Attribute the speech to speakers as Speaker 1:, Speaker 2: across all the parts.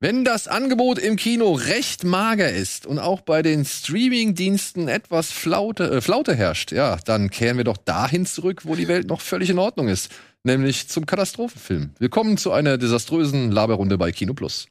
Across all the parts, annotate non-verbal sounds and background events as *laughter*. Speaker 1: Wenn das Angebot im Kino recht mager ist und auch bei den Streaming-Diensten etwas Flaute, äh, Flaute herrscht, ja, dann kehren wir doch dahin zurück, wo die Welt noch völlig in Ordnung ist, nämlich zum Katastrophenfilm. Willkommen zu einer desaströsen Laberrunde bei Kino Plus.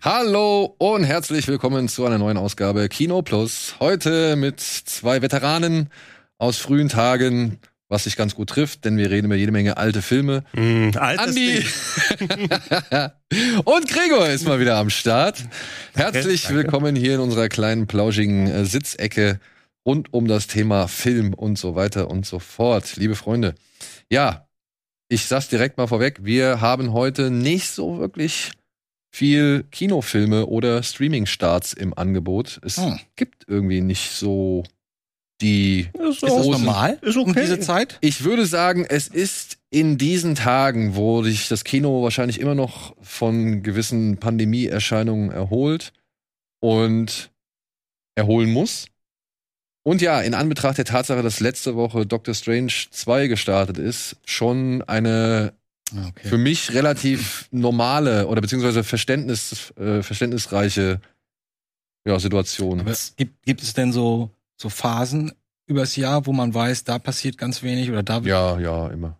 Speaker 1: Hallo und herzlich willkommen zu einer neuen Ausgabe Kino Plus. Heute mit zwei Veteranen aus frühen Tagen, was sich ganz gut trifft, denn wir reden über jede Menge alte Filme.
Speaker 2: Mm, altes
Speaker 1: Andi
Speaker 2: Ding.
Speaker 1: *laughs* und Gregor ist mal wieder am Start. Herzlich
Speaker 2: danke.
Speaker 1: willkommen hier in unserer kleinen plauschigen äh, Sitzecke rund um das Thema Film und so weiter und so fort. Liebe Freunde, ja, ich sag's direkt mal vorweg, wir haben heute nicht so wirklich viel Kinofilme oder Streaming-Starts im Angebot. Es
Speaker 3: Hm.
Speaker 1: gibt irgendwie nicht so die
Speaker 2: Ist
Speaker 3: Ist das
Speaker 2: auch-
Speaker 1: Großen-
Speaker 3: normal?
Speaker 2: Ist okay.
Speaker 3: Um diese Zeit?
Speaker 1: Ich würde sagen, es ist in diesen Tagen, wo sich das Kino wahrscheinlich immer noch von gewissen Pandemieerscheinungen erholt und erholen muss. Und ja, in Anbetracht der Tatsache, dass letzte Woche Doctor Strange 2 gestartet ist, schon eine
Speaker 3: Ah,
Speaker 1: für
Speaker 3: Okay.
Speaker 1: mich relativ normale oder beziehungsweise verständnis, äh, verständnisreiche ja, Situation.
Speaker 3: Aber es gibt, gibt es denn so, so Phasen übers Jahr, wo man weiß, da passiert ganz wenig oder da wird.
Speaker 1: Ja, ja, immer.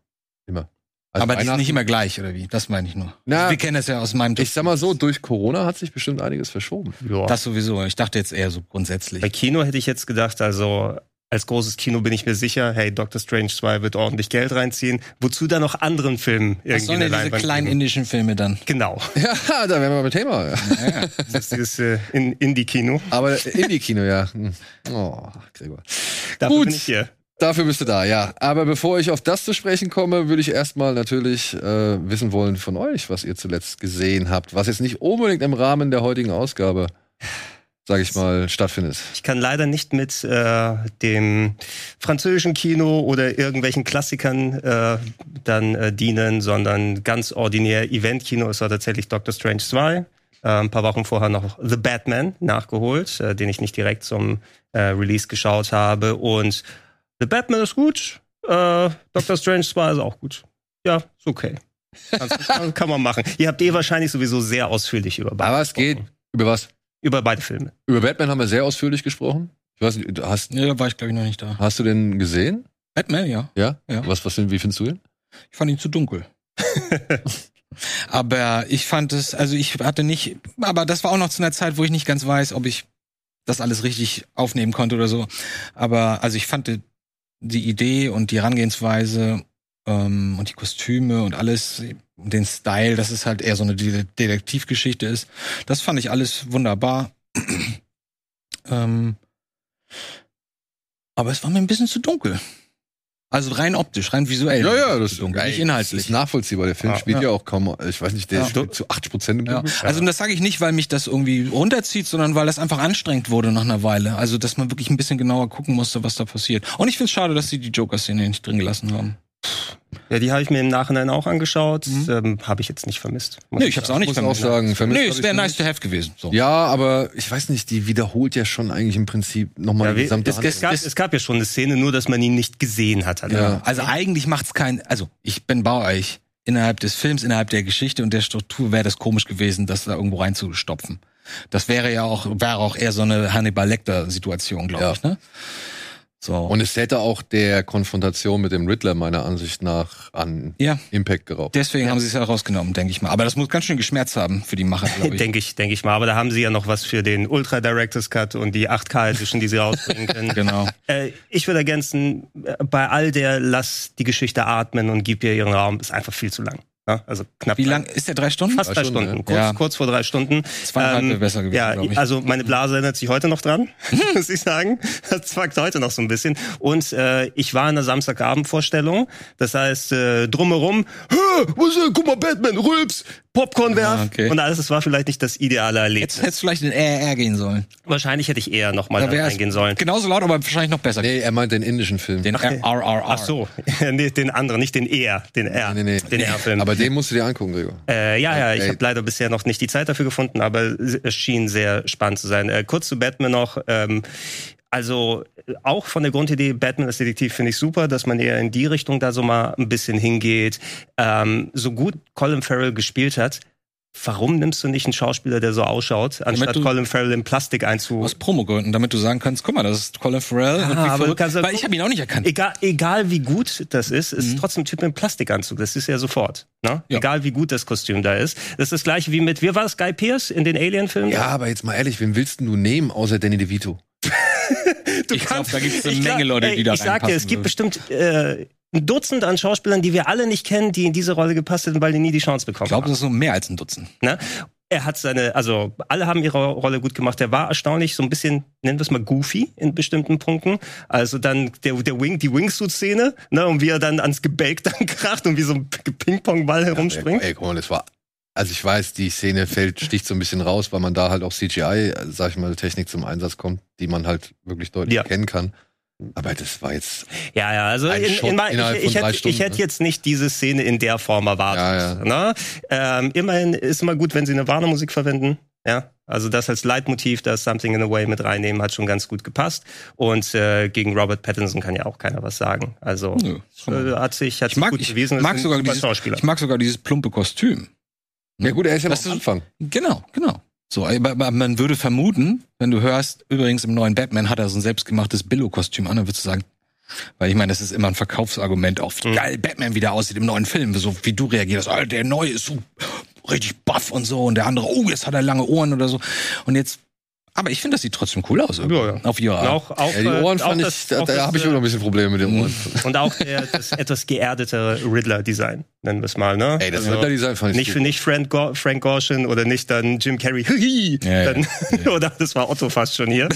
Speaker 1: Immer. Also
Speaker 3: aber die sind
Speaker 1: Weihnachten-
Speaker 3: nicht immer gleich, oder wie? Das meine ich nur.
Speaker 1: Na,
Speaker 3: also wir kennen das ja aus meinem
Speaker 1: Ich sag mal so, durch Corona hat sich bestimmt einiges *laughs* verschoben.
Speaker 2: Ja.
Speaker 3: Das sowieso. Ich dachte jetzt eher so grundsätzlich.
Speaker 2: Bei Kino hätte ich jetzt gedacht, also als großes Kino bin ich mir sicher, hey, Doctor Strange 2 wird ordentlich Geld reinziehen. Wozu dann noch anderen Filmen
Speaker 3: Was
Speaker 2: irgendwie
Speaker 3: sollen
Speaker 2: eine
Speaker 3: denn diese
Speaker 2: Leinwand
Speaker 3: kleinen
Speaker 2: geben?
Speaker 3: indischen Filme dann? *laughs*
Speaker 2: Genau,
Speaker 1: Ja, da wären wir beim Thema.
Speaker 2: das ist dieses äh, in Indie-Kino.
Speaker 1: *laughs* Aber Indie-Kino, ja. Hm. Oh, Gregor.
Speaker 2: Dafür
Speaker 1: Gut.
Speaker 2: bin ich hier.
Speaker 1: Dafür bist du da, ja. Aber bevor ich auf das zu sprechen komme, würde ich erstmal natürlich äh, wissen wollen von euch, was ihr zuletzt gesehen habt, was jetzt nicht unbedingt im Rahmen der heutigen Ausgabe, sag ich mal, stattfindet.
Speaker 2: Ich kann leider nicht mit äh, dem französischen Kino oder irgendwelchen Klassikern äh, dann äh, dienen, sondern ganz ordinär Event-Kino. Es war tatsächlich Doctor Strange 2. Äh, ein paar Wochen vorher noch The Batman nachgeholt, äh, den ich nicht direkt zum äh, Release geschaut habe. Und The Batman ist gut, äh, Doctor Strange 2 ist auch gut. Ja, ist okay. Kann's- *laughs* Kann, kann man machen. Ihr habt eh wahrscheinlich sowieso sehr ausführlich über beide,
Speaker 1: Aber es geht über was?
Speaker 2: über beide Filme.
Speaker 1: Über Batman haben wir sehr ausführlich gesprochen. Ich weiß nicht, hast,
Speaker 3: Ja, da war ich, glaube ich, noch nicht da.
Speaker 1: hast du den gesehen?
Speaker 3: Batman, ja.
Speaker 1: Ja?
Speaker 3: Ja.
Speaker 1: Was, was, wie findest du ihn?
Speaker 3: Ich fand ihn zu dunkel. aber ich fand es, also ich hatte nicht, aber das war auch noch zu einer Zeit, wo ich nicht ganz weiß, ob ich das alles richtig aufnehmen konnte oder so. Aber also ich fand die- die Idee und die Herangehensweise ähm, und die Kostüme und alles, und den Style, dass es halt eher so eine De- Detektivgeschichte ist, das fand ich alles wunderbar. *clears throat* ähm, aber es war mir ein bisschen zu dunkel. Also rein optisch, rein visuell. Zu dunkel, nicht inhaltlich.
Speaker 1: ist nachvollziehbar. Der Film
Speaker 2: Ja.
Speaker 1: spielt ja.
Speaker 3: Ja.
Speaker 1: auch kaum, ich weiß nicht, der
Speaker 3: Ja.
Speaker 1: spielt zu 80 Prozent im
Speaker 3: Ja.
Speaker 1: Dunkeln.
Speaker 3: Also und das sage ich nicht, weil mich das irgendwie runterzieht, sondern weil das einfach anstrengend wurde nach einer Weile. Also dass man wirklich ein bisschen genauer gucken musste, was da passiert. Und ich finde es schade, dass sie die Joker-Szene nicht drin gelassen haben.
Speaker 2: Ja, die habe ich mir im Nachhinein auch angeschaut.
Speaker 3: Mhm.
Speaker 2: Ähm, habe ich jetzt nicht vermisst.
Speaker 3: Nee, ich hab's auch
Speaker 1: Ich
Speaker 3: nicht
Speaker 1: muss auch sagen, vermisst
Speaker 3: Nee,
Speaker 1: hab
Speaker 3: es
Speaker 1: ich
Speaker 3: wäre
Speaker 1: den
Speaker 3: nice to have gewesen. So.
Speaker 1: Ja, aber ich weiß nicht, die wiederholt ja schon eigentlich im Prinzip nochmal
Speaker 2: Ja,
Speaker 1: die
Speaker 2: wie,
Speaker 1: gesamte
Speaker 2: es, es,
Speaker 1: Handlung.
Speaker 2: gab, es gab ja schon eine Szene, nur dass man ihn nicht gesehen hat. Also.
Speaker 1: Ja.
Speaker 3: Also eigentlich macht's keinen. Also ich bin bei euch. Innerhalb des Films, innerhalb der Geschichte und der Struktur wäre das komisch gewesen, das da irgendwo reinzustopfen. Das wäre ja auch, wäre auch eher so eine Hannibal Lecter-Situation, glaube
Speaker 1: Ja.
Speaker 3: ich. Ne? So.
Speaker 1: Und es hätte auch der Konfrontation mit dem Riddler meiner Ansicht nach an
Speaker 3: ja.
Speaker 1: Impact geraubt.
Speaker 3: Deswegen haben sie es ja rausgenommen, denke ich mal. Aber das muss ganz schön geschmerzt haben für die Macher,
Speaker 2: *laughs*
Speaker 3: glaube ich.
Speaker 2: Denke ich, denke ich mal. Aber da haben sie ja noch was für den Ultra Directors Cut und die 8K Edition, die sie
Speaker 3: *laughs*
Speaker 2: rausbringen können.
Speaker 3: genau.
Speaker 2: Äh, ich würde ergänzen, äh, bei all der lass die Geschichte atmen und gib ihr ihren Raum, ist einfach viel zu lang. Ja? Also knapp.
Speaker 3: Wie lang ist der? Drei Stunden?
Speaker 2: Fast drei
Speaker 1: Drei Stunden,
Speaker 2: Stunden.
Speaker 1: ja.
Speaker 2: Kurz,
Speaker 3: Ja.
Speaker 2: kurz vor drei Stunden. Ähm,
Speaker 3: Zweieinhalb wäre besser gewesen,
Speaker 2: Ja,
Speaker 3: glaub ich.
Speaker 2: also meine Blase erinnert sich heute noch dran, *laughs* muss ich sagen. Das zwackt heute noch so ein bisschen. Und äh, ich war in der Samstagabendvorstellung. Das heißt, äh, drumherum, "Hä, was, äh, guck mal, Batman, Rülps, Popcorn werf.
Speaker 3: Ah, okay.
Speaker 2: Und alles, es war vielleicht nicht das ideale
Speaker 3: Jetzt
Speaker 2: Erlebnis.
Speaker 3: hätte es vielleicht in RR gehen sollen.
Speaker 2: Wahrscheinlich hätte ich eher nochmal
Speaker 3: Da
Speaker 2: da
Speaker 3: wär's-
Speaker 2: Also reingehen sollen.
Speaker 3: Genauso laut, aber wahrscheinlich noch besser.
Speaker 1: Nee, er meint den indischen Film.
Speaker 3: Den RRR.
Speaker 2: Ach so, *laughs* nee, den anderen, nicht den R, den R,
Speaker 1: Ah, Nee, nee, nee.
Speaker 2: den R-Film.
Speaker 1: Aber den musst du dir angucken, Gregor.
Speaker 2: Äh, ja, ja, ich
Speaker 1: Ey.
Speaker 2: habe leider bisher noch nicht die Zeit dafür gefunden, aber es schien sehr spannend zu sein. Äh, kurz zu Batman noch. Ähm, also äh, auch von der Grundidee, Batman als Detektiv finde ich super, dass man eher in die Richtung da so mal ein bisschen hingeht. Ähm, so gut Colin Farrell gespielt hat, warum nimmst du nicht einen Schauspieler, der so ausschaut, anstatt
Speaker 3: du-
Speaker 2: Colin Farrell in Plastik einzu...
Speaker 3: Aus Promogründen, damit du sagen kannst, guck mal, das ist Colin Farrell. und wie
Speaker 2: Ah, aber
Speaker 3: verrückt-
Speaker 2: kannst du-
Speaker 3: weil ich habe ihn auch nicht erkannt.
Speaker 2: Egal, egal wie gut das ist, ist trotzdem ein Typ mit Plastikanzug. Das ist ja sofort. Ne?
Speaker 3: Mhm. Ja.
Speaker 2: Egal wie gut das Kostüm da ist. Das ist das gleiche wie mit, wie war es, Guy Pierce in den Alien-Filmen?
Speaker 1: Ja, aber jetzt mal ehrlich, wen willst denn du nehmen, außer Danny DeVito?
Speaker 2: du
Speaker 3: ich glaub,
Speaker 2: kannst-
Speaker 3: da gibt's eine
Speaker 2: ich glaub-
Speaker 3: Menge Leute,
Speaker 2: ey,
Speaker 3: die da
Speaker 2: Ich sag dir, es
Speaker 3: reinpassen
Speaker 2: gibt
Speaker 3: würden.
Speaker 2: bestimmt äh, ein Dutzend an Schauspielern, die wir alle nicht kennen, die in diese Rolle gepasst hätten, weil die nie die Chance bekommen
Speaker 3: Ich glaube,
Speaker 2: haben.
Speaker 3: das ist so mehr als ein Dutzend.
Speaker 2: Ne? Er hat seine, also alle haben ihre Rolle gut gemacht. Er war erstaunlich so ein bisschen, nennen wir es mal goofy in bestimmten Punkten. Also dann der, der Wing, die Wingsuit-Szene, ne, und wie er dann ans Gebälk dann *laughs* kracht und wie so ein Ping-Pong-Ball herumspringt.
Speaker 1: Ey, guck mal, das war. Also ich weiß, die Szene fällt, sticht so ein bisschen raus, weil man da halt auch CGI, äh, sag ich mal, Technik zum Einsatz kommt, die man halt wirklich deutlich
Speaker 2: Ja.
Speaker 1: erkennen kann. Aber das war jetzt.
Speaker 2: Ja, ja, also
Speaker 1: Ein
Speaker 2: in,
Speaker 1: Shot
Speaker 2: in mein,
Speaker 1: innerhalb
Speaker 2: ich,
Speaker 1: von
Speaker 2: ich,
Speaker 1: drei
Speaker 2: hätte,
Speaker 1: Stunden,
Speaker 2: ich hätte
Speaker 1: ne?
Speaker 2: jetzt nicht diese Szene in der Form erwartet. Ne? Ähm, immerhin ist immer gut, wenn sie eine Warner-Musik verwenden. Ja, also das als Leitmotiv, das Something in a Way mit reinnehmen, hat schon ganz gut gepasst. Und äh, gegen Robert Pattinson kann ja auch keiner was sagen. Also
Speaker 3: Nö,
Speaker 2: äh, hat sich hat
Speaker 3: Ich
Speaker 2: sich
Speaker 3: mag,
Speaker 2: gut
Speaker 3: ich,
Speaker 2: bewiesen. ist
Speaker 3: mag
Speaker 2: ein
Speaker 3: sogar
Speaker 2: super
Speaker 3: dieses,
Speaker 2: Schauspieler.
Speaker 3: ich mag sogar dieses plumpe Kostüm.
Speaker 1: Ja gut, er ist ja
Speaker 3: Das
Speaker 1: noch
Speaker 3: ist-
Speaker 1: am Anfang.
Speaker 3: Genau, genau. So, aber, aber man würde vermuten, wenn du hörst, übrigens im neuen Batman hat er so ein selbstgemachtes Billo-Kostüm an, dann würdest du sagen, weil ich meine, das ist immer ein Verkaufsargument auf, wie
Speaker 2: Mhm.
Speaker 3: geil Batman wieder aussieht im neuen Film, so wie du reagierst, ah, der neue ist so richtig buff und so und der andere, oh, jetzt hat er lange Ohren oder so und jetzt, aber ich finde, das sieht trotzdem cool aus. irgendwie.
Speaker 2: Ja, ja.
Speaker 3: Auf ihre
Speaker 2: Und
Speaker 3: Art.
Speaker 2: auch, auch,
Speaker 1: Ja, die
Speaker 2: äh,
Speaker 1: Ohren
Speaker 2: auch
Speaker 1: fand
Speaker 2: das-
Speaker 1: ich, da,
Speaker 2: auch
Speaker 1: da
Speaker 2: das,
Speaker 1: habe ich
Speaker 2: äh, Mhm.
Speaker 1: immer noch ein bisschen Probleme mit den Ohren.
Speaker 2: Und auch der, das etwas geerdete Riddler-Design, nennen wir es mal. Ne?
Speaker 1: Ey, das
Speaker 2: Also-
Speaker 1: Ritter-Design fand ich
Speaker 2: Nicht, für-
Speaker 1: super.
Speaker 2: nicht Frank, Go Frank Gorshin oder nicht dann Jim Carrey. *laughs* Hihi.
Speaker 3: Ja, ja,
Speaker 2: dann, *laughs* Oder das war Otto fast schon
Speaker 1: *laughs*
Speaker 2: hier.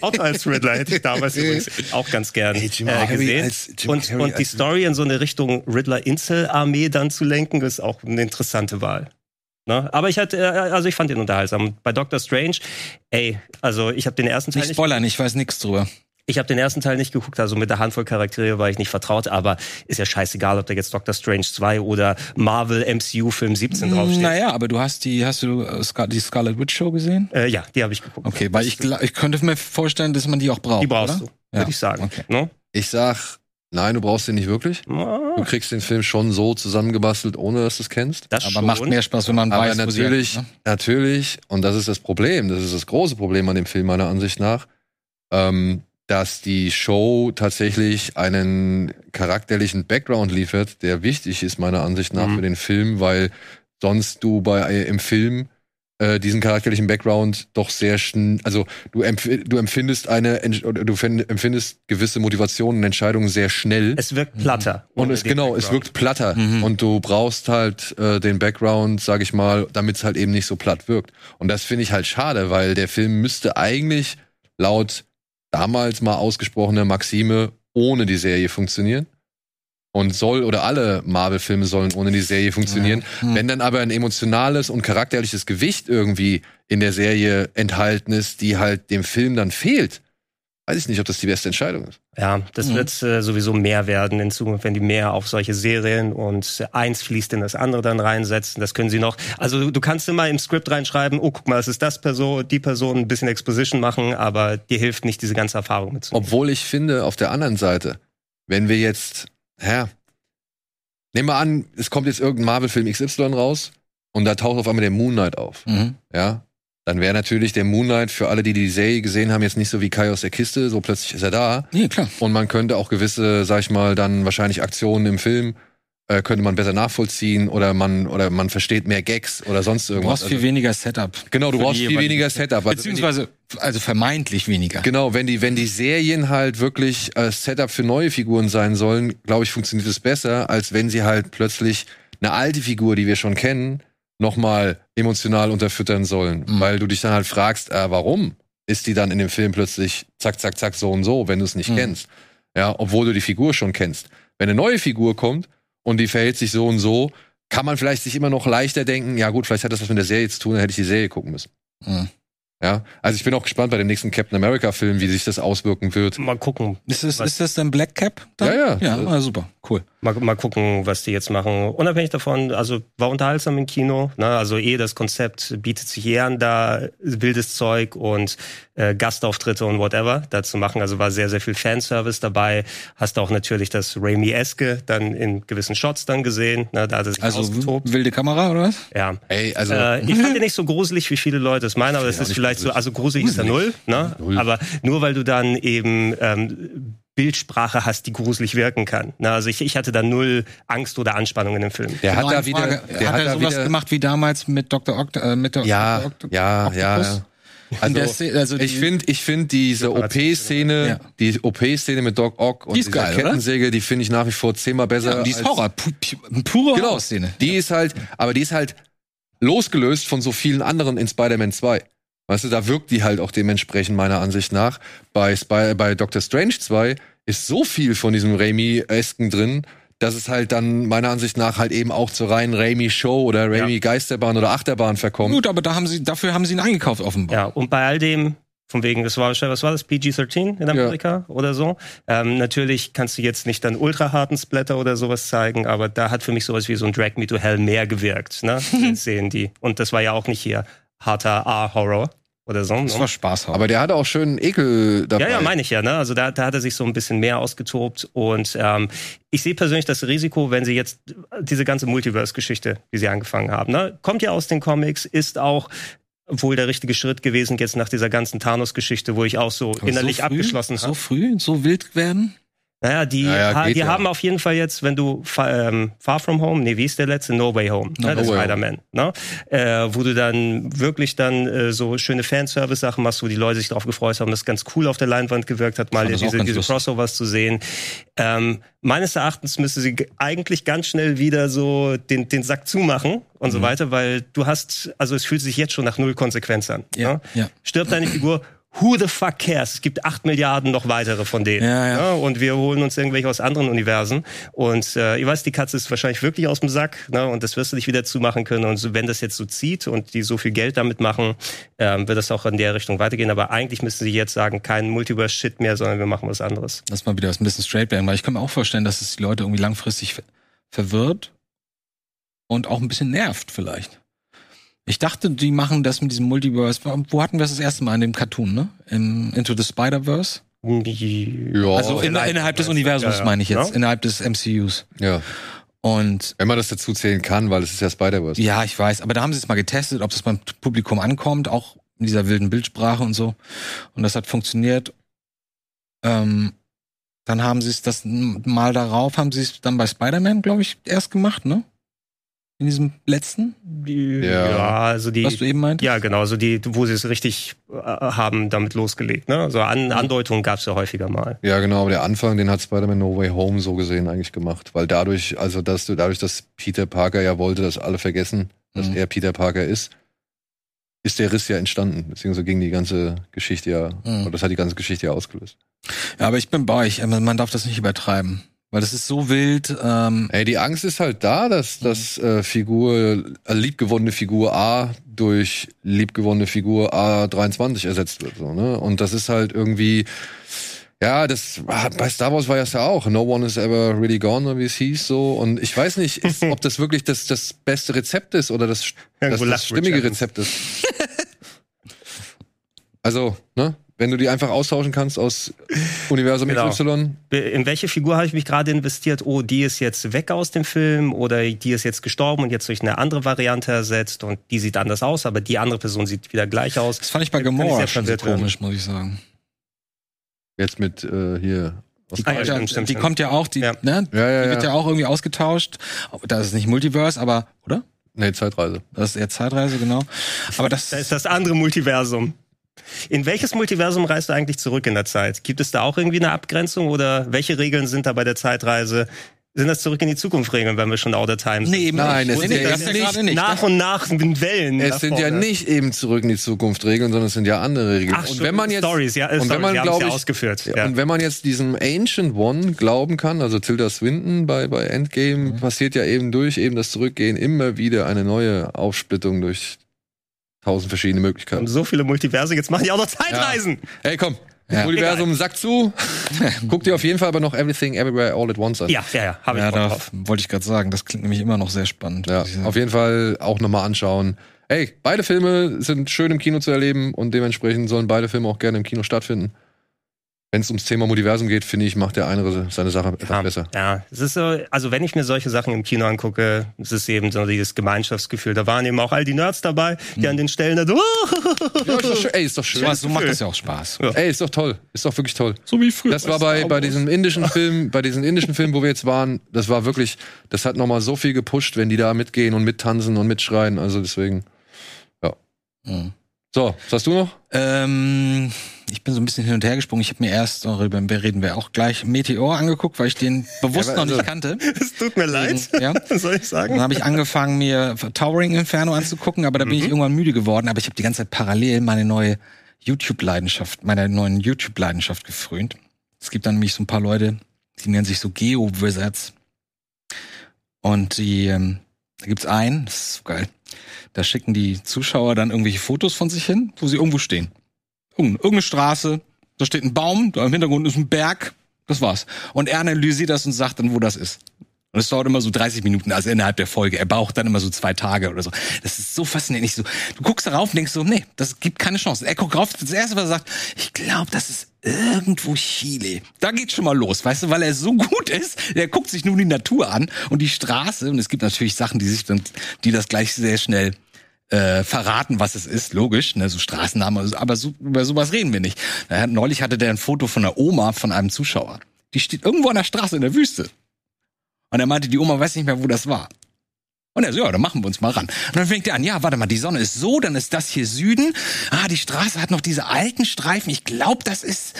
Speaker 2: Otto als Riddler hätte ich damals übrigens auch ganz gern
Speaker 1: Ey, Äh, Jim
Speaker 2: äh,
Speaker 1: Carrey
Speaker 2: gesehen.
Speaker 1: als Jim
Speaker 2: Und,
Speaker 1: Carrey
Speaker 2: und die
Speaker 1: als-
Speaker 2: Story in so eine Richtung Riddler-Insel-Armee dann zu lenken, ist auch eine interessante Wahl. Ne? Aber ich hatte, äh, also ich fand ihn unterhaltsam. Bei Doctor Strange, ey, also ich habe den ersten Teil
Speaker 3: Nicht
Speaker 2: nicht
Speaker 3: spoilern, ich weiß nichts drüber.
Speaker 2: ich habe den ersten Teil nicht geguckt, also mit der Handvoll Charaktere war ich nicht vertraut, aber ist ja scheißegal, ob da jetzt Doctor Strange 2 oder Marvel MCU Film 17 draufsteht.
Speaker 3: Naja, aber du hast die, hast du äh, Scar die Scarlet Witch Show gesehen?
Speaker 2: Äh, ja, die habe ich geguckt.
Speaker 3: Okay, weil ich, gla- ich könnte mir vorstellen, dass man die auch braucht.
Speaker 2: Die brauchst
Speaker 3: oder?
Speaker 2: du, würde ich sagen.
Speaker 3: okay.
Speaker 2: Ne?
Speaker 1: Ich sag, nein, du brauchst den nicht wirklich. Du kriegst den Film schon so zusammengebastelt, ohne dass du es kennst.
Speaker 2: Das
Speaker 3: Aber
Speaker 2: schon.
Speaker 3: macht mehr Spaß, wenn man
Speaker 1: Aber
Speaker 3: weiß, wo sie
Speaker 1: natürlich,
Speaker 3: herkommt, ne?
Speaker 1: natürlich, und das ist das Problem, das ist das große Problem an dem Film meiner Ansicht nach, ähm, dass die Show tatsächlich einen charakterlichen Background liefert, der wichtig ist meiner Ansicht nach
Speaker 2: Mhm.
Speaker 1: für den Film, weil sonst du bei äh, im Film äh, diesen charakterlichen Background doch sehr schn also du, empf du empfindest eine Entsch- oder du fen- empfindest gewisse Motivationen und Entscheidungen sehr schnell
Speaker 2: Es wirkt platter.
Speaker 1: und
Speaker 2: ohne
Speaker 1: es
Speaker 2: den
Speaker 1: genau, es
Speaker 2: Background.
Speaker 1: wirkt platter.
Speaker 3: Mhm.
Speaker 1: Und du brauchst halt äh, den Background, sag ich mal, damit es halt eben nicht so platt wirkt. Und das finde ich halt schade, weil der Film müsste eigentlich laut damals mal ausgesprochener Maxime ohne die Serie funktionieren. Und soll oder alle Marvel-Filme sollen ohne die Serie funktionieren.
Speaker 3: ne? Hm.
Speaker 1: Wenn dann aber ein emotionales und charakterliches Gewicht irgendwie in der Serie enthalten ist, die halt dem Film dann fehlt, weiß ich nicht, ob das die beste Entscheidung ist.
Speaker 2: Ja, das
Speaker 3: Mhm.
Speaker 2: wird äh, sowieso mehr werden in Zukunft, wenn die mehr auf solche Serien und eins fließt in das andere dann reinsetzen. Das können sie noch. Also du kannst immer im Skript reinschreiben, oh, guck mal, es ist das Person, die Person, ein bisschen Exposition machen, aber dir hilft nicht, diese ganze Erfahrung mitzunehmen.
Speaker 1: Obwohl ich finde, auf der anderen Seite, wenn wir jetzt, ja, nehmen wir an, es kommt jetzt irgendein Marvel-Film XY raus und da taucht auf einmal der Moon Knight auf,
Speaker 3: Mhm.
Speaker 1: ja, dann wäre natürlich der Moon Knight für alle, die die Serie gesehen haben, jetzt nicht so wie Kai aus der Kiste, so plötzlich ist er da
Speaker 3: Nee, klar.
Speaker 1: und man könnte auch gewisse, sag ich mal, dann wahrscheinlich Aktionen im Film äh, könnte man besser nachvollziehen oder man oder man versteht mehr Gags oder sonst
Speaker 3: Du
Speaker 1: irgendwas. Also
Speaker 3: brauchst viel weniger Setup.
Speaker 1: genau, du
Speaker 3: für
Speaker 1: brauchst
Speaker 3: die
Speaker 1: viel
Speaker 3: jeweilige-
Speaker 1: weniger Setup. Also wenn die-
Speaker 3: also Beziehungsweise, also vermeintlich weniger.
Speaker 1: Genau, wenn die, wenn die Serien halt wirklich äh, Setup für neue Figuren sein sollen, glaube ich, funktioniert es besser, als wenn sie halt plötzlich eine alte Figur, die wir schon kennen, nochmal emotional unterfüttern sollen.
Speaker 3: Mhm.
Speaker 1: Weil du dich dann halt fragst, äh, warum ist die dann in dem Film plötzlich zack, zack, zack, so und so, wenn du es nicht
Speaker 3: Mhm.
Speaker 1: kennst. Ja, obwohl du die Figur schon kennst. Wenn eine neue Figur kommt und die verhält sich so und so, kann man vielleicht sich immer noch leichter denken, ja gut, vielleicht hat das was mit der Serie zu tun, dann hätte ich die Serie gucken müssen.
Speaker 3: Mhm.
Speaker 1: Ja, also ich bin auch gespannt bei dem nächsten Captain America Film, wie sich das auswirken
Speaker 3: Oh.
Speaker 1: wird.
Speaker 2: Mal gucken,
Speaker 3: Ist das,
Speaker 2: Was?
Speaker 3: ist das denn Black Cap? dann?
Speaker 1: Ja, ja.
Speaker 3: Ja, ah, super, cool.
Speaker 2: mal, mal gucken, was die jetzt machen. Unabhängig davon, also war unterhaltsam im Kino. Ne? Also eh das Konzept bietet sich eh an, da wildes Zeug und äh, Gastauftritte und whatever da zu machen. Also war sehr, sehr viel Fanservice dabei. Hast auch natürlich das Raimi-eske dann in gewissen Shots dann gesehen. Ne? Da hat er sich
Speaker 3: Also
Speaker 2: ausgetobt.
Speaker 3: wilde Kamera oder was?
Speaker 2: Ja.
Speaker 1: Ey, also
Speaker 2: Äh, ich fand den nicht so gruselig, wie viele Leute es meinen, aber das
Speaker 1: Ja,
Speaker 2: ist
Speaker 1: nicht
Speaker 2: vielleicht so,
Speaker 1: gruselig.
Speaker 2: also gruselig ist er null,
Speaker 1: Gruselig.
Speaker 2: ne?
Speaker 1: Null.
Speaker 2: Aber nur weil du dann eben ähm, Bildsprache hast, die gruselig wirken kann. Ne? Also ich, ich hatte da null Angst oder Anspannung in dem Film.
Speaker 1: der hat
Speaker 3: Neue
Speaker 1: da wieder,
Speaker 3: Genau, Frage.
Speaker 1: der
Speaker 3: hat
Speaker 1: hat,
Speaker 3: er
Speaker 1: da
Speaker 3: sowas
Speaker 1: wieder,
Speaker 3: gemacht wie damals mit Dr. Oct äh, mit Dr.
Speaker 1: ja,
Speaker 3: Oct
Speaker 1: ja, ja,
Speaker 3: Octopus?
Speaker 1: ja. Also,
Speaker 3: der Szene- also
Speaker 1: ich
Speaker 3: die-
Speaker 1: finde, ich finde diese OP-Szene,
Speaker 3: Ja.
Speaker 1: die OP-Szene mit Doc Ock und
Speaker 3: Die ist
Speaker 1: dieser
Speaker 3: geil, oder?
Speaker 1: Kettensäge, die finde ich nach wie vor zehnmal besser.
Speaker 3: Ja, die ist
Speaker 1: als-
Speaker 3: Horror, pu pu eine pure
Speaker 1: Genau.
Speaker 3: Horror-Szene.
Speaker 1: Die ist halt, aber die ist halt losgelöst von so vielen anderen in Spider-Man 2. Weißt du, da wirkt die halt auch dementsprechend meiner Ansicht nach. Bei, Spy bei Doctor Strange 2 ist so viel von diesem Raimi-esken drin, dass es halt dann meiner Ansicht nach halt eben auch zur reinen Raimi-Show oder Raimi-Geisterbahn oder Achterbahn verkommt.
Speaker 3: Gut, aber da haben sie, dafür haben sie ihn eingekauft offenbar.
Speaker 2: Ja, und bei all dem, von wegen, das war, was war das, PG-13 in Amerika oder so? Ähm, natürlich kannst du jetzt nicht dann ultra harten Splatter oder sowas zeigen, aber da hat für mich sowas wie so ein Drag Me to Hell mehr
Speaker 1: *laughs*
Speaker 2: gewirkt, ne? Sehen die. Und das war ja auch nicht hier harter A-Horror oder so.
Speaker 3: Das
Speaker 2: ne?
Speaker 3: war Spaß.
Speaker 1: Aber der hatte auch schönen Ekel dabei.
Speaker 2: Ja, ja, meine ich ja. Ne? Also da, da hat er sich so ein bisschen mehr ausgetobt. Und ähm, ich sehe persönlich das Risiko, wenn sie jetzt diese ganze Multiverse-Geschichte, die sie angefangen haben, ne? kommt ja aus den Comics, ist auch wohl der richtige Schritt gewesen jetzt nach dieser ganzen Thanos-Geschichte, wo ich auch so
Speaker 3: Aber
Speaker 2: innerlich
Speaker 3: so früh,
Speaker 2: abgeschlossen habe.
Speaker 3: So früh, so wild werden?
Speaker 2: Naja, die,
Speaker 1: Ja, ja,
Speaker 2: ha-
Speaker 1: geht
Speaker 2: die
Speaker 1: ja.
Speaker 2: haben auf jeden Fall jetzt, wenn du fa ähm, Far From Home, nee, wie ist der letzte? No Way Home,
Speaker 3: No
Speaker 2: ne, der
Speaker 1: Way Home.
Speaker 2: Spider-Man, ne? äh, wo du dann wirklich dann äh, so schöne Fanservice-Sachen machst, wo die Leute sich drauf gefreut haben, das ganz cool auf der Leinwand gewirkt hat, mal
Speaker 3: Fand das auch
Speaker 2: diese,
Speaker 3: ganz
Speaker 2: diese
Speaker 3: lustig.
Speaker 2: Crossovers zu sehen. Ähm, meines Erachtens müsste sie g- eigentlich ganz schnell wieder so den, den Sack zumachen und
Speaker 3: Mhm.
Speaker 2: so weiter, weil du hast, also es fühlt sich jetzt schon nach null Konsequenz an. Ne?
Speaker 3: ja.
Speaker 2: stirbt eine Figur, who the fuck cares? Es gibt acht Milliarden noch weitere von denen.
Speaker 3: Ja, ja.
Speaker 2: und wir holen uns irgendwelche aus anderen Universen. Und äh, ihr weißt, die Katze ist wahrscheinlich wirklich aus dem Sack. Ne? Und das wirst du nicht wieder zumachen können. Und so, wenn das jetzt so zieht und die so viel Geld damit machen, ähm, wird das auch in der Richtung weitergehen. Aber eigentlich müssen sie jetzt sagen, kein Multiverse-Shit mehr, sondern wir machen was anderes.
Speaker 3: Lass mal wieder was ein bisschen straight werden, weil ich kann mir auch vorstellen, dass es die Leute irgendwie langfristig ver verwirrt und auch ein bisschen nervt vielleicht. Ich dachte, die machen das mit diesem Multiverse. Wo hatten wir das das erste Mal in dem Cartoon, ne? In Into the Spider-Verse?
Speaker 2: Ja.
Speaker 1: Ja,
Speaker 3: also in,
Speaker 2: Oh, innerhalb-
Speaker 3: innerhalb des Universums
Speaker 2: Ja, ja.
Speaker 3: meine ich jetzt,
Speaker 2: Ja.
Speaker 3: innerhalb des MCUs.
Speaker 1: ja.
Speaker 3: Und
Speaker 1: Wenn man das dazu zählen kann, weil es ist ja Spider-Verse.
Speaker 3: ja, ich weiß, aber da haben sie es mal getestet, ob das beim Publikum ankommt, auch in dieser wilden Bildsprache und so. Und das hat funktioniert. Ähm, dann haben sie es das n- mal darauf, haben sie es dann bei Spider-Man, glaube ich, erst gemacht, ne? In diesem letzten,
Speaker 1: Ja.
Speaker 2: also die.
Speaker 3: was du eben meintest.
Speaker 2: Ja, genau, so die, wo sie es richtig äh, haben damit losgelegt. Ne? So
Speaker 3: Mhm.
Speaker 2: An Andeutungen gab es ja häufiger mal.
Speaker 1: Ja, genau, aber der Anfang, den hat Spider-Man No Way Home so gesehen eigentlich gemacht. Weil dadurch, also dass du, dadurch, dass Peter Parker ja wollte, dass alle vergessen, dass
Speaker 3: Mhm.
Speaker 1: er Peter Parker ist, ist der Riss ja entstanden. Beziehungsweise ging die ganze Geschichte ja,
Speaker 3: Mhm.
Speaker 1: und das hat die ganze Geschichte ja ausgelöst.
Speaker 3: Ja, aber ich bin bei euch. Äh, Man man darf das nicht übertreiben. Weil das ist so wild. Ähm,
Speaker 1: Ey, die Angst ist halt da, dass, dass äh, Figur, äh, liebgewonnene Figur A durch liebgewonnene Figur A23 ersetzt wird. So, ne? Und das ist halt irgendwie, ja, das ah, bei Star Wars war das ja auch. No one is ever really gone, oder wie es hieß so. Und ich weiß nicht, ist, ob das wirklich das, das beste Rezept ist oder das, das,
Speaker 2: Irgendwo
Speaker 1: das
Speaker 2: lacht
Speaker 1: stimmige
Speaker 2: Richard.
Speaker 1: Rezept ist. also, ne? Wenn du die einfach austauschen kannst aus Universum
Speaker 2: Genau.
Speaker 1: XY,
Speaker 2: Be- in welche Figur habe ich mich gerade investiert? Oh, die ist jetzt weg aus dem Film oder die ist jetzt gestorben und jetzt durch eine andere Variante ersetzt und die sieht anders aus, aber die andere Person sieht wieder gleich aus.
Speaker 3: das fand ich bei
Speaker 2: Kann ich
Speaker 3: Gamora
Speaker 2: sehr
Speaker 3: schon so
Speaker 2: verwirrt werden.
Speaker 3: komisch, muss ich sagen.
Speaker 1: jetzt mit äh, hier. aus-
Speaker 3: Die,
Speaker 2: Ah, ja,
Speaker 3: kommt, ja,
Speaker 2: stimmt, stimmt,
Speaker 3: die
Speaker 2: stimmt.
Speaker 3: kommt ja auch, die,
Speaker 2: Ja.
Speaker 3: Ne,
Speaker 1: Ja, ja,
Speaker 3: die
Speaker 1: ja.
Speaker 3: wird ja auch irgendwie ausgetauscht. Da ist es nicht Multiverse, aber, oder?
Speaker 1: Nee, Zeitreise.
Speaker 3: Das ist eher Zeitreise, genau. Aber das,
Speaker 2: Da ist das andere Multiversum. In welches Multiversum reist du eigentlich zurück in der Zeit? Gibt es da auch irgendwie eine Abgrenzung oder welche Regeln sind da bei der Zeitreise? sind das zurück in die Zukunft Regeln, wenn wir schon out of time sind?
Speaker 3: Nee, eben
Speaker 1: Nein,
Speaker 3: nicht.
Speaker 1: es sind ja
Speaker 3: das
Speaker 1: eben
Speaker 3: ja gerade nicht.
Speaker 2: nach und nach mit Wellen. ne?
Speaker 1: Es
Speaker 2: nach
Speaker 1: sind ja
Speaker 2: vorne.
Speaker 1: nicht eben zurück in die Zukunft Regeln, sondern es sind ja andere Regeln.
Speaker 2: Ach,
Speaker 1: und wenn man jetzt
Speaker 2: Stories, ja, äh,
Speaker 1: und wenn
Speaker 2: Stories,
Speaker 1: man,
Speaker 2: wir haben's
Speaker 1: glaub
Speaker 2: ja
Speaker 1: ich-
Speaker 2: ausgeführt.
Speaker 1: Ja,
Speaker 2: ja.
Speaker 1: Und wenn man jetzt diesem Ancient One glauben kann, also Tilda Swinton bei, bei Endgame,
Speaker 2: Mhm.
Speaker 1: passiert ja eben durch eben das Zurückgehen immer wieder eine neue Aufsplittung durch tausend verschiedene
Speaker 2: Wir haben
Speaker 1: Möglichkeiten.
Speaker 2: so viele Multiverse, jetzt machen die auch noch Zeitreisen.
Speaker 1: Hey, komm,
Speaker 3: Ja.
Speaker 1: Universum, sack
Speaker 2: *laughs*
Speaker 1: zu. Guck dir auf jeden Fall aber noch Everything Everywhere All at Once an.
Speaker 2: Ja, ja, ja, hab habe ich
Speaker 3: Ja,
Speaker 2: ja,
Speaker 3: da
Speaker 2: drauf.
Speaker 3: wollte ich gerade sagen, das klingt nämlich immer noch sehr spannend.
Speaker 1: Ja,
Speaker 3: Diese-
Speaker 1: auf jeden Fall auch nochmal anschauen. Ey, beide Filme sind schön im Kino zu erleben und dementsprechend sollen beide Filme auch gerne im Kino stattfinden. Wenn es ums Thema Multiversum geht, finde ich, macht der eine seine Sache etwas
Speaker 2: Ja,
Speaker 1: besser.
Speaker 2: ja, es ist so, also wenn ich mir solche Sachen im Kino angucke, es ist eben so dieses Gemeinschaftsgefühl. Da waren eben auch all die Nerds dabei, die an den Stellen da so, "Oh,
Speaker 1: Ja, ist doch schön. Ey, ist doch schön.
Speaker 3: Sowas, so macht das ja auch Spaß.
Speaker 2: Ja.
Speaker 1: Ey, ist doch toll. Ist doch wirklich toll.
Speaker 3: So wie früher.
Speaker 1: Das war bei, bei diesem indischen Film, bei diesem indischen Film, wo wir jetzt waren, das war wirklich, das hat nochmal so viel gepusht, wenn die da mitgehen und mittanzen und mitschreien. Also deswegen.
Speaker 3: Mhm.
Speaker 1: So, was hast du noch?
Speaker 3: Ähm, ich bin so ein bisschen hin und her gesprungen. Ich habe mir erst, darüber reden wir auch gleich, Meteor angeguckt, weil ich den bewusst
Speaker 1: Ja,
Speaker 3: noch
Speaker 1: aber also-
Speaker 3: nicht kannte.
Speaker 2: es tut mir *laughs* leid,
Speaker 3: Ja.
Speaker 2: soll ich
Speaker 3: Dann
Speaker 2: sagen.
Speaker 3: habe ich angefangen, mir Towering Inferno anzugucken, aber da bin ich irgendwann müde geworden. Aber ich habe die ganze Zeit parallel meine neue YouTube-Leidenschaft, meiner neuen YouTube-Leidenschaft gefrönt. Es gibt dann nämlich so ein paar Leute, die nennen sich so Geo-Wizards. Und die, ähm, da gibt's einen, das ist so geil. Da schicken die Zuschauer dann irgendwelche Fotos von sich hin, wo sie irgendwo stehen. Irgend- Irgendeine Straße, da steht ein Baum, da im Hintergrund ist ein Berg, das war's. Und er analysiert das und sagt dann, wo das ist. Und es dauert immer so 30 Minuten, also innerhalb der Folge. Er braucht dann immer so zwei Tage oder so. Das ist so faszinierend. Ich so, du guckst darauf und denkst so, nee, das gibt keine Chance. Er guckt rauf, das erste, was er sagt, ich glaube, das ist irgendwo Chile. Da geht's schon mal los, weißt du, weil er so gut ist. Er guckt sich nur die Natur an und die Straße. Und es gibt natürlich Sachen, die sich dann, die das gleich sehr schnell äh, verraten, was es ist, logisch, ne, so Straßennamen, also, aber so, über sowas reden wir nicht. Na, neulich hatte der ein Foto von einer Oma von einem Zuschauer. Die steht irgendwo an der Straße in der Wüste. Und er meinte, die Oma weiß nicht mehr, wo das war. Und er so, ja, dann machen wir uns mal ran. Und dann fängt er an, ja, warte mal, die Sonne ist so, dann ist das hier Süden. Ah, die Straße hat noch diese alten Streifen. Ich glaube, das ist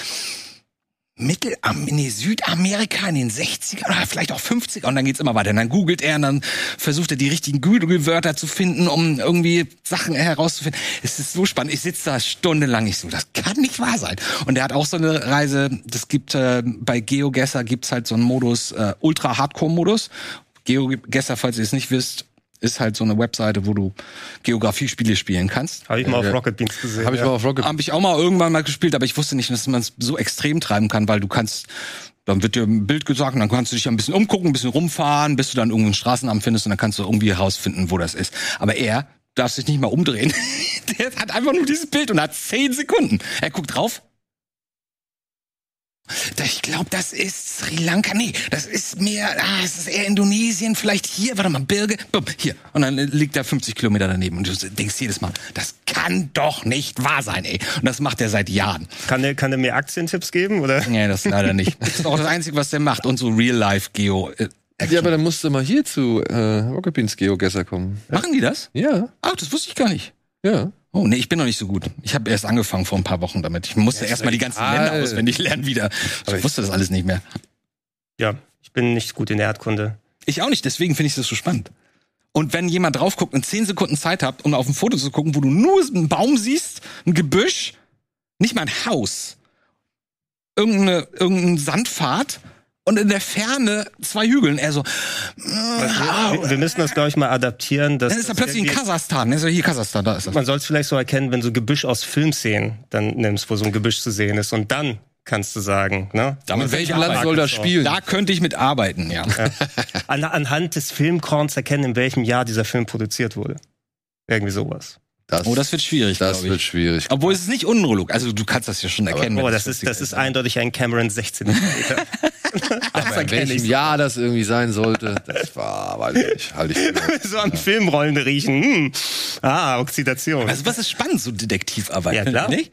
Speaker 3: Mittelam nee, Südamerika in den 60er oder vielleicht auch 50er und dann geht's immer weiter. Und dann googelt er und dann versucht er die richtigen Google-Wörter zu finden, um irgendwie Sachen herauszufinden. Es ist so spannend. Ich sitze da stundenlang. Ich so, das kann nicht wahr sein. Und er hat auch so eine Reise, das gibt äh, bei GeoGesser gibt's halt so einen Modus, äh, Ultra-Hardcore-Modus. GeoGesser, falls ihr es nicht wisst, ist halt so eine Webseite, wo du Geografie-Spiele spielen kannst.
Speaker 2: Habe ich mal auf Rocket Beans gesehen.
Speaker 1: Habe ich
Speaker 2: ja.
Speaker 1: mal auf Rocket.
Speaker 3: Habe ich auch mal irgendwann mal gespielt, aber ich wusste nicht, dass man es so extrem treiben kann, weil du kannst, dann wird dir ein Bild gesagt und dann kannst du dich ein bisschen umgucken, ein bisschen rumfahren, bis du dann irgendeinen Straßennamen findest und dann kannst du irgendwie herausfinden, wo das ist. Aber er darf sich nicht mal umdrehen. *laughs* Der hat einfach nur dieses Bild und hat zehn Sekunden. Er guckt drauf. Da- Ich glaube, das ist Sri Lanka. Nee, das ist mehr, ah, es ist eher Indonesien, vielleicht hier, warte mal, Birge, bumm, hier. Und dann liegt er 50 Kilometer daneben. Und du denkst jedes Mal, das kann doch nicht wahr sein, ey. Und das macht er seit Jahren.
Speaker 2: Kann der, kann der mir Aktientipps geben? Oder?
Speaker 3: Nee, das leider nicht. *laughs* Das ist auch das Einzige, was der macht. Und so Real-Life-Geo. Äh,
Speaker 1: Ja, aber dann musst du mal hier zu äh, Rocket Beans Geogesser kommen.
Speaker 3: machen die das?
Speaker 1: Ja,
Speaker 3: Ach, das wusste ich gar nicht.
Speaker 1: ja.
Speaker 3: Oh, nee, ich bin noch nicht so gut. Ich habe erst angefangen vor ein paar Wochen damit. Ich musste erst mal die ganzen
Speaker 1: egal.
Speaker 3: Länder auswendig lernen wieder. Ich wusste das alles nicht mehr.
Speaker 2: Ja, ich bin nicht gut in Erdkunde.
Speaker 3: Ich auch nicht, deswegen finde ich das so spannend. Und wenn jemand drauf guckt und zehn Sekunden Zeit hat, um auf ein Foto zu gucken, wo du nur einen Baum siehst, ein Gebüsch, nicht mal ein Haus, irgendeine, irgendeine Sandpfad und in der Ferne zwei Hügel. Und er so,
Speaker 2: Wir, wir müssen das, glaube ich, mal adaptieren. Dass,
Speaker 3: dann ist er plötzlich in
Speaker 2: irgendwie-
Speaker 3: Kasachstan. Er so, hier Kasachstan, da ist das.
Speaker 2: Man soll es vielleicht so erkennen, wenn so Gebüsch aus Filmszenen dann nimmst, wo so ein Gebüsch zu sehen ist. Und dann kannst du sagen, ne?
Speaker 1: In
Speaker 3: Damit
Speaker 1: welchem Land soll das
Speaker 2: Arkansas.
Speaker 1: spielen?
Speaker 3: Da könnte ich mitarbeiten, ja.
Speaker 2: An, anhand des Filmkorns erkennen, in welchem Jahr dieser Film produziert wurde. Irgendwie sowas.
Speaker 1: Das,
Speaker 3: Oh, das wird schwierig,
Speaker 1: das
Speaker 3: glaube ich.
Speaker 1: wird schwierig.
Speaker 3: Obwohl es ist nicht unruhig. Also du kannst das ja schon erkennen. wenn
Speaker 2: Oh,
Speaker 3: es
Speaker 2: das ist,
Speaker 3: lustig
Speaker 2: das ist eindeutig ein Cameron
Speaker 1: *laughs*
Speaker 2: 16. *laughs*
Speaker 1: Aber in welchem Jahr das irgendwie sein sollte, das war, weiß ich nicht, halte ich
Speaker 3: *laughs*
Speaker 1: für-
Speaker 2: so an Filmrollen riechen. Hm. Ah, Oxidation.
Speaker 3: Also was ist spannend, so Detektivarbeit,
Speaker 2: Ja,
Speaker 3: findet
Speaker 2: klar.
Speaker 3: ihr nicht?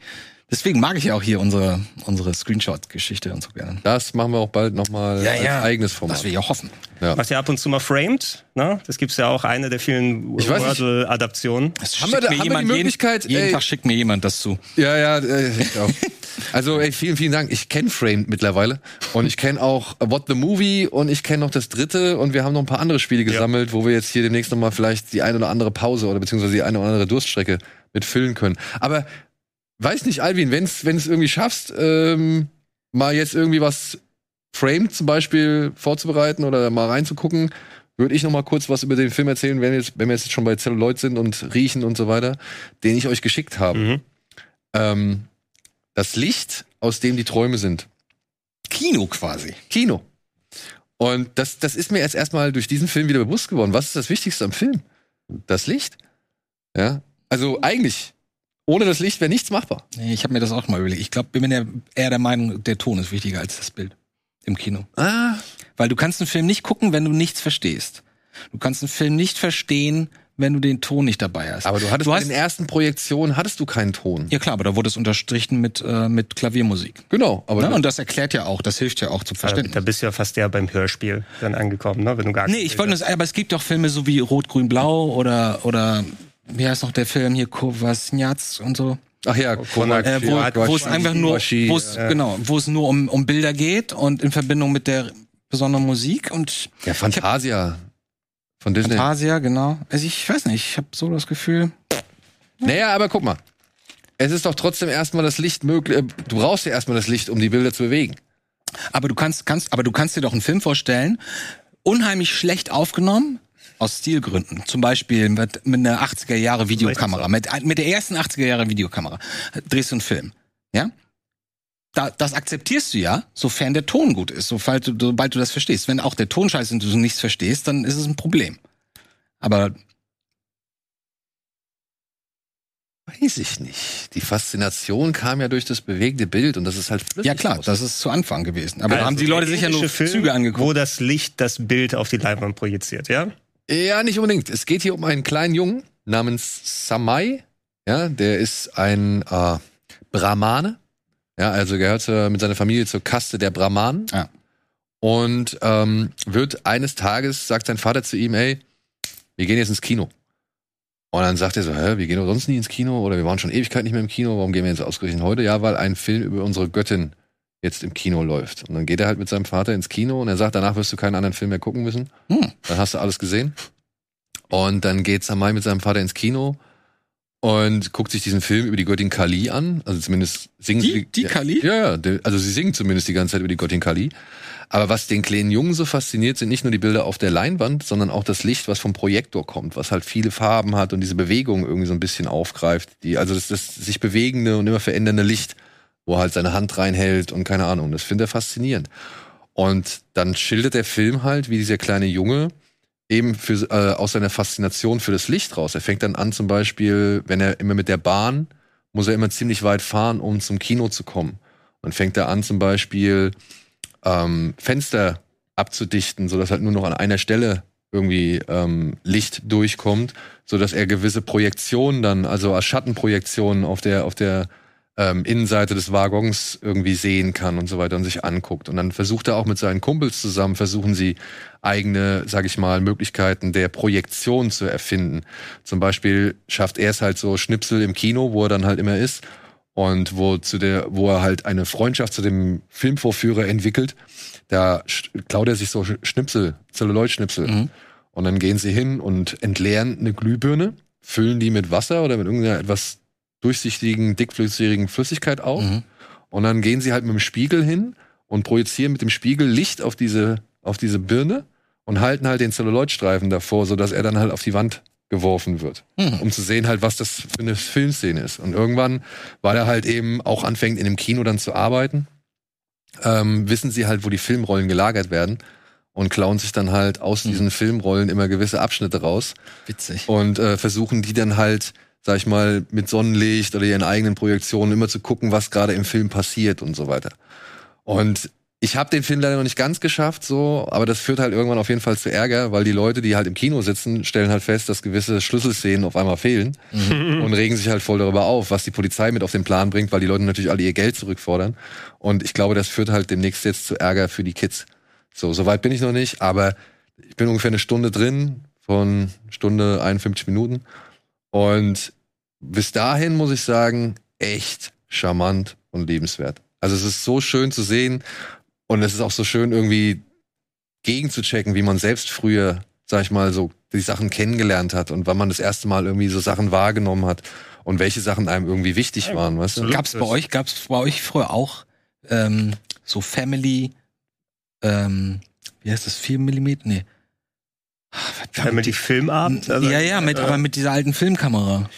Speaker 3: Deswegen mag ich ja auch hier unsere, unsere Screenshot-Geschichte und so gerne.
Speaker 1: Das machen wir auch bald nochmal als eigenes
Speaker 3: Was
Speaker 1: Format.
Speaker 3: wir ja hoffen.
Speaker 2: Was ja ab und zu mal framed, ne? Das gibt's ja auch eine der vielen
Speaker 1: Ich weiß nicht.
Speaker 2: Wordle-Adaptionen.
Speaker 3: Das
Speaker 1: Haben wir da- haben wir die Möglichkeit,
Speaker 3: jeden, jeden
Speaker 1: ey-
Speaker 3: Tag schickt mir jemand das zu.
Speaker 1: Ja, ja, äh, ich auch. Also ey, vielen, vielen Dank. Ich kenne Framed mittlerweile und ich kenne auch What the Movie und ich kenne noch das dritte und wir haben noch ein paar andere Spiele gesammelt, wo wir jetzt hier demnächst nochmal vielleicht die eine oder andere Pause oder beziehungsweise die eine oder andere Durststrecke mit füllen können. Aber weiß nicht, Alvin, wenn es irgendwie schaffst, ähm, mal jetzt irgendwie was Framed zum Beispiel vorzubereiten oder mal reinzugucken, würde ich noch mal kurz was über den Film erzählen, wenn, jetzt, wenn wir jetzt schon bei Celluloid sind und riechen und so weiter, den ich euch geschickt habe.
Speaker 2: Mhm.
Speaker 1: Ähm, das Licht, aus dem die Träume sind.
Speaker 4: Kino quasi.
Speaker 1: Kino. Und das, das ist mir jetzt erstmal durch diesen Film wieder bewusst geworden. Was ist das Wichtigste am Film? Das Licht. Ja. Also eigentlich, ohne das Licht wäre nichts machbar.
Speaker 3: Nee, ich habe mir das auch mal überlegt. Ich glaube, bin der, eher der Meinung, der Ton ist wichtiger als das Bild im Kino.
Speaker 1: Ah,
Speaker 3: Weil du kannst einen Film nicht gucken, wenn du nichts verstehst. Du kannst einen Film nicht verstehen, wenn du den Ton nicht dabei hast.
Speaker 1: aber du hattest
Speaker 3: Du
Speaker 1: bei
Speaker 3: hast-
Speaker 1: den ersten Projektionen hattest du keinen Ton.
Speaker 3: ja klar, aber da wurde es unterstrichen mit, äh, mit Klaviermusik.
Speaker 1: Genau, aber Ah,
Speaker 3: Ne? Und das erklärt ja auch, das hilft ja auch zum
Speaker 2: Da, da
Speaker 3: Verständnis.
Speaker 2: bist du ja fast eher beim Hörspiel dann angekommen, ne? wenn du gar
Speaker 3: Nee, ich wollte nur sagen, aber es gibt doch Filme so wie Rot, Grün, Blau oder, oder wie heißt noch der Film hier, Kovasnjatz und so.
Speaker 1: ach ja, Konak,
Speaker 3: Äh, wo,
Speaker 1: Konak-
Speaker 3: wo es einfach nur,
Speaker 1: Konak-
Speaker 3: wo es, genau, wo es nur um, um Bilder geht und in Verbindung mit der besonderen Musik und
Speaker 1: ja, Fantasia von Disney.
Speaker 3: Fantasia, genau. Also ich weiß nicht, ich habe so das Gefühl.
Speaker 1: Naja, aber guck mal. Es ist doch trotzdem erstmal das Licht möglich. äh, Du brauchst ja erstmal das Licht, um die Bilder zu bewegen.
Speaker 3: Aber du kannst, kannst, aber du kannst dir doch einen Film vorstellen, unheimlich schlecht aufgenommen. Aus Stilgründen. Zum Beispiel mit, mit einer 80er Jahre Videokamera. Mit, mit der ersten 80er Jahre Videokamera. Drehst du einen Film. Ja? Da, das akzeptierst du ja, sofern der Ton gut ist, sobald du, sobald du das verstehst. Wenn auch der Ton scheiße ist und du nichts verstehst, dann ist es ein Problem. Aber
Speaker 1: Weiß ich nicht. Die Faszination kam ja durch das bewegte Bild und das ist halt flüssig.
Speaker 3: ja klar,
Speaker 1: aus.
Speaker 3: das ist zu Anfang gewesen. Aber da
Speaker 2: Also
Speaker 3: haben die Leute
Speaker 2: der
Speaker 3: sich ja nur
Speaker 2: indische Film,
Speaker 3: Züge angeguckt.
Speaker 2: Wo das Licht das Bild auf die Leinwand projiziert, ja?
Speaker 1: Ja, nicht unbedingt. Es geht hier um einen kleinen Jungen namens Samai. Ja, der ist ein äh, Brahmane. Ja, also gehört zur- mit seiner Familie zur Kaste der Brahmanen.
Speaker 3: Ja.
Speaker 1: Und ähm, wird eines Tages, sagt sein Vater zu ihm, hey, wir gehen jetzt ins Kino. Und dann sagt er so, hä, wir gehen doch sonst nie ins Kino oder wir waren schon Ewigkeit nicht mehr im Kino, warum gehen wir jetzt ausgerechnet heute? Ja, weil ein Film über unsere Göttin jetzt im Kino läuft. Und dann geht er halt mit seinem Vater ins Kino und er sagt, danach wirst du keinen anderen Film mehr gucken müssen.
Speaker 3: Hm.
Speaker 1: Dann hast du alles gesehen. Und dann geht Samai mit seinem Vater ins Kino und guckt sich diesen Film über die Göttin Kali an. Also zumindest singen
Speaker 3: Die, die
Speaker 1: ja,
Speaker 3: Kali?
Speaker 1: ja, ja, de- also sie singen zumindest die ganze Zeit über die Göttin Kali. Aber was den kleinen Jungen so fasziniert, sind nicht nur die Bilder auf der Leinwand, sondern auch das Licht, was vom Projektor kommt, was halt viele Farben hat und diese Bewegung irgendwie so ein bisschen aufgreift. Die, also das, das sich bewegende und immer verändernde Licht, wo er halt seine Hand reinhält und keine Ahnung. Das findet er faszinierend. Und dann schildert der Film halt, wie dieser kleine Junge eben für, äh, aus seiner Faszination für das Licht raus. Er fängt dann an zum Beispiel, wenn er immer mit der Bahn, muss er immer ziemlich weit fahren, um zum Kino zu kommen. Und fängt er an zum Beispiel ähm, Fenster abzudichten, sodass halt nur noch an einer Stelle irgendwie ähm, Licht durchkommt, sodass er gewisse Projektionen dann, also Schattenprojektionen auf der, auf der ähm, Innenseite des Waggons irgendwie sehen kann und so weiter und sich anguckt. Und dann versucht er auch mit seinen Kumpels zusammen, versuchen sie eigene, sag ich mal, Möglichkeiten der Projektion zu erfinden. Zum Beispiel schafft er es halt so Schnipsel im Kino, wo er dann halt immer ist und wo, zu der, wo er halt eine Freundschaft zu dem Filmvorführer entwickelt. Da sch- klaut er sich so Sch- Schnipsel, Zelluloid-Schnipsel.
Speaker 3: Mhm.
Speaker 1: Und dann gehen sie hin und entleeren eine Glühbirne, füllen die mit Wasser oder mit irgendeiner etwas durchsichtigen, dickflüssigen Flüssigkeit auf.
Speaker 3: Mhm.
Speaker 1: Und dann gehen sie halt mit dem Spiegel hin und projizieren mit dem Spiegel Licht auf diese, auf diese Birne und halten halt den Zelluloidstreifen davor, sodass er dann halt auf die Wand geworfen wird,
Speaker 3: Hm.
Speaker 1: um zu sehen halt, was das für eine Filmszene ist. Und irgendwann, weil er halt eben auch anfängt, in dem Kino dann zu arbeiten, ähm, wissen sie halt, wo die Filmrollen gelagert werden und klauen sich dann halt aus
Speaker 3: Mhm.
Speaker 1: diesen Filmrollen immer gewisse Abschnitte raus
Speaker 3: Witzig.
Speaker 1: und äh, versuchen die dann halt, sag ich mal, mit Sonnenlicht oder ihren eigenen Projektionen immer zu gucken, was gerade im Film passiert und so weiter. Und ich habe den Film leider noch nicht ganz geschafft, so, aber das führt halt irgendwann auf jeden Fall zu Ärger, weil die Leute, die halt im Kino sitzen, stellen halt fest, dass gewisse Schlüsselszenen auf einmal fehlen und regen sich halt voll darüber auf, was die Polizei mit auf den Plan bringt, weil die Leute natürlich alle ihr Geld zurückfordern. Und ich glaube, das führt halt demnächst jetzt zu Ärger für die Kids. So, soweit bin ich noch nicht, aber ich bin ungefähr eine Stunde drin, von Stunde 51 Minuten. Und bis dahin muss ich sagen, echt charmant und lebenswert. Also es ist so schön zu sehen und es ist auch so schön irgendwie gegenzuchecken, wie man selbst früher, sag ich mal, so die Sachen kennengelernt hat und wann man das erste Mal irgendwie so Sachen wahrgenommen hat und welche Sachen einem irgendwie wichtig waren, weißt du?
Speaker 2: absolut.
Speaker 3: Gab's bei euch, gab's bei euch früher auch ähm, so Family, ähm, wie heißt das, 4 Millimeter? Nee. Ah, verdammt.
Speaker 2: Family Filmabend. also-
Speaker 3: ja, ja, mit,
Speaker 2: äh,
Speaker 3: aber mit dieser alten Filmkamera.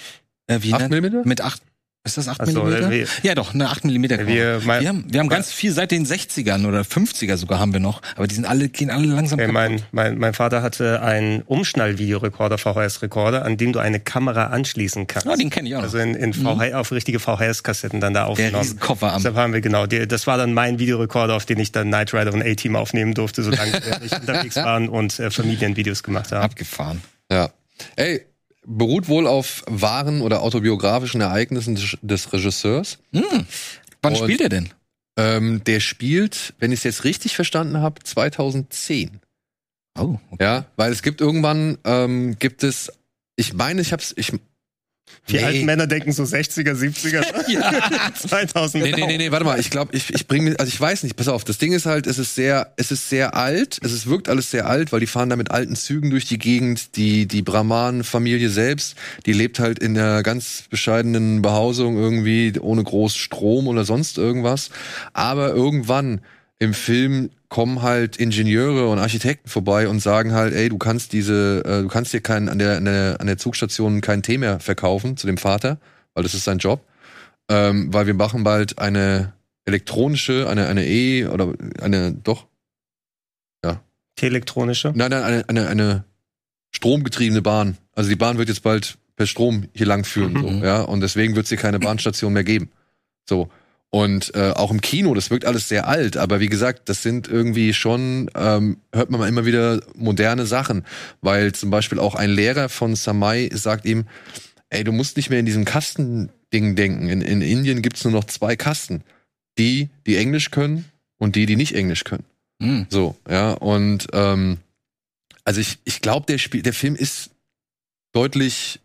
Speaker 3: Äh, wie
Speaker 1: Acht
Speaker 3: nennt-
Speaker 1: Millimeter?
Speaker 3: Mit 8, ist das 8
Speaker 2: Achso,
Speaker 3: Millimeter?
Speaker 2: wir,
Speaker 3: Ja, doch, eine 8 Millimeter Kamera.
Speaker 2: also, wir, mein,
Speaker 3: Wir haben, wir haben ganz viel seit den 60ern oder 50er sogar haben wir noch, aber die sind alle, gehen alle langsam
Speaker 2: Äh,
Speaker 3: kaputt.
Speaker 2: mein, mein, mein Vater hatte einen Umschnall-Videorekorder, VHS-Rekorder, an dem du eine Kamera anschließen kannst.
Speaker 3: Ah, den kenne ich auch noch.
Speaker 2: also in, in VH, auf richtige VHS-Kassetten dann da
Speaker 3: Der
Speaker 2: aufgenommen.
Speaker 3: Riesenkoffer am.
Speaker 2: Deshalb haben wir genau, die, das war dann mein Videorekorder, auf den ich dann Knight Rider und A-Team aufnehmen durfte, solange wir
Speaker 3: *laughs*
Speaker 2: nicht unterwegs waren und äh, Familienvideos gemacht haben.
Speaker 3: Abgefahren.
Speaker 1: Ja. Ey, beruht wohl auf wahren oder autobiografischen Ereignissen des, des Regisseurs.
Speaker 3: Hm. Wann
Speaker 1: Und-
Speaker 3: spielt er denn?
Speaker 1: Ähm, der spielt, wenn ich es jetzt richtig verstanden habe, 2010.
Speaker 3: Oh, okay.
Speaker 1: Ja, weil es gibt irgendwann, ähm, gibt es, ich meine, ich hab's, ich,
Speaker 2: Die
Speaker 1: Nee.
Speaker 2: alten Männer denken so ne? 60er, *laughs*
Speaker 3: *laughs*
Speaker 2: 70er,
Speaker 3: ja.
Speaker 2: 2000.
Speaker 1: Nee, nee, nee, nee, warte mal, ich glaube, ich, ich bringe, also ich weiß nicht, pass auf, das Ding ist halt, es ist sehr, es ist sehr alt, es ist, wirkt alles sehr alt, weil die fahren da mit alten Zügen durch die Gegend, die, die Brahman-Familie selbst, die lebt halt in einer ganz bescheidenen Behausung irgendwie, ohne groß Strom oder sonst irgendwas, aber irgendwann im Film kommen halt Ingenieure und Architekten vorbei und sagen halt, ey, du kannst diese, äh, du kannst dir keinen, an der, an der, an der Zugstation keinen Tee mehr verkaufen zu dem Vater, weil das ist sein Job ähm, weil wir machen bald eine elektronische, eine, eine E oder eine, doch,
Speaker 2: Elektronische.
Speaker 1: nein, nein, eine, eine, eine stromgetriebene Bahn. Also die Bahn wird jetzt bald per Strom hier lang führen,
Speaker 3: Mhm.
Speaker 1: so, ja, und deswegen wird es hier keine Bahnstation mehr geben. So. Und äh, auch im Kino, das wirkt alles sehr alt, aber wie gesagt, das sind irgendwie schon, ähm, hört man mal immer wieder moderne Sachen, weil zum Beispiel auch ein Lehrer von Samai sagt ihm, ey, du musst nicht mehr in diesem Kastending denken. In, in Indien gibt's nur noch zwei Kasten. Die, die Englisch können und die, die nicht Englisch können.
Speaker 3: Hm.
Speaker 1: So, ja, und ähm, also ich, ich glaube, der Spiel, der Film ist deutlich,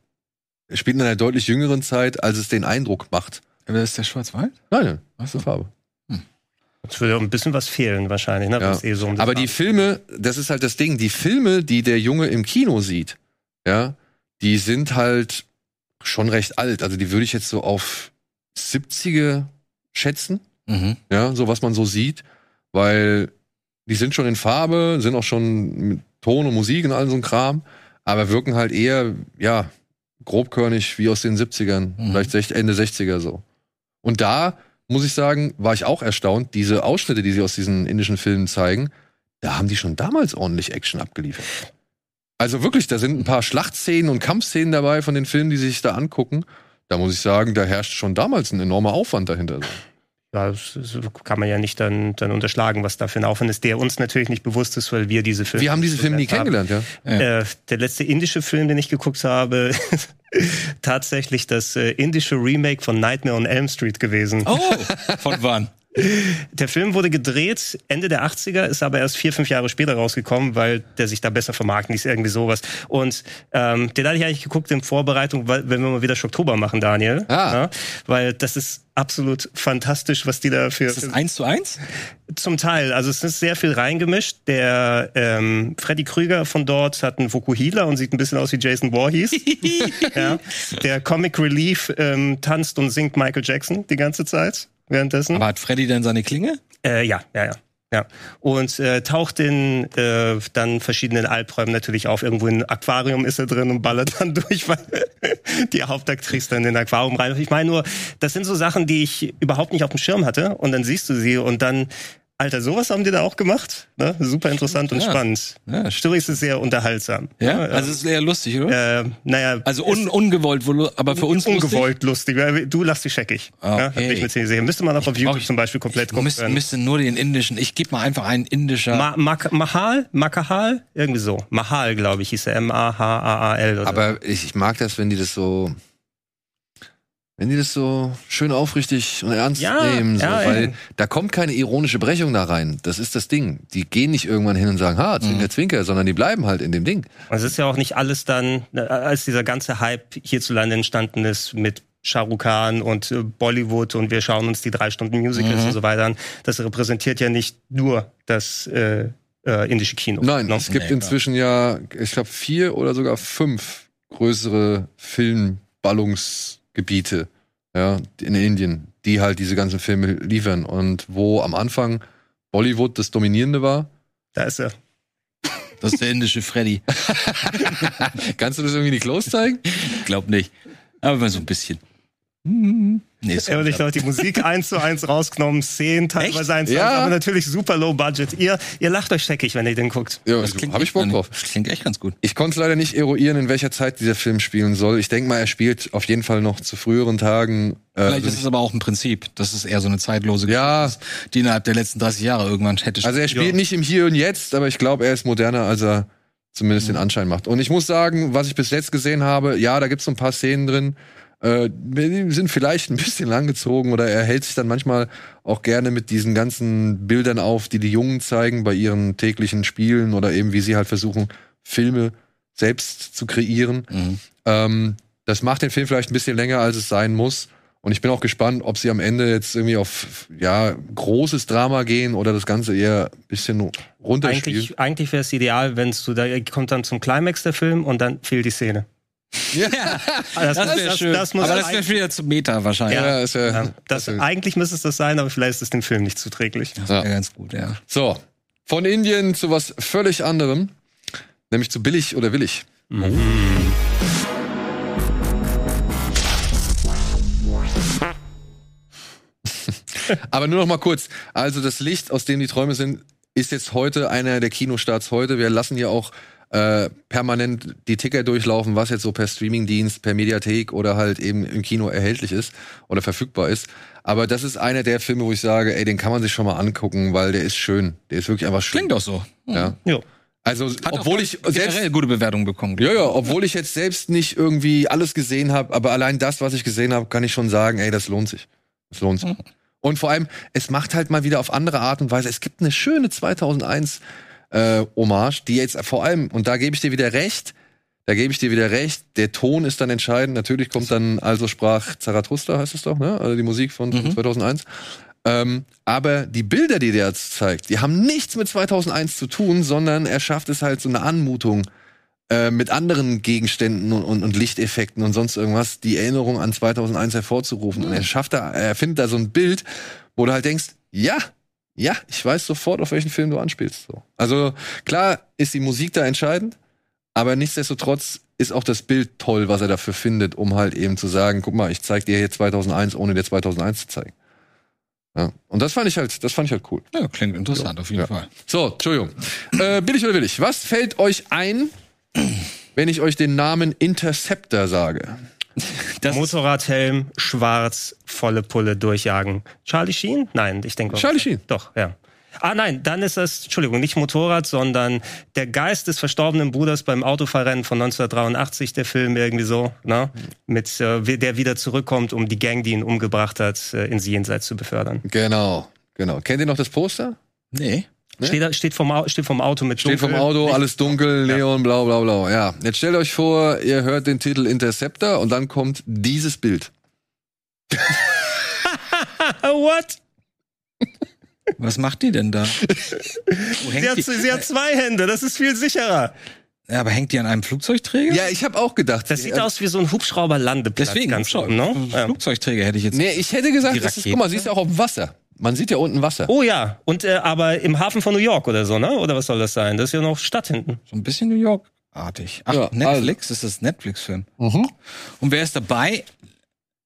Speaker 1: spielt in einer deutlich jüngeren Zeit, als es den Eindruck macht.
Speaker 3: Aber das ist der Schwarzwald?
Speaker 1: Nein, nein,
Speaker 3: Achso.
Speaker 1: zur Farbe.
Speaker 2: Es würde ein bisschen was fehlen wahrscheinlich. Ne?
Speaker 1: Ja.
Speaker 2: wenn's Eh so um das
Speaker 1: Aber die
Speaker 2: Abend-
Speaker 1: Filme, das ist halt das Ding, die Filme, die der Junge im Kino sieht, ja, die sind halt schon recht alt. Also die würde ich jetzt so auf 70er schätzen.
Speaker 3: Mhm.
Speaker 1: ja, so was man so sieht, weil die sind schon in Farbe, sind auch schon mit Ton und Musik und all so ein Kram, aber wirken halt eher, ja, grobkörnig wie aus den 70ern,
Speaker 3: Mhm.
Speaker 1: vielleicht sech- Ende 60er so. Und da, muss ich sagen, war ich auch erstaunt, diese Ausschnitte, die sie aus diesen indischen Filmen zeigen, da haben die schon damals ordentlich Action abgeliefert. Also wirklich, da sind ein paar Schlachtszenen und Kampfszenen dabei von den Filmen, die sie sich da angucken. Da muss ich sagen, da herrscht schon damals ein enormer Aufwand dahinter.
Speaker 2: Ja, das das kann man ja nicht dann, dann unterschlagen, was da für ein Aufwand ist, der uns natürlich nicht bewusst ist, weil wir diese Filme.
Speaker 1: Wir haben diese
Speaker 2: so
Speaker 1: Filme nie
Speaker 2: nett haben.
Speaker 1: kennengelernt, ja.
Speaker 2: Äh, der letzte indische Film, den ich geguckt habe, *laughs* tatsächlich das äh, indische Remake von Nightmare on Elm Street gewesen.
Speaker 3: Oh, *laughs* von wann?
Speaker 2: Der Film wurde gedreht Ende der 80er, ist aber erst vier, fünf Jahre später rausgekommen, weil der sich da besser vermarkten ließ, irgendwie sowas. Und ähm, den hatte ich eigentlich geguckt in Vorbereitung, weil, wenn wir mal wieder Schocktober machen, Daniel.
Speaker 1: Ah.
Speaker 2: Ja, weil das ist absolut fantastisch, was die da für...
Speaker 3: Ist das eins zu eins?
Speaker 2: Zum Teil. Also es ist sehr viel reingemischt. Der ähm, Freddy Krüger von dort hat einen Vokuhila und sieht ein bisschen aus wie Jason
Speaker 3: *laughs*
Speaker 2: Voorhees. ja. Der Comic Relief ähm, tanzt und singt Michael Jackson die ganze Zeit währenddessen.
Speaker 3: Aber hat Freddy denn seine Klinge?
Speaker 2: Äh, ja, ja, ja. Ja, und äh, taucht in äh, dann verschiedenen Albträumen natürlich auf. Irgendwo in ein Aquarium ist er drin und ballert dann *laughs* durch, weil die Hauptaktrice dann in ein Aquarium rein. Ich meine nur, das sind so Sachen, die ich überhaupt nicht auf dem Schirm hatte. Und dann siehst du sie und dann, Alter, sowas haben die da auch gemacht. Ne? Super interessant und
Speaker 3: Ja.
Speaker 2: spannend.
Speaker 3: Ja, stimmt.
Speaker 2: Story ist es sehr unterhaltsam.
Speaker 3: Ja?
Speaker 2: Ne?
Speaker 3: Also ist eher lustig, oder?
Speaker 2: äh, naja,
Speaker 3: Also un, ungewollt, wohl, aber für uns lustig.
Speaker 2: ungewollt lustig. weil Du lachst dich scheckig.
Speaker 3: Ah,
Speaker 2: Ja, hab
Speaker 3: okay.
Speaker 2: ich mit gesehen. Müsste man auch auf YouTube
Speaker 3: ich-
Speaker 2: zum Beispiel komplett gucken.
Speaker 3: Müsste,
Speaker 2: können.
Speaker 3: müsste nur den indischen. Ich gebe mal einfach einen indischer.
Speaker 2: Ma Mak- Mahal? Makahal? Irgendwie so. Mahal, glaube ich, hieß er. M-A-H-A-A-L. oder-
Speaker 1: Aber ich, ich mag das, wenn die das so, wenn die das so schön aufrichtig und ernst
Speaker 2: Ja,
Speaker 1: nehmen, so,
Speaker 2: ja,
Speaker 1: weil
Speaker 2: eben.
Speaker 1: da kommt keine ironische Brechung da rein. Das ist das Ding. Die gehen nicht irgendwann hin und sagen, ha,
Speaker 2: Mhm.
Speaker 1: zwinker, zwinker, sondern die bleiben halt in dem Ding.
Speaker 2: Also Und es ist ja auch nicht alles dann, äh, als dieser ganze Hype hierzulande entstanden ist mit Shah Rukh Khan und äh, Bollywood und wir schauen uns die drei Stunden Musicals
Speaker 3: Mhm.
Speaker 2: und so weiter an. Das repräsentiert ja nicht nur das äh, äh, indische Kino.
Speaker 1: Nein,
Speaker 2: ne?
Speaker 1: es gibt
Speaker 3: Nee,
Speaker 1: inzwischen ja, ich glaube, vier oder sogar fünf größere Filmballungsgebiete ja, in Indien, die halt diese ganzen Filme liefern. Und wo am Anfang Bollywood das Dominierende war,
Speaker 2: Da ist er.
Speaker 3: Das ist der indische Freddy. *laughs*
Speaker 1: kannst du das irgendwie nicht loszeigen?
Speaker 3: Glaub nicht. Aber immer so ein bisschen. Nee, ist
Speaker 2: Er hat
Speaker 3: gut.
Speaker 2: ich die
Speaker 1: *laughs*
Speaker 2: Musik eins zu eins rausgenommen, Szenen teilweise eins zu eins,
Speaker 1: Ja.
Speaker 2: aber natürlich super low budget. Ihr, ihr lacht euch scheckig, wenn ihr den guckt.
Speaker 1: Ja,
Speaker 3: Das klingt
Speaker 1: habe also ich
Speaker 3: echt
Speaker 1: Bock
Speaker 3: ganz-
Speaker 1: drauf.
Speaker 3: Das klingt echt ganz gut.
Speaker 1: Ich konnte leider nicht eruieren, in welcher Zeit dieser Film spielen soll. Ich denke mal, er spielt auf jeden Fall noch zu früheren Tagen. Äh,
Speaker 3: Vielleicht
Speaker 1: also
Speaker 3: ist es aber auch ein Prinzip. Das ist eher so eine zeitlose
Speaker 1: Ja.
Speaker 3: Geschichte, die innerhalb der letzten 30 Jahre irgendwann hätte.
Speaker 1: Also er spielt
Speaker 2: Ja.
Speaker 1: nicht im Hier und Jetzt, aber ich glaube, er ist moderner, als er zumindest
Speaker 3: Mhm.
Speaker 1: den Anschein macht. Und ich muss sagen, was ich bis jetzt gesehen habe, ja, da gibt's so ein paar Szenen drin, äh, die sind vielleicht ein bisschen langgezogen oder er hält sich dann manchmal auch gerne mit diesen ganzen Bildern auf, die die Jungen zeigen bei ihren täglichen Spielen oder eben wie sie halt versuchen, Filme selbst zu kreieren.
Speaker 3: Mhm.
Speaker 1: Ähm, das macht den Film vielleicht ein bisschen länger, als es sein muss. Und ich bin auch gespannt, ob sie am Ende jetzt irgendwie auf ja, großes Drama gehen oder das Ganze eher ein bisschen runterspielen.
Speaker 2: Eigentlich, eigentlich wäre es ideal, wenn du da kommt dann zum Climax der Film und dann fehlt die Szene. *laughs*
Speaker 1: Ja,
Speaker 2: Das,
Speaker 3: Das
Speaker 2: muss-
Speaker 3: wäre schön.
Speaker 2: Das, muss
Speaker 3: aber das wäre
Speaker 2: eigentlich-
Speaker 3: wieder zu Meta wahrscheinlich.
Speaker 1: ja, ist ja.
Speaker 2: ja, das,
Speaker 1: also-
Speaker 2: eigentlich müsste es das sein, aber vielleicht ist es dem Film nicht zuträglich.
Speaker 3: Das
Speaker 1: Ja.
Speaker 3: wäre ganz gut, ja.
Speaker 1: So, von Indien zu was völlig anderem, nämlich zu billig oder willig.
Speaker 3: Mhm.
Speaker 1: *laughs* Aber nur noch mal kurz. Also das Licht, aus dem die Träume sind, ist jetzt heute einer der Kinostarts heute. Wir lassen ja auch äh, permanent die Ticker durchlaufen, was jetzt so per Streamingdienst, per Mediathek oder halt eben im Kino erhältlich ist oder verfügbar ist. Aber das ist einer der Filme, wo ich sage, ey, den kann man sich schon mal angucken, weil der ist schön. Der ist wirklich einfach schön.
Speaker 3: Klingt doch so. Mhm.
Speaker 1: Ja.
Speaker 2: Jo.
Speaker 1: Also
Speaker 3: Hat
Speaker 1: obwohl
Speaker 3: auch
Speaker 1: ich selbst
Speaker 3: generell gute Bewertungen bekommen.
Speaker 1: ja, ja, obwohl ich jetzt selbst nicht irgendwie alles gesehen habe, aber allein das, was ich gesehen habe, kann ich schon sagen, ey, das lohnt sich. Das lohnt sich. Und vor allem, es macht halt mal wieder auf andere Art und Weise. Es gibt eine schöne 2001 äh, Hommage, die jetzt vor allem, und da gebe ich dir wieder recht, da gebe ich dir wieder recht, der Ton ist dann entscheidend. Natürlich kommt dann, also sprach Zarathustra, heißt es doch, ne? Also die Musik von 2001. Ähm, aber die Bilder, die der jetzt zeigt, die haben nichts mit 2001 zu tun, sondern er schafft es halt so eine Anmutung äh, mit anderen Gegenständen und, und, und Lichteffekten und sonst irgendwas die Erinnerung an 2001 hervorzurufen. Und er schafft da, er findet da so ein Bild, wo du halt denkst, ja, ja, ich weiß sofort, auf welchen Film du anspielst. So. Also klar ist die Musik da entscheidend, aber nichtsdestotrotz ist auch das Bild toll, was er dafür findet, um halt eben zu sagen, guck mal, ich zeig dir hier 2001, ohne dir 2001 zu zeigen. Ja. Und das fand ich halt, das fand ich halt cool.
Speaker 3: Ja, klingt interessant auf jeden
Speaker 1: Ja.
Speaker 3: Fall.
Speaker 1: So, Entschuldigung. Äh, billig oder willig? Was fällt euch ein, wenn ich euch den Namen Interceptor sage?
Speaker 3: Das
Speaker 2: Motorradhelm, schwarz, volle Pulle durchjagen. Charlie Sheen? Nein, ich denke.
Speaker 1: Charlie Sheen.
Speaker 2: Doch, ja. Ah nein, dann ist das, Entschuldigung, nicht Motorrad, sondern der Geist des verstorbenen Bruders beim Autofahrrennen von 1983, der Film irgendwie so, ne? Mit äh, wie- der wieder zurückkommt, um die Gang, die ihn umgebracht hat, äh, ins Jenseits zu befördern.
Speaker 1: Genau, genau. Kennt ihr noch das Poster?
Speaker 3: nee.
Speaker 1: Ne?
Speaker 2: Steht, da- steht, vom, Au- steht vom Auto mit
Speaker 1: Steht vom
Speaker 2: dunkel.
Speaker 1: Auto, alles dunkel, Neon, blau, blau, blau. Ja, jetzt stellt euch vor, ihr hört den Titel Interceptor und dann kommt dieses Bild.
Speaker 2: Ah, what?
Speaker 3: Was macht die denn da? Wo
Speaker 2: Sie
Speaker 3: hängt
Speaker 2: hat,
Speaker 3: die?
Speaker 2: sie hat zwei Hände, das ist viel sicherer.
Speaker 3: Ja, aber hängt die an einem Flugzeugträger?
Speaker 1: Ja, ich habe auch gedacht. äh,
Speaker 2: Das sieht aus wie so ein Hubschrauberlandeplatz.
Speaker 3: Deswegen,
Speaker 2: ganz
Speaker 3: schau,
Speaker 2: oben, ne? Ja.
Speaker 3: Flugzeugträger hätte ich jetzt.
Speaker 1: Nee, ich hätte gesagt,
Speaker 3: Die ne?
Speaker 1: das ist,
Speaker 3: Rakete.
Speaker 1: guck mal, sie ist ja auch auf dem Wasser. Man sieht ja unten Wasser.
Speaker 2: Oh ja, und äh, aber im Hafen von New York oder so, ne? Oder was soll das sein? Das ist ja noch Stadt hinten.
Speaker 3: So ein bisschen New York-artig. Ach,
Speaker 1: Ja,
Speaker 3: Netflix, das ist das Netflix-Film. Und wer ist dabei?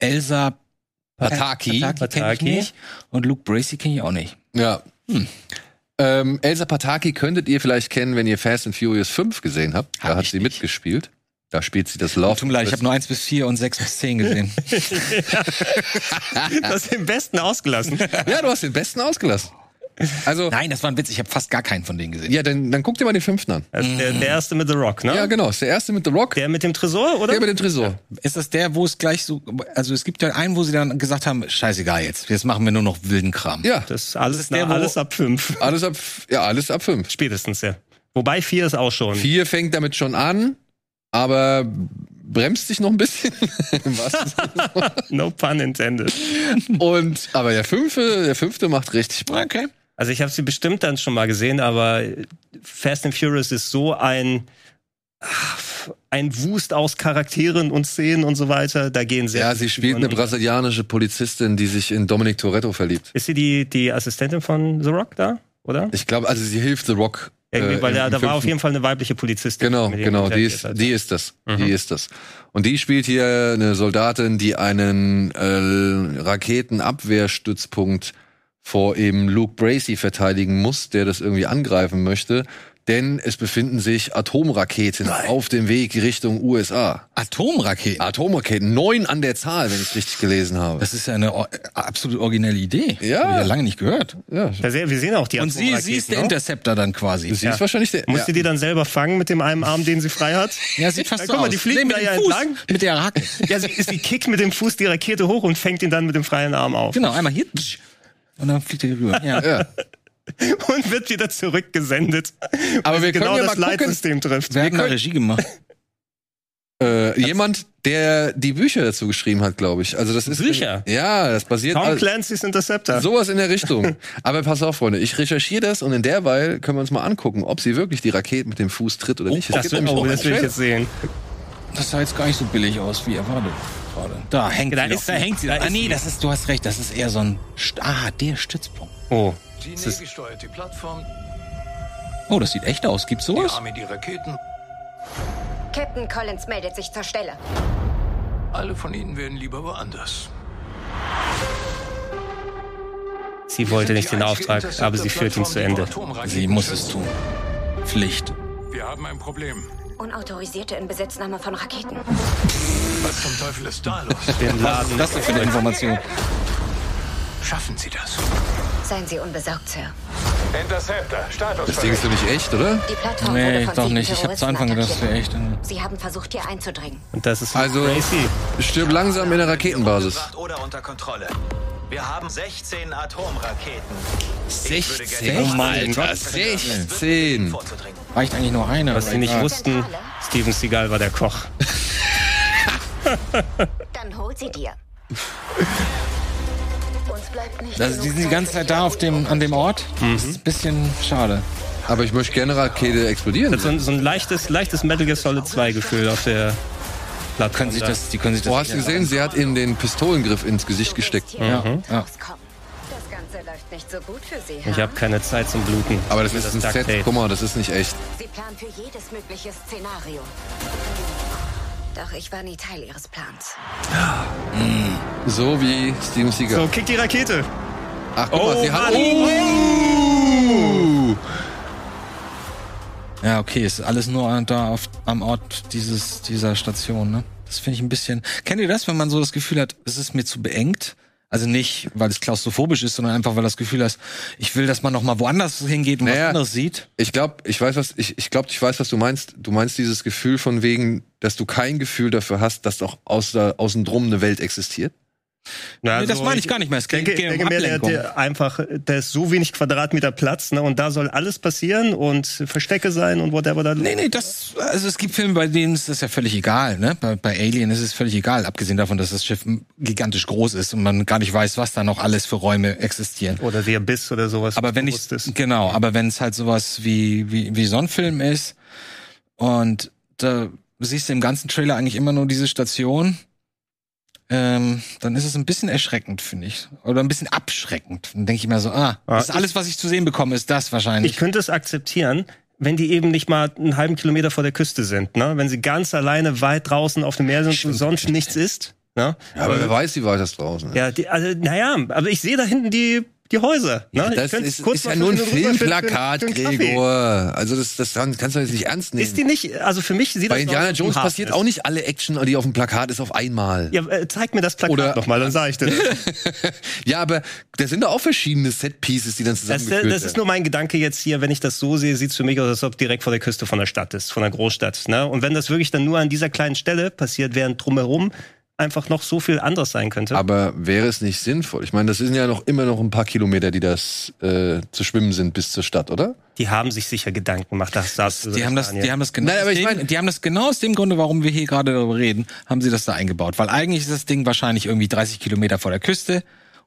Speaker 3: Elsa
Speaker 1: Pataki.
Speaker 3: Pataki kenne ich
Speaker 2: Pataki.
Speaker 3: nicht. Und Luke Bracey kenne ich auch nicht.
Speaker 1: Ja.
Speaker 3: Hm.
Speaker 1: Ähm, Elsa Pataki könntet ihr vielleicht kennen, wenn ihr Fast and Furious 5 gesehen habt. Da
Speaker 3: Hab
Speaker 1: hat
Speaker 3: ich
Speaker 1: sie
Speaker 3: nicht.
Speaker 1: mitgespielt. Da spielt sie das Love.
Speaker 3: Tut mir leid, ich habe nur 1 bis 4 und 6 bis 10 *laughs* gesehen.
Speaker 2: *laughs* Das ist im Besten *laughs* ausgelassen.
Speaker 1: Ja, du hast den besten ausgelassen. Also,
Speaker 3: Nein, das war ein Witz, ich habe fast gar keinen von denen gesehen.
Speaker 1: ja, dann, dann guck dir mal den fünften an.
Speaker 2: Das ist der, der erste mit The Rock, ne?
Speaker 1: Ja, genau. Ist der erste mit The Rock, der,
Speaker 2: Der mit dem Tresor, oder?
Speaker 1: mit dem Tresor.
Speaker 3: Ist das der, wo es gleich so, also es gibt ja einen, wo sie dann gesagt haben, scheißegal jetzt, jetzt machen wir nur noch wilden Kram.
Speaker 1: Ja.
Speaker 2: das ist alles,
Speaker 3: ist der,
Speaker 2: na,
Speaker 3: wo-
Speaker 2: alles ab fünf. *laughs*
Speaker 1: Alles ab, ja, alles ab fünf.
Speaker 2: Spätestens, ja. Wobei vier ist auch schon.
Speaker 1: Vier fängt damit schon an, aber bremst dich noch ein bisschen. *laughs* Im wahrsten Sinne.
Speaker 2: No pun intended.
Speaker 1: Und, aber der fünfte, der fünfte macht richtig Bock.
Speaker 3: Okay.
Speaker 2: Also ich habe sie bestimmt dann schon mal gesehen, aber Fast and Furious ist so ein ach, ein Wust aus Charakteren und Szenen und so weiter. Da gehen sehr.
Speaker 1: Ja,
Speaker 2: viele
Speaker 1: sie spielt
Speaker 2: Figuren
Speaker 1: eine
Speaker 2: und-
Speaker 1: brasilianische Polizistin, die sich in Dominic Toretto verliebt.
Speaker 2: Ist sie die die Assistentin von The Rock da? Oder?
Speaker 1: Ich glaube, also sie hilft The Rock.
Speaker 2: Irgendwie,
Speaker 1: äh,
Speaker 2: weil
Speaker 1: im-
Speaker 2: da,
Speaker 1: im
Speaker 2: da war auf
Speaker 1: fünften.
Speaker 2: jeden Fall eine weibliche Polizistin.
Speaker 1: Genau,
Speaker 2: mit der
Speaker 1: genau,
Speaker 2: du
Speaker 1: die
Speaker 2: interagiert
Speaker 1: ist,
Speaker 2: hast.
Speaker 1: die ist das.
Speaker 2: Mhm.
Speaker 1: Die ist das. Und die spielt hier eine Soldatin, die einen äh, Raketenabwehrstützpunkt vor eben Luke Bracey verteidigen muss, der das irgendwie angreifen möchte. Denn es befinden sich Atomraketen auf dem Weg Richtung USA.
Speaker 3: Atomraketen.
Speaker 1: Atomraketen, neun an der Zahl, wenn ich richtig gelesen habe.
Speaker 3: Das ist ja eine or absolut originelle Idee.
Speaker 1: Ja.
Speaker 3: Hab ich ja lange nicht gehört.
Speaker 1: Ja,
Speaker 2: Da sehen- wir sehen auch die
Speaker 3: Und sie,
Speaker 2: Atomraketen,
Speaker 3: sie ist der
Speaker 2: ne?
Speaker 3: Interceptor dann quasi.
Speaker 1: sie ist wahrscheinlich der.
Speaker 2: Musste
Speaker 1: ja.
Speaker 2: die dann selber fangen mit dem einen Arm, den sie
Speaker 1: *laughs*
Speaker 2: frei hat?
Speaker 3: Ja, sieht fast
Speaker 2: Ja,
Speaker 3: so
Speaker 2: guck mal,
Speaker 3: aus.
Speaker 2: die fliegen
Speaker 3: mit
Speaker 2: da
Speaker 3: dem
Speaker 2: ja
Speaker 3: Fuß,
Speaker 2: entlang.
Speaker 3: Mit der Hacke.
Speaker 2: Ja, sie, sie kickt mit dem Fuß die Rakete hoch und fängt ihn dann mit dem freien Arm auf.
Speaker 3: Genau, einmal hier. tsch, Und dann fliegt er rüber. Ja.
Speaker 1: *laughs* ja.
Speaker 2: *laughs* Und wird wieder zurückgesendet.
Speaker 1: Genau. Aber wir
Speaker 2: genau
Speaker 1: können ja
Speaker 2: das
Speaker 1: mal gucken.
Speaker 2: Leitsystem trifft.
Speaker 3: Wer hat denn da Regie gemacht?
Speaker 1: Äh, jemand, der die Bücher dazu geschrieben hat, glaube ich. Also das ist
Speaker 2: Bücher?
Speaker 1: Ja, das basiert
Speaker 2: Tom
Speaker 1: alles-
Speaker 2: Clancy's
Speaker 1: *laughs*
Speaker 2: Interceptor.
Speaker 1: sowas in der Richtung. Aber pass auf, Freunde, ich recherchiere das und in derweil können wir uns mal angucken, ob sie wirklich die Rakete mit dem Fuß tritt oder nicht. Es
Speaker 2: das,
Speaker 1: gibt
Speaker 2: will,
Speaker 1: nämlich
Speaker 2: oh,
Speaker 1: auch
Speaker 2: das
Speaker 1: einen
Speaker 2: will ich
Speaker 1: Trailer.
Speaker 2: jetzt sehen.
Speaker 3: Das sah jetzt gar nicht so billig aus, wie erwartet. Gerade. Da hängt
Speaker 2: Da
Speaker 3: sie.
Speaker 2: ist
Speaker 3: noch.
Speaker 2: sie.
Speaker 3: hängt sie.
Speaker 2: Da
Speaker 3: ah,
Speaker 2: ist
Speaker 3: nee,
Speaker 2: sie.
Speaker 3: das ist, du hast recht, das ist eher so ein. St ah, der Stützpunkt.
Speaker 2: Oh.
Speaker 5: Die
Speaker 2: Das ist-
Speaker 5: Navy steuert die Plattform,
Speaker 3: Oh, das sieht echt aus. Gibt's
Speaker 5: die
Speaker 3: sowas?
Speaker 5: Army die Raketen.
Speaker 6: Captain Collins meldet sich zur Stelle.
Speaker 5: Alle von ihnen werden lieber woanders.
Speaker 2: Sie wollte
Speaker 5: Wir
Speaker 2: nicht
Speaker 5: sind
Speaker 2: den
Speaker 5: die
Speaker 2: Auftrag,
Speaker 5: einzige
Speaker 2: aber sie führt ihn zu Ende.
Speaker 5: Interceptor-Plattform, die
Speaker 3: Sie
Speaker 5: Atomraketen
Speaker 3: muss es
Speaker 5: schützt.
Speaker 3: tun. Pflicht.
Speaker 5: Wir haben ein Problem.
Speaker 6: Unautorisierte Inbesitznahme von Raketen.
Speaker 5: Was zum Teufel ist da los?
Speaker 2: Den
Speaker 3: Was
Speaker 2: Laden.
Speaker 3: ist das denn für eine Information?
Speaker 5: Schaffen Sie das?
Speaker 6: Seien Sie unbesorgt, Sir.
Speaker 5: Interceptor,
Speaker 1: Das Ding ist doch nicht echt, oder?
Speaker 6: Die Plattform wurde
Speaker 3: Nee,
Speaker 6: von
Speaker 3: doch
Speaker 6: sieben
Speaker 3: nicht. Ich habe zu
Speaker 6: Terroristen
Speaker 3: Anfang gedacht, das wäre echt.
Speaker 6: attackiert.
Speaker 3: Äh,
Speaker 6: Sie haben versucht, hier einzudringen.
Speaker 2: Und das ist
Speaker 1: Also
Speaker 2: crazy.
Speaker 1: stirb langsam in der Raketenbasis.
Speaker 7: Umgebracht Oder unter Kontrolle. Wir haben 16 Atomraketen.
Speaker 1: 16?
Speaker 3: Oh
Speaker 2: mein
Speaker 1: Alter,
Speaker 2: Gott.
Speaker 1: 16.
Speaker 7: Vorzudringen.
Speaker 3: Reicht eigentlich nur eine.
Speaker 2: Was
Speaker 3: aber
Speaker 1: Oh
Speaker 2: sie nicht
Speaker 3: egal.
Speaker 2: wussten, Steven Seagal war der Koch.
Speaker 6: Dann hol sie dir. Uns bleibt nicht
Speaker 3: Also die sind die ganze Zeit da auf dem, an dem Ort.
Speaker 2: Mhm.
Speaker 3: Das ist ein bisschen schade.
Speaker 1: Aber ich möchte gerne Rakete explodieren.
Speaker 2: Das hat so, so ein leichtes, leichtes Metal Gear Solid 2 Gefühl auf der Plattform.
Speaker 3: Können sich
Speaker 2: da.
Speaker 3: das, die können sich das.
Speaker 1: Oh, hast du gesehen? Sie hat ihm den Pistolengriff ins Gesicht gesteckt.
Speaker 6: Ja.
Speaker 3: Ja.
Speaker 6: Das Ganze läuft nicht so gut für Sie.
Speaker 2: Ich
Speaker 6: ha?
Speaker 2: habe keine Zeit zum Bluten.
Speaker 1: Aber das
Speaker 2: Mir
Speaker 1: ist ein
Speaker 2: Duct
Speaker 1: Set.
Speaker 2: Tape.
Speaker 1: Guck mal, das ist nicht echt.
Speaker 6: Sie planen für jedes mögliche Szenario. Doch ich war nie Teil Ihres Plans.
Speaker 1: So wie Steven
Speaker 2: So,
Speaker 1: Seagal.
Speaker 2: kick die Rakete.
Speaker 1: Ach, guck mal,
Speaker 2: Oh,
Speaker 1: sie hat.
Speaker 2: Mann.
Speaker 1: Oh!
Speaker 3: Ja, okay, ist alles nur an- da auf, am Ort dieses, dieser Station, ne? Das finde ich ein bisschen. Kennt ihr das, wenn man so das Gefühl hat, es ist mir zu beengt? Also nicht, weil es klaustrophobisch ist, sondern einfach, weil das Gefühl hast, ich will, dass man noch mal woanders hingeht und
Speaker 1: Naja.
Speaker 3: was anderes sieht.
Speaker 1: Ich glaube, ich weiß was, ich, ich glaube, ich weiß, was du meinst. Du meinst dieses Gefühl von wegen, dass du kein Gefühl dafür hast, dass doch außer, außen drum eine Welt existiert.
Speaker 2: Na,
Speaker 3: Nee, das meine ich gar nicht mehr. Es geht-
Speaker 2: also denke,
Speaker 3: geht um
Speaker 2: denke mir, der,
Speaker 3: Ablenkung.
Speaker 2: der einfach, da ist so wenig Quadratmeter Platz, ne? Und da soll alles passieren und Verstecke sein und whatever da.
Speaker 3: Nee, nee, das, also es gibt Filme, bei denen ist das ja völlig egal, ne? Bei, bei Alien ist es völlig egal, abgesehen davon, dass das Schiff gigantisch groß ist und man gar nicht weiß, was da noch alles für Räume existieren.
Speaker 2: Oder der Biss oder sowas.
Speaker 3: Aber wenn ich
Speaker 2: bewusst ist.
Speaker 3: genau, aber wenn es halt sowas wie wie wie so ein Film ist und da siehst du im ganzen Trailer eigentlich immer nur diese Station, ähm, dann ist es ein bisschen erschreckend, finde ich, oder ein bisschen abschreckend. Dann denke ich mir so, ah,
Speaker 2: Ah,
Speaker 3: das ist alles, was ich zu sehen bekomme, ist das wahrscheinlich.
Speaker 2: Ich könnte es akzeptieren, wenn die eben nicht mal einen halben Kilometer vor der Küste sind, ne? Wenn sie ganz alleine weit draußen auf dem Meer sind und sonst nichts ist, ne?
Speaker 1: Ja, aber wer weiß, wie weit das draußen ist.
Speaker 2: Ja, die, also, naja, aber ich sehe da hinten die, die Häuser. Ne? Ich
Speaker 1: das
Speaker 2: könnte
Speaker 1: ist,
Speaker 2: kurz
Speaker 1: ist
Speaker 2: mal
Speaker 1: ja nur ein
Speaker 2: für eine Runde für-
Speaker 1: Filmplakat,
Speaker 2: für- für einen Kaffee.
Speaker 1: Gregor. Also das, das kannst du jetzt nicht ernst nehmen.
Speaker 2: Ist die nicht, also für mich sieht
Speaker 1: Bei
Speaker 2: das
Speaker 1: Indiana
Speaker 2: aus, dass
Speaker 1: Jones
Speaker 2: ein Hafen
Speaker 1: passiert
Speaker 2: ist.
Speaker 1: auch nicht alle Action, die auf dem Plakat ist, auf einmal. *laughs* Ja,
Speaker 2: Ja, äh, zeig mir das
Speaker 1: Oder-
Speaker 2: Plakat nochmal, dann sage
Speaker 1: *laughs*
Speaker 2: ich dir. das.
Speaker 1: aber da sind da auch verschiedene Set-Pieces, die dann
Speaker 2: Das, äh,
Speaker 1: zusammengeführt
Speaker 2: das ist nur mein Gedanke jetzt hier, wenn ich das so sehe, sieht's für mich aus, als ob direkt vor der Küste von der Stadt ist, von der Großstadt. Ne? Und wenn das wirklich dann nur an dieser kleinen Stelle passiert, während drumherum einfach noch so viel anderes sein könnte.
Speaker 1: Aber wäre es nicht sinnvoll? Ich meine, das sind ja noch immer noch ein paar Kilometer, die das äh, zu schwimmen sind bis zur Stadt, oder?
Speaker 2: die haben sich sicher Gedanken gemacht. Das, das,
Speaker 3: Die haben das, die haben das genau,
Speaker 1: Nein, aber
Speaker 3: aus
Speaker 1: ich
Speaker 3: dem-
Speaker 1: meine-
Speaker 3: die haben das genau aus dem Grunde, warum wir hier gerade darüber reden, haben sie das da eingebaut. Weil eigentlich ist das Ding wahrscheinlich irgendwie 30 Kilometer vor der Küste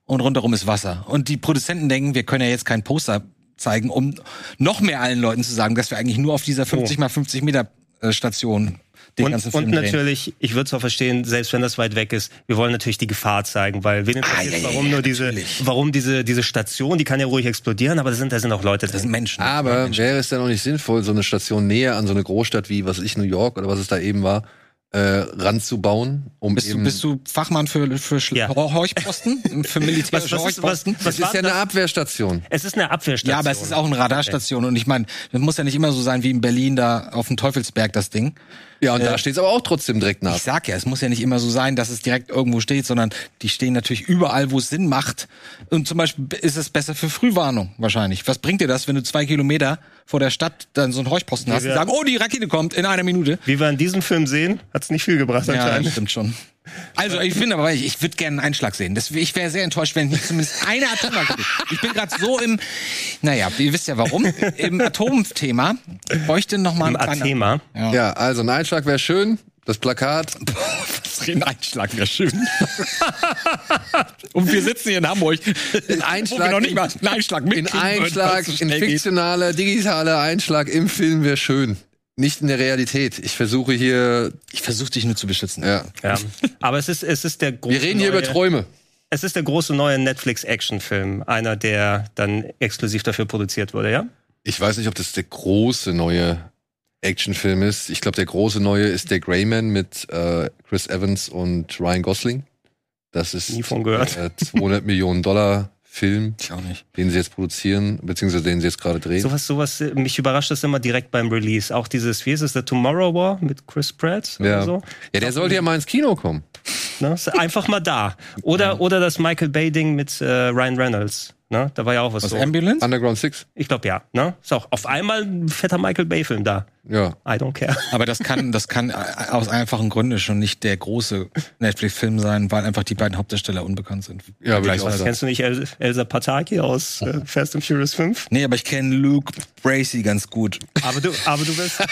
Speaker 3: und rundherum ist Wasser. Und die Produzenten denken, wir können ja jetzt kein Poster zeigen, um noch mehr allen Leuten zu sagen, dass wir eigentlich nur auf dieser 50 mal 50 Meter äh, Station den
Speaker 2: Oh. und,
Speaker 3: ganzen Film
Speaker 2: und
Speaker 3: drehen.
Speaker 2: natürlich, ich würde es auch verstehen, selbst wenn das weit weg ist, wir wollen natürlich die Gefahr zeigen, weil wen interessiert,
Speaker 3: Ah, ja, ja,
Speaker 2: warum
Speaker 3: ja,
Speaker 2: nur diese,
Speaker 3: natürlich.
Speaker 2: warum diese, diese Station, die kann ja ruhig explodieren, aber da sind, da sind auch Leute
Speaker 3: Das sind
Speaker 2: drin.
Speaker 3: Menschen.
Speaker 1: Aber wäre es dann auch nicht sinnvoll, so eine Station näher an so eine Großstadt wie, was weiß ich, New York oder was es da eben war, äh, ranzubauen, um
Speaker 3: Bist du,
Speaker 1: eben.
Speaker 3: bist du Fachmann für, für Schl-
Speaker 2: Ja. *laughs*
Speaker 3: Horchposten? Für
Speaker 2: Was-
Speaker 3: militärische
Speaker 2: was ist-
Speaker 3: Horchposten?
Speaker 2: was- was-
Speaker 1: das ist ja
Speaker 2: war
Speaker 1: eine Abwehrstation.
Speaker 2: Es ist eine Abwehrstation.
Speaker 3: Ja, aber es ist auch eine Radarstation und ich meine, das muss ja nicht immer so sein wie in Berlin da auf dem Teufelsberg das Ding.
Speaker 1: Ja, und da steht es aber auch trotzdem direkt nach.
Speaker 3: Ich sag ja, es muss ja nicht immer so sein, dass es direkt irgendwo steht, sondern die stehen natürlich überall, wo es Sinn macht. Und zum Beispiel ist es besser für Frühwarnung wahrscheinlich. Was bringt dir das, wenn du zwei Kilometer vor der Stadt dann so einen Horchposten hast und
Speaker 2: wir-
Speaker 3: sagen, oh, die Rakete kommt in einer Minute?
Speaker 2: Wie wir in diesem Film sehen, hat es nicht viel gebracht
Speaker 3: Ja, das
Speaker 2: anscheinend.
Speaker 3: stimmt schon. Also ich bin aber, ich, ich würde gerne einen Einschlag sehen. Das, ich wäre sehr enttäuscht, wenn nicht zumindest eine Atomrakete. Ich bin gerade so im, naja, ihr wisst ja warum, im Atomthema. Ich bräuchte noch mal
Speaker 2: Im
Speaker 3: einen kleinen-
Speaker 2: Athema.
Speaker 1: Ja, also ein Einschlag wäre schön. Das Plakat.
Speaker 3: *laughs* Was für ein Einschlag wäre schön. Und wir sitzen hier in Hamburg. Ein *laughs* Wo
Speaker 1: Einschlag
Speaker 3: wir noch nicht
Speaker 1: in-
Speaker 3: mal einen Einschlag
Speaker 1: In
Speaker 3: mitkriegen würden,
Speaker 1: Einschlag,
Speaker 3: weil's so
Speaker 1: in
Speaker 3: schnell geht.
Speaker 1: fiktionaler, digitaler Einschlag im Film wäre schön. Nicht in der Realität. Ich versuche hier.
Speaker 3: Ich versuche dich nur zu beschützen.
Speaker 1: Ja.
Speaker 2: Ja. Aber es ist, es ist der große
Speaker 1: Wir reden hier über
Speaker 2: neue,
Speaker 1: Träume.
Speaker 2: Es ist der große neue Netflix-Actionfilm. Einer, der dann exklusiv dafür produziert wurde, ja?
Speaker 1: Ich weiß nicht, ob das der große neue Actionfilm ist. Ich glaube, der große neue ist der Greyman mit äh, Chris Evans und Ryan Gosling. Das ist
Speaker 2: Nie von gehört.
Speaker 1: äh, 200 Millionen Dollar Film,
Speaker 3: Ich auch nicht.
Speaker 1: den sie jetzt produzieren, beziehungsweise den sie jetzt gerade drehen.
Speaker 2: Sowas, sowas, äh, mich überrascht das immer direkt beim Release. Auch dieses, wie ist es, The Tomorrow War mit Chris Pratt oder
Speaker 1: ja.
Speaker 2: so.
Speaker 1: ja, der sollte ja mal ins Kino kommen.
Speaker 2: Ne? Ist einfach mal da. Oder, oder das Michael Bay-Ding mit äh, Ryan Reynolds. Ne? Da war ja auch was,
Speaker 3: Was,
Speaker 2: so.
Speaker 3: Ambulance?
Speaker 1: Underground Six.
Speaker 2: Ich glaube ja. Ne? Ist auch auf einmal ein fetter Michael Bay-Film da.
Speaker 1: Ja.
Speaker 2: I don't care.
Speaker 3: Aber das kann, das kann äh, aus einfachen Gründen schon nicht der große Netflix-Film sein, weil einfach die beiden Hauptdarsteller unbekannt sind.
Speaker 1: Ja, würde ich auch
Speaker 3: Vergleichsweise.
Speaker 1: sagen.
Speaker 2: Kennst du nicht El Elsa Pataki aus
Speaker 3: *laughs*
Speaker 2: äh, Fast and Furious 5?
Speaker 3: Nee, aber ich kenne Luke Bracey ganz gut.
Speaker 2: Aber du, aber du
Speaker 3: *laughs*
Speaker 2: wirst.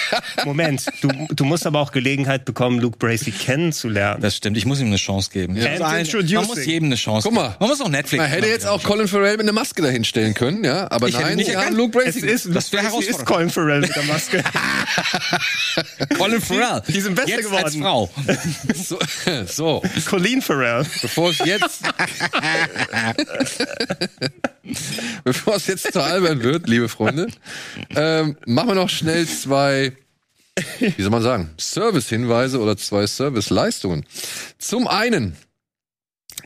Speaker 2: Moment, du, du musst aber auch Gelegenheit bekommen, Luke Bracey kennenzulernen.
Speaker 3: Das stimmt, ich muss ihm eine Chance geben.
Speaker 2: And
Speaker 3: Also allen- Man
Speaker 2: introducing.
Speaker 3: muss jedem eine Chance
Speaker 1: Guck mal.
Speaker 3: geben. Man muss auch Netflix.
Speaker 1: Man hätte
Speaker 3: machen.
Speaker 1: jetzt auch Colin Farrell mit einer Maske dahinstellen können, ja. Aber
Speaker 3: Ich hätte
Speaker 1: nein,
Speaker 3: nicht
Speaker 1: sie haben
Speaker 3: erkannt.
Speaker 1: Luke Bracey.
Speaker 2: ist, Luke
Speaker 3: Das wäre
Speaker 2: Bracey ist
Speaker 3: herausfordernd.
Speaker 2: Colin Farrell mit der
Speaker 3: *laughs*
Speaker 2: Maske.
Speaker 3: Colin
Speaker 1: *laughs*
Speaker 3: Farrell.
Speaker 2: Die sind besser
Speaker 3: jetzt Als
Speaker 2: geworden.
Speaker 3: Frau.
Speaker 1: *laughs* So, so
Speaker 2: Colleen Farrell.
Speaker 1: bevor es jetzt. bevor es jetzt zu albern wird, liebe Freunde, ähm, machen wir noch schnell zwei, wie soll man sagen, Service-Hinweise oder zwei Service-Leistungen. Zum einen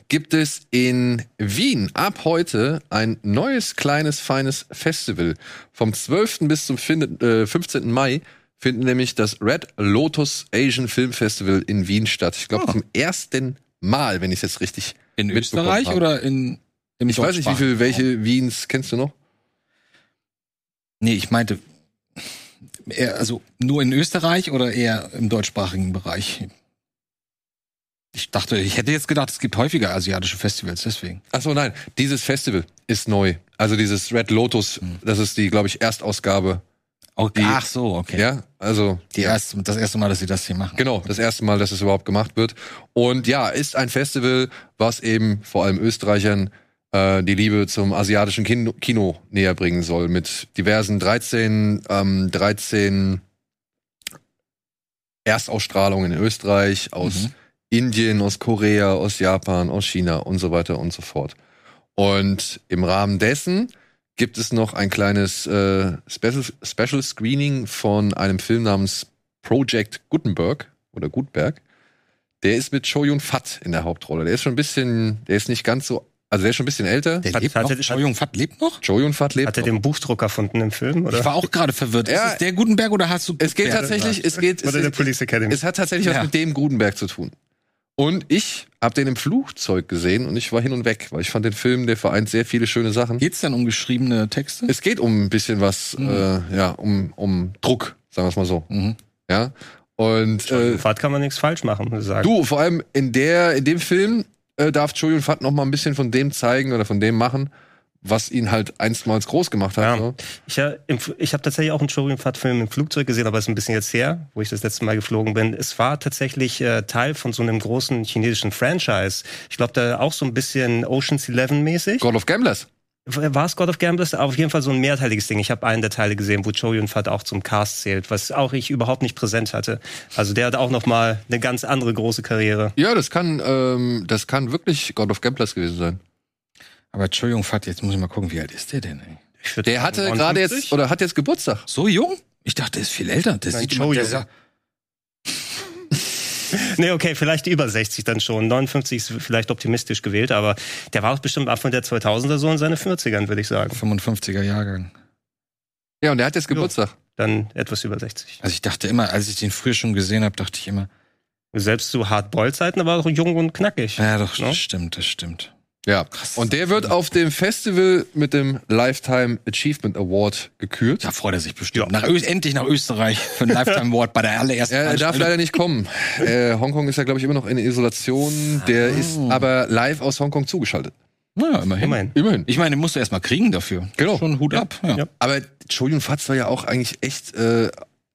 Speaker 1: gibt es in Wien ab heute ein neues, kleines, feines Festival. Vom 12. bis zum fin- äh, 15. Mai finden nämlich das Red Lotus Asian Film Festival in Wien statt. Ich glaube, zum ersten Mal, wenn ich es jetzt richtig
Speaker 3: Ah. In
Speaker 1: mitbekommen
Speaker 3: Österreich
Speaker 1: habe.
Speaker 3: oder in im
Speaker 1: Ich weiß nicht, wie viel, welche Wiens kennst du noch?
Speaker 3: Nee, ich meinte eher, also nur in Österreich oder eher im deutschsprachigen Bereich. Ich dachte, ich hätte jetzt gedacht, es gibt häufiger asiatische Festivals, deswegen.
Speaker 1: Achso, nein, dieses Festival ist neu. Also dieses Red Lotus,
Speaker 3: Hm.
Speaker 1: das ist die, glaube ich, Erstausgabe.
Speaker 3: Okay.
Speaker 1: Die-
Speaker 3: Ach so, okay.
Speaker 1: Ja, also
Speaker 3: Die erste, das erste Mal, dass sie das hier machen.
Speaker 1: Genau, das erste Mal, dass es überhaupt gemacht wird. Und ja, ist ein Festival, was eben vor allem Österreichern äh, die Liebe zum asiatischen Kino, Kino näher bringen soll. Mit diversen 13, ähm, 13 Erstausstrahlungen in Österreich, aus
Speaker 3: Mhm.
Speaker 1: Indien, aus Korea, aus Japan, aus China und so weiter und so fort. Und im Rahmen dessen gibt es noch ein kleines äh, Special, Special Screening von einem Film namens Project Gutenberg oder Gutberg. Der ist mit Cho Yun Fat in der Hauptrolle. Der ist schon ein bisschen, der ist nicht ganz so, also der ist schon ein bisschen älter.
Speaker 3: Der
Speaker 2: Hat-
Speaker 3: lebt
Speaker 2: hat-
Speaker 3: noch.
Speaker 2: hat-
Speaker 3: Schau, Jung Fat lebt noch?
Speaker 1: Cho Yun Fat lebt.
Speaker 2: Hat er
Speaker 1: noch.
Speaker 2: den Buchdruck erfunden im Film? Oder?
Speaker 3: Ich war auch gerade verwirrt.
Speaker 1: Ja.
Speaker 3: Ist es der Gutenberg oder hast du
Speaker 1: es geht
Speaker 3: Gutenberg
Speaker 1: tatsächlich, es geht, es,
Speaker 2: *laughs* oder der
Speaker 1: es,
Speaker 2: Police Academy.
Speaker 1: es hat tatsächlich was
Speaker 3: Ja.
Speaker 1: mit dem Gutenberg zu tun. Und ich habe den im Flugzeug gesehen und ich war hin und weg, weil ich fand den Film, der vereint sehr viele schöne Sachen.
Speaker 3: Geht's dann um geschriebene Texte?
Speaker 1: Es geht um ein bisschen was, äh, ja, um, um Druck, sagen wir es mal so. Ja. Und äh,
Speaker 2: Fahrt kann man nichts falsch machen, sagen.
Speaker 1: Du, vor allem in der, in dem Film äh, darf Julian Fat noch mal ein bisschen von dem zeigen oder von dem machen, was ihn halt einstmals groß gemacht hat.
Speaker 2: Ja.
Speaker 1: Ne?
Speaker 2: Ich, äh, im Fl- ich habe tatsächlich auch einen Showroom-Fahrtfilm im Flugzeug gesehen, aber es ist ein bisschen jetzt her, wo ich das letzte Mal geflogen bin. Es war tatsächlich äh, Teil von so einem großen chinesischen Franchise. Ich glaube, da auch so ein bisschen Ocean's Eleven-mäßig.
Speaker 1: God of Gamblers.
Speaker 2: War es God of Gamblers? Auf jeden Fall so ein mehrteiliges Ding. Ich habe einen der Teile gesehen, wo Cho Yun-Fat auch zum Cast zählt, was auch ich überhaupt nicht präsent hatte. Also der hat auch noch mal eine ganz andere große Karriere.
Speaker 1: Ja, das kann, ähm, das kann wirklich God of Gamblers gewesen sein.
Speaker 3: Aber Entschuldigung, Fat, jetzt muss ich mal gucken, wie alt ist der denn? Ey?
Speaker 2: Ich würd
Speaker 1: Der
Speaker 2: sagen,
Speaker 1: hatte gerade
Speaker 2: 59?
Speaker 1: jetzt oder hat jetzt Geburtstag.
Speaker 3: So jung? Ich dachte, der ist viel älter. Der
Speaker 2: Nein,
Speaker 3: sieht
Speaker 2: Joe
Speaker 3: immer, der
Speaker 2: Jung.
Speaker 3: sah,
Speaker 2: Nee, okay, vielleicht über 60 dann schon. 59 ist vielleicht optimistisch gewählt, aber der war auch bestimmt Anfang der 2000er so in seine 40ern, würde ich sagen.
Speaker 3: 55er Jahrgang.
Speaker 1: Ja, und der hat jetzt Geburtstag.
Speaker 2: Dann etwas über 60.
Speaker 3: Also ich dachte immer, als ich den früher schon gesehen habe, dachte ich immer,
Speaker 2: Selbst zu Hardboil-Zeiten war er auch jung und knackig.
Speaker 3: ja doch,
Speaker 2: Ne?
Speaker 3: das stimmt, das stimmt.
Speaker 1: Ja. Und der wird auf dem Festival mit dem Lifetime Achievement Award gekürt.
Speaker 3: Da freut er sich bestimmt. Nach Ö endlich nach Österreich für ein Lifetime Award bei der allerersten
Speaker 1: Er Äh, darf
Speaker 3: Veranstaltung.
Speaker 1: leider nicht *laughs* kommen. äh, Hongkong ist ja, glaube ich, immer noch in Isolation. Der ist aber live aus Hongkong zugeschaltet.
Speaker 3: Naja, immerhin.
Speaker 2: Immerhin.
Speaker 1: Immerhin.
Speaker 3: Ich meine, den musst du erstmal kriegen dafür.
Speaker 1: Genau.
Speaker 3: Schon Hut ab. Ja.
Speaker 2: Ja.
Speaker 1: Aber Julian Fatz soll ja auch eigentlich echt äh,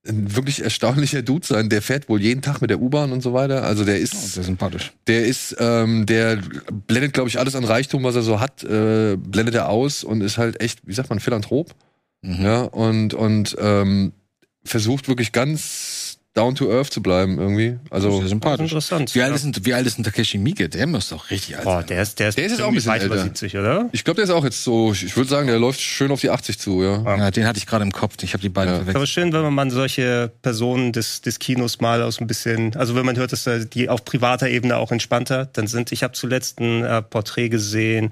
Speaker 1: ein wirklich erstaunlicher Dude sein. Der fährt wohl jeden Tag mit der U-Bahn und so weiter. Also der
Speaker 3: Oh,
Speaker 1: ist,
Speaker 3: sehr sympathisch.
Speaker 1: der ist, ähm, der blendet, glaube ich, alles an Reichtum, was er so hat, äh, blendet er aus und ist halt echt, wie sagt man, Philanthrop.
Speaker 3: Mhm.
Speaker 1: Ja, und, und ähm, versucht wirklich ganz down to earth zu bleiben irgendwie. Also
Speaker 3: sehr
Speaker 2: Das ist
Speaker 3: sympathisch.
Speaker 2: interessant.
Speaker 3: Wie alt, ist denn, wie alt ist denn Takeshi Miike? Der muss doch richtig alt
Speaker 2: Boah,
Speaker 3: sein.
Speaker 2: der ist, der ist,
Speaker 1: Der ist jetzt auch ein
Speaker 2: irgendwie
Speaker 1: bisschen
Speaker 2: weit über
Speaker 1: älter.
Speaker 2: 70, oder?
Speaker 1: ich glaube, der ist auch jetzt so, ich, ich würde sagen, der läuft schön auf die 80 zu, ja.
Speaker 3: Ja, den hatte ich gerade im Kopf. Ich habe die beiden
Speaker 1: Ja.
Speaker 2: Ist aber
Speaker 3: verwechselt.
Speaker 2: schön, wenn man mal solche Personen des, des Kinos mal aus ein bisschen, also wenn man hört, dass da die auf privater Ebene auch entspannter dann sind. Ich habe zuletzt ein äh, Porträt gesehen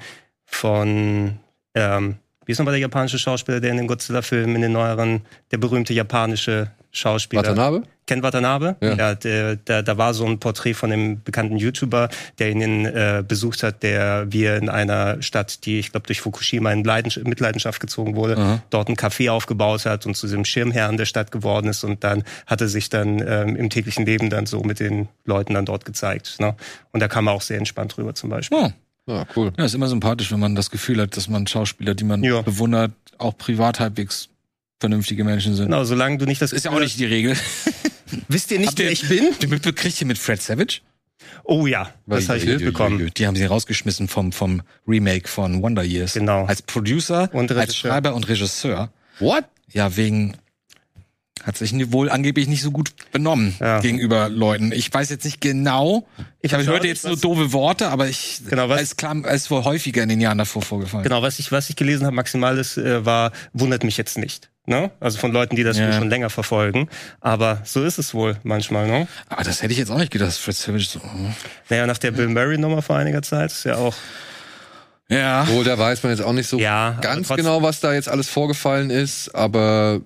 Speaker 2: von, ähm, wie ist nochmal der japanische Schauspieler, der in den Godzilla-Filmen, in den neueren, der berühmte japanische Schauspieler.
Speaker 1: Watanabe?
Speaker 2: Ken Watanabe.
Speaker 1: Ja.
Speaker 2: Ja. der, da, da war so ein Porträt von einem bekannten YouTuber, der ihn äh, besucht hat, der wir in einer Stadt, die ich glaube durch Fukushima in Leidens Mitleidenschaft gezogen wurde, dort ein Café aufgebaut hat und zu dem Schirmherrn der Stadt geworden ist und dann hat er sich dann ähm, im täglichen Leben dann so mit den Leuten dann dort gezeigt. Ne? Und da kam er auch sehr entspannt rüber zum Beispiel.
Speaker 3: Oh,
Speaker 1: Ja, Ah, cool.
Speaker 3: ja, ist immer sympathisch, wenn man das Gefühl hat, dass man Schauspieler, die man
Speaker 2: Ja.
Speaker 3: bewundert, auch privat halbwegs vernünftige Menschen sind.
Speaker 2: Genau, solange du nicht das
Speaker 3: Ist ja auch nicht die Regel.
Speaker 2: Wisst ihr nicht,
Speaker 3: Habt ihr-
Speaker 2: wer ich bin?
Speaker 3: Die mitkriegt ihr mit Fred Savage?
Speaker 2: Oh ja,
Speaker 1: Weil-
Speaker 2: das habe ich
Speaker 1: Jö, jö,
Speaker 2: mitbekommen.
Speaker 3: Die haben sie rausgeschmissen vom, vom Remake von Wonder Years.
Speaker 2: Genau.
Speaker 3: Als Producer,
Speaker 2: Und
Speaker 3: als
Speaker 2: Regisseur.
Speaker 3: Schreiber und Regisseur.
Speaker 1: What?
Speaker 3: Ja, wegen hat sich wohl angeblich nicht so gut benommen
Speaker 2: Ja.
Speaker 3: gegenüber Leuten. Ich weiß jetzt nicht genau. Ich,
Speaker 2: weiß
Speaker 3: ich
Speaker 2: auch
Speaker 3: hörte
Speaker 2: nicht,
Speaker 3: jetzt nur
Speaker 2: was-
Speaker 3: doofe Worte, aber ich
Speaker 2: Genau, was-
Speaker 3: es klar, es ist wohl häufiger in den Jahren davor vorgefallen.
Speaker 2: Genau, was ich, was ich gelesen habe, Maximales, äh, war, wundert mich jetzt nicht. Ne? Also von Leuten, die das
Speaker 3: Ja.
Speaker 2: schon länger verfolgen. Aber so ist es wohl manchmal, ne?
Speaker 3: Aber Ah, das hätte ich jetzt auch nicht gedacht, dass Fred Savage so. hm.
Speaker 2: Naja, nach der Bill Murray-Nummer vor einiger Zeit ist ja auch.
Speaker 3: Ja.
Speaker 1: Obwohl, da weiß man jetzt auch nicht so
Speaker 2: Ja, aber
Speaker 1: ganz
Speaker 2: trotzdem-
Speaker 1: genau, was da jetzt alles vorgefallen ist, aber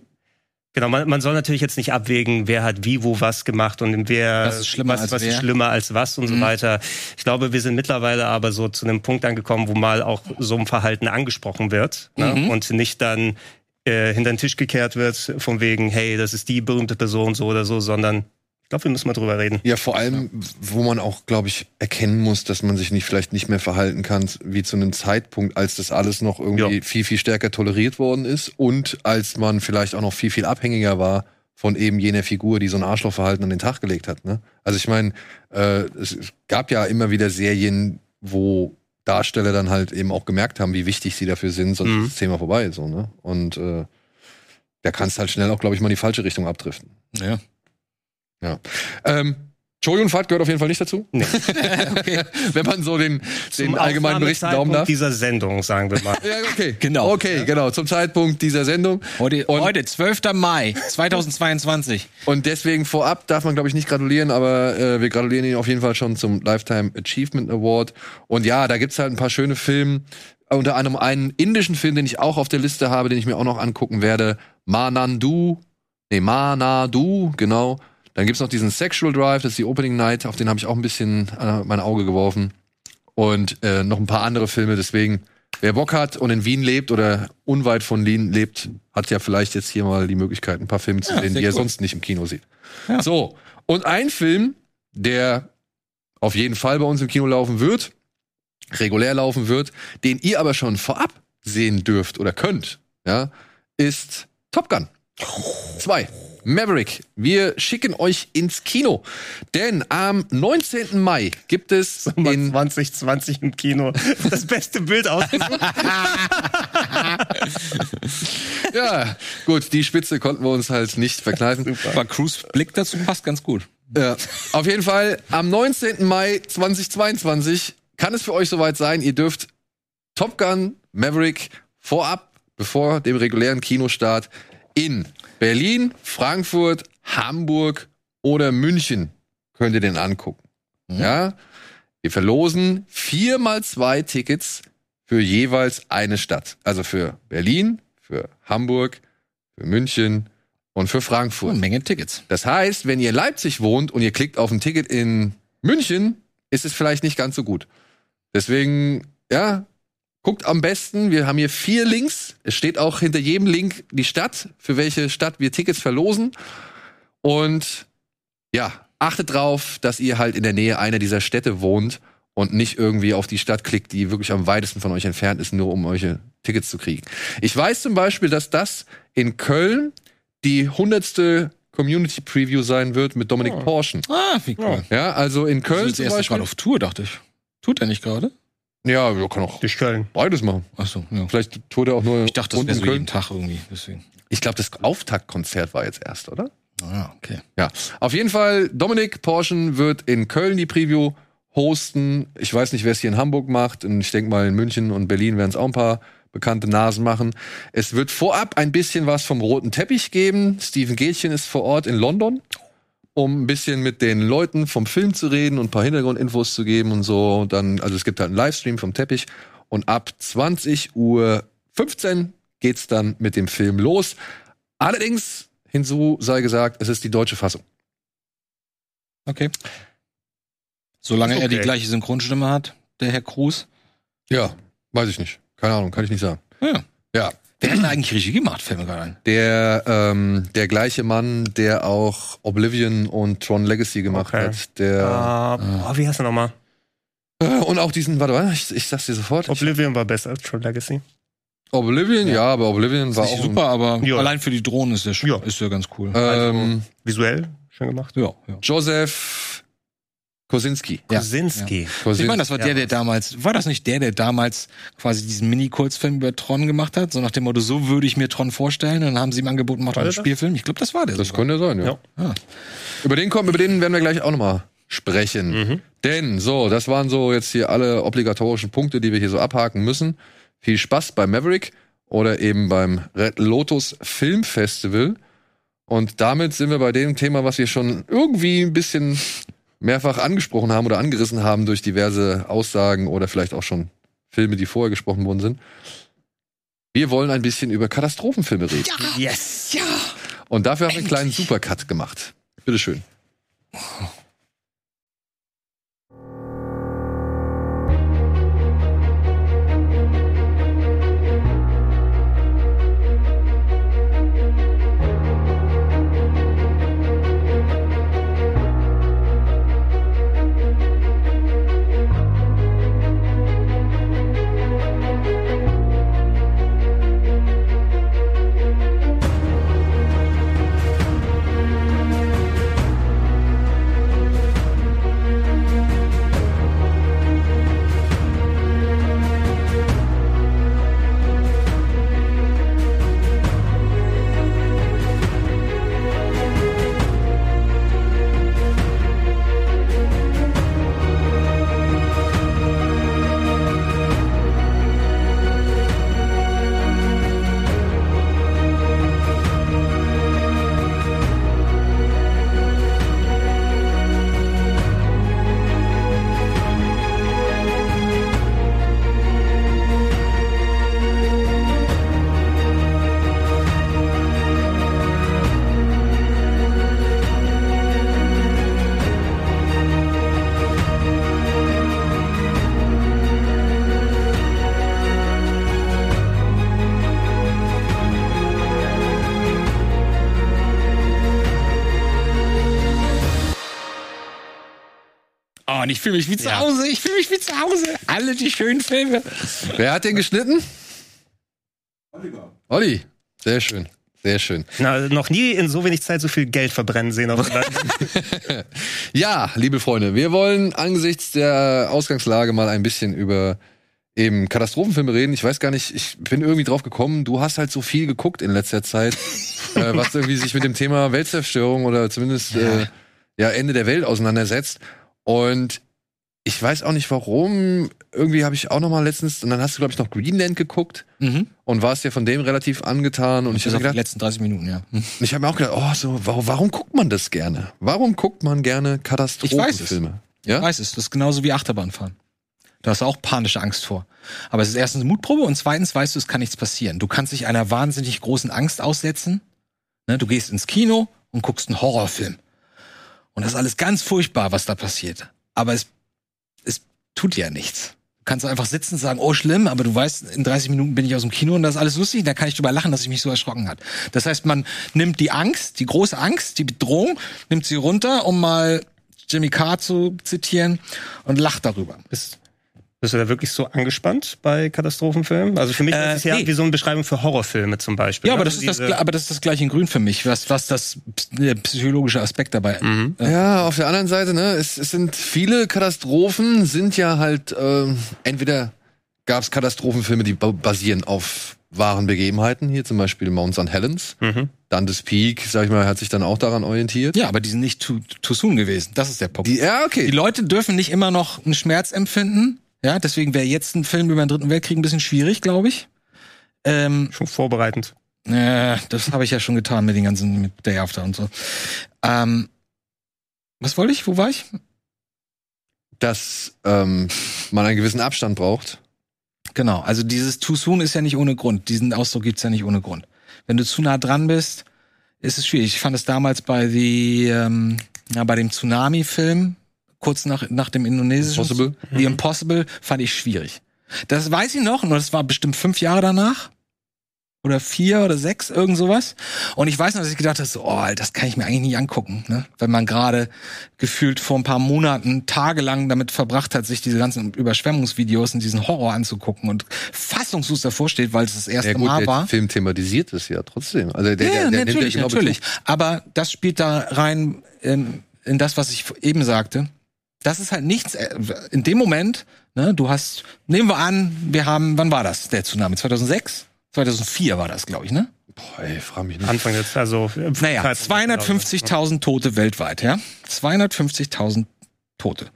Speaker 2: Genau, man, man soll natürlich jetzt nicht abwägen, wer hat wie, wo, was gemacht und wer
Speaker 3: Was ist schlimmer
Speaker 2: was,
Speaker 3: als
Speaker 2: was
Speaker 3: wer. Mhm.
Speaker 2: ist schlimmer als was und so weiter. Ich glaube, wir sind mittlerweile aber so zu einem Punkt angekommen, wo mal auch so ein Verhalten angesprochen wird
Speaker 3: Mhm.
Speaker 2: ne? und nicht dann äh, hinter den Tisch gekehrt wird, von wegen, hey, das ist die berühmte Person so oder so, sondern ich glaube, wir müssen mal drüber reden.
Speaker 1: Ja, vor allem, wo man auch, glaube ich, erkennen muss, dass man sich nicht vielleicht nicht mehr verhalten kann, wie zu einem Zeitpunkt, als das alles noch irgendwie
Speaker 2: Ja.
Speaker 1: viel, viel stärker toleriert worden ist und als man vielleicht auch noch viel, viel abhängiger war von eben jener Figur, die so ein Arschlochverhalten an den Tag gelegt hat. Ne? Also ich meine, äh, es es gab ja immer wieder Serien, wo Darsteller dann halt eben auch gemerkt haben, wie wichtig sie dafür sind, sonst
Speaker 2: Mhm.
Speaker 1: ist das Thema vorbei. So, ne? Und äh, da kannst halt schnell auch, glaube ich, mal in die falsche Richtung abdriften.
Speaker 2: Oh.
Speaker 3: ja.
Speaker 1: Ähm, Jojo Fahrt gehört auf jeden Fall nicht dazu.
Speaker 2: Nee.
Speaker 1: *laughs* okay. Wenn man so den, den allgemeinen Berichten Daumen
Speaker 2: Aufnahmezeitpunkt
Speaker 1: darf.
Speaker 2: dieser Sendung, sagen
Speaker 3: *laughs*
Speaker 2: wir mal.
Speaker 1: Ja, okay.
Speaker 3: Genau.
Speaker 1: Okay, genau. Zum Zeitpunkt dieser Sendung.
Speaker 3: Heute,
Speaker 1: Und-
Speaker 3: heute 12.
Speaker 2: *laughs*
Speaker 3: Mai 2022.
Speaker 1: Und deswegen vorab darf man, glaube ich, nicht gratulieren, aber äh, wir gratulieren Ihnen auf jeden Fall schon zum Lifetime Achievement Award. Und ja, da gibt's halt ein paar schöne Filme. Unter anderem einen indischen Film, den ich auch auf der Liste habe, den ich mir auch noch angucken werde. Manandu. Nee, Manadu, genau. Dann gibt's noch diesen Sexual Drive, das ist die Opening Night, auf den habe ich auch ein bisschen äh, mein Auge geworfen. Und äh, noch ein paar andere Filme, deswegen, wer Bock hat und in Wien lebt oder unweit von Wien lebt, hat ja vielleicht jetzt hier mal die Möglichkeit, ein paar Filme zu sehen,
Speaker 3: sehr
Speaker 1: die er
Speaker 3: cool.
Speaker 1: sonst nicht im Kino sieht. So, Und ein Film, der auf jeden Fall bei uns im Kino laufen wird, regulär laufen wird, den ihr aber schon vorab sehen dürft oder könnt, ja, ist Top Gun 2. Maverick, wir schicken euch ins Kino, denn am 19. Mai gibt es
Speaker 2: Mal
Speaker 1: in
Speaker 2: 2020 im Kino. Das beste Bild
Speaker 3: *laughs*
Speaker 2: ausgesucht.
Speaker 1: Ja, gut, die Spitze konnten wir uns halt nicht verkneifen.
Speaker 3: Aber Cruz Blick dazu passt ganz gut.
Speaker 1: Ja. Äh, Auf jeden Fall, am 19. Mai 2022 kann es für euch soweit sein, ihr dürft Top Gun Maverick vorab, bevor dem regulären Kinostart in Berlin, Frankfurt, Hamburg oder München könnt ihr den angucken. Ja? Wir verlosen vier mal zwei Tickets für jeweils eine Stadt. Also für Berlin, für Hamburg, für München und für Frankfurt.
Speaker 3: Eine Menge Tickets.
Speaker 1: Das heißt, wenn ihr in Leipzig wohnt und ihr klickt auf ein Ticket in München, ist es vielleicht nicht ganz so gut. Deswegen, ja, guckt am besten. Wir haben hier vier Links. Es steht auch hinter jedem Link die Stadt, für welche Stadt wir Tickets verlosen. Und ja, achtet drauf, dass ihr halt in der Nähe einer dieser Städte wohnt und nicht irgendwie auf die Stadt klickt, die wirklich am weitesten von euch entfernt ist, nur um euch Tickets zu kriegen. Ich weiß zum Beispiel, dass das in Köln die hundertste Community Preview sein wird mit Dominik Porschen.
Speaker 3: Ah, wie cool.
Speaker 1: Ja, also in Köln
Speaker 3: Sind
Speaker 1: zum
Speaker 3: erst noch gerade
Speaker 1: Beispiel.
Speaker 3: auf Tour, dachte ich. Tut er nicht gerade?
Speaker 1: Ja, wir können auch
Speaker 2: Durch Köln.
Speaker 1: beides machen.
Speaker 3: Ach so, ja.
Speaker 1: Vielleicht tut er auch nur
Speaker 3: Ich dachte, das
Speaker 1: rund
Speaker 3: wäre
Speaker 1: um
Speaker 3: so
Speaker 1: Köln.
Speaker 3: jeden Tag irgendwie. Deswegen.
Speaker 1: Ich glaube, das Auftaktkonzert war jetzt erst, oder?
Speaker 3: Ah, okay.
Speaker 1: Ja, auf jeden Fall, Dominik Porschen wird in Köln die Preview hosten. Ich weiß nicht, wer es hier in Hamburg macht. Und ich denke mal, in München und Berlin werden es auch ein paar bekannte Nasen machen. Es wird vorab ein bisschen was vom roten Teppich geben. Steven Gätchen ist vor Ort in London, um ein bisschen mit den Leuten vom Film zu reden und ein paar Hintergrundinfos zu geben und so. Und dann, also es gibt halt einen Livestream vom Teppich. Und ab 20 Uhr 15 geht's dann mit dem Film los. Allerdings, hinzu sei gesagt, es ist die deutsche Fassung.
Speaker 3: Okay. Solange
Speaker 2: Ist
Speaker 3: er die
Speaker 2: okay.
Speaker 3: gleiche Synchronstimme hat, der Herr Cruz.
Speaker 1: Ja, weiß ich nicht. Keine Ahnung, kann ich nicht sagen.
Speaker 3: Ja.
Speaker 1: Ja,
Speaker 3: Wer hat denn eigentlich Regie gemacht, fällt mir gerade ein.
Speaker 1: der, ähm, der gleiche Mann, der auch Oblivion und Tron Legacy gemacht
Speaker 2: Okay.
Speaker 1: hat, der
Speaker 2: Ah, boah, wie heißt er nochmal?
Speaker 1: äh, und auch diesen, warte, warte, ich, ich sag's dir sofort.
Speaker 2: Oblivion war besser als True Legacy.
Speaker 1: Oblivion, ja. aber Oblivion war
Speaker 3: Ist
Speaker 1: auch
Speaker 3: nicht super, aber
Speaker 2: Ja.
Speaker 3: allein für die Drohnen ist der schon,
Speaker 2: Ja.
Speaker 3: ist der ganz cool.
Speaker 1: Ähm,
Speaker 2: Visuell schön gemacht.
Speaker 3: ja, ja.
Speaker 1: Joseph Kosinski.
Speaker 3: Ja.
Speaker 2: Kosinski.
Speaker 1: Kosinski.
Speaker 3: Ich meine, das war der, der damals, war das nicht der, der damals quasi diesen Mini-Kurzfilm über Tron gemacht hat? So nach dem Motto, so würde ich mir Tron vorstellen. Und dann haben sie ihm angeboten, macht doch einen
Speaker 2: War der das?
Speaker 3: Spielfilm. Ich glaube, das war der.
Speaker 1: das
Speaker 3: sogar.
Speaker 1: könnte sein, ja.
Speaker 2: Ja.
Speaker 3: Ah.
Speaker 1: Über den kommen, über den werden wir gleich auch nochmal sprechen.
Speaker 2: Mhm.
Speaker 1: Denn so, das waren so jetzt hier alle obligatorischen Punkte, die wir hier so abhaken müssen. Viel Spaß bei Maverick oder eben beim Red Lotus Film Festival. Und damit sind wir bei dem Thema, was wir schon irgendwie ein bisschen mehrfach angesprochen haben oder angerissen haben durch diverse Aussagen oder vielleicht auch schon Filme, die vorher gesprochen worden sind. Wir wollen ein bisschen über Katastrophenfilme reden.
Speaker 2: Yes.
Speaker 1: Und dafür haben wir einen kleinen Supercut gemacht. Bitteschön.
Speaker 3: Oh, und ich fühle mich wie zu Hause. Ich fühle mich wie zu Hause. Alle die schönen Filme.
Speaker 1: Wer hat den geschnitten? Oliver. Olli. Sehr schön. Sehr schön.
Speaker 2: Na, noch nie in so wenig Zeit so viel Geld verbrennen sehen. Auf
Speaker 3: *laughs*
Speaker 2: einmal.
Speaker 1: Ja, liebe Freunde, wir wollen angesichts der Ausgangslage mal ein bisschen über eben Katastrophenfilme reden. Ich weiß gar nicht, ich bin irgendwie drauf gekommen, du hast halt so viel geguckt in letzter Zeit, äh, was irgendwie sich mit dem Thema Weltzerstörung oder zumindest äh, ja, Ende der Welt auseinandersetzt. Und ich weiß auch nicht warum, irgendwie habe ich auch noch mal letztens, und dann hast du, glaube ich, noch Greenland geguckt
Speaker 3: Mhm.
Speaker 1: und warst ja von dem relativ angetan. Und ich
Speaker 3: Bis
Speaker 1: habe
Speaker 3: auf die
Speaker 1: gedacht,
Speaker 3: letzten 30 Minuten, ja.
Speaker 1: und Ich habe mir auch gedacht, oh, so, warum, warum guckt man das gerne? Warum guckt man gerne Katastrophenfilme?
Speaker 3: Ich
Speaker 1: Ja?
Speaker 3: weiß es. Das ist genauso wie Achterbahnfahren. Da hast du auch panische Angst vor. Aber es ist erstens eine Mutprobe und zweitens weißt du, es kann nichts passieren. Du kannst dich einer wahnsinnig großen Angst aussetzen. Ne, du gehst ins Kino und guckst einen Horrorfilm. Und das ist alles ganz furchtbar, was da passiert. Aber es, es tut dir ja nichts. Du kannst einfach sitzen und sagen, oh schlimm, aber du weißt, in 30 Minuten bin ich aus dem Kino und das ist alles lustig. Da kann ich drüber lachen, dass ich mich so erschrocken hat. Das heißt, man nimmt die Angst, die große Angst, die Bedrohung, nimmt sie runter, um mal Jimmy Carr zu zitieren und lacht darüber.
Speaker 2: bist, bist du da wirklich so angespannt bei Katastrophenfilmen? Also für mich
Speaker 3: Äh,
Speaker 2: ist es ja
Speaker 3: nee.
Speaker 2: wie so eine Beschreibung für Horrorfilme zum Beispiel.
Speaker 3: Ja, aber das,
Speaker 2: Also
Speaker 3: ist das,
Speaker 2: diese-
Speaker 3: aber das ist das gleiche in Grün für mich, was, was das ps- der psychologische Aspekt dabei
Speaker 1: Mhm. Ja, auf der anderen Seite, ne, es, es sind viele Katastrophen, sind ja halt, ähm, entweder gab es Katastrophenfilme, die ba- basieren auf wahren Begebenheiten, hier zum Beispiel Mount St. Helens,
Speaker 2: Mhm.
Speaker 1: Dantes Peak, sag ich mal, hat sich dann auch daran orientiert.
Speaker 3: Ja, aber die sind nicht too, too soon gewesen. Das ist der Punkt.
Speaker 1: Die,
Speaker 3: Die,
Speaker 1: ja, okay.
Speaker 3: Leute dürfen nicht immer noch einen Schmerz empfinden. Ja, deswegen wäre jetzt ein Film über den Dritten Weltkrieg ein bisschen schwierig, glaube ich. Ähm,
Speaker 2: schon vorbereitend.
Speaker 3: äh, das habe ich ja schon getan mit den ganzen mit Day After und so. Ähm, was wollte ich? Wo war ich?
Speaker 1: dass ähm, man einen gewissen Abstand braucht.
Speaker 3: Genau, also dieses Too soon ist ja nicht ohne Grund. Diesen Ausdruck gibt's ja nicht ohne Grund. Wenn du zu nah dran bist, ist es schwierig. Ich fand es damals bei die, ähm, na, bei dem Tsunami-Film, kurz nach, nach dem indonesischen.
Speaker 1: Impossible.
Speaker 3: The Impossible fand ich schwierig. Das weiß ich noch, und das war bestimmt fünf Jahre danach. Oder vier oder sechs, irgend sowas. Und ich weiß noch, dass ich gedacht habe, so, oh, Alter, das kann ich mir eigentlich nicht angucken, ne? Wenn man gerade gefühlt vor ein paar Monaten tagelang damit verbracht hat, sich diese ganzen Überschwemmungsvideos und diesen Horror anzugucken und fassungslos davor steht, weil es das erste
Speaker 1: Ja gut,
Speaker 3: Mal war.
Speaker 1: der Film thematisiert es ja trotzdem. Also der, der,
Speaker 3: Ja,
Speaker 1: der nimmt ja
Speaker 3: natürlich,
Speaker 1: genau Bezug.
Speaker 3: natürlich. Aber das spielt da rein ähm, in das, was ich eben sagte. Das ist halt nichts. äh, In dem Moment, ne, du hast, nehmen wir an, wir haben, wann war das, der Tsunami? 2006? 2004 war das, glaube ich, ne?
Speaker 1: Boah, ey, frag mich nicht.
Speaker 2: Anfang jetzt, also. äh,
Speaker 3: Naja,
Speaker 2: Zeitpunkt, genau.
Speaker 3: 250.000 Tote weltweit, ja? 250.000 Tote.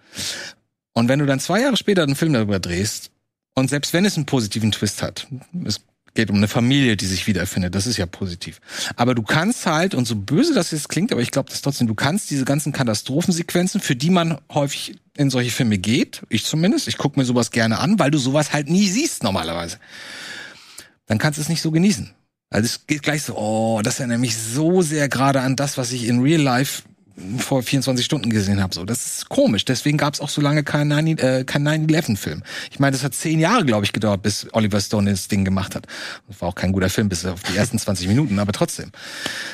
Speaker 3: Und wenn du dann zwei Jahre später einen Film darüber drehst, und selbst wenn es einen positiven Twist hat, es geht um eine Familie, die sich wiederfindet, das ist ja positiv. Aber du kannst halt, und so böse das jetzt klingt, aber ich glaube das trotzdem, du kannst diese ganzen Katastrophensequenzen, für die man häufig in solche Filme geht, ich zumindest, ich gucke mir sowas gerne an, weil du sowas halt nie siehst normalerweise, dann kannst du es nicht so genießen. Also es geht gleich so, oh, das erinnert mich so sehr gerade an das, was ich in Real Life vor 24 Stunden gesehen habe. So, das ist komisch. Deswegen gab es auch so lange keinen 9 äh, keinen 9-11-Film. Ich meine, das hat zehn Jahre, glaube ich, gedauert, bis Oliver Stone das Ding gemacht hat. Das war auch kein guter Film, bis auf die ersten 20 Minuten, aber trotzdem.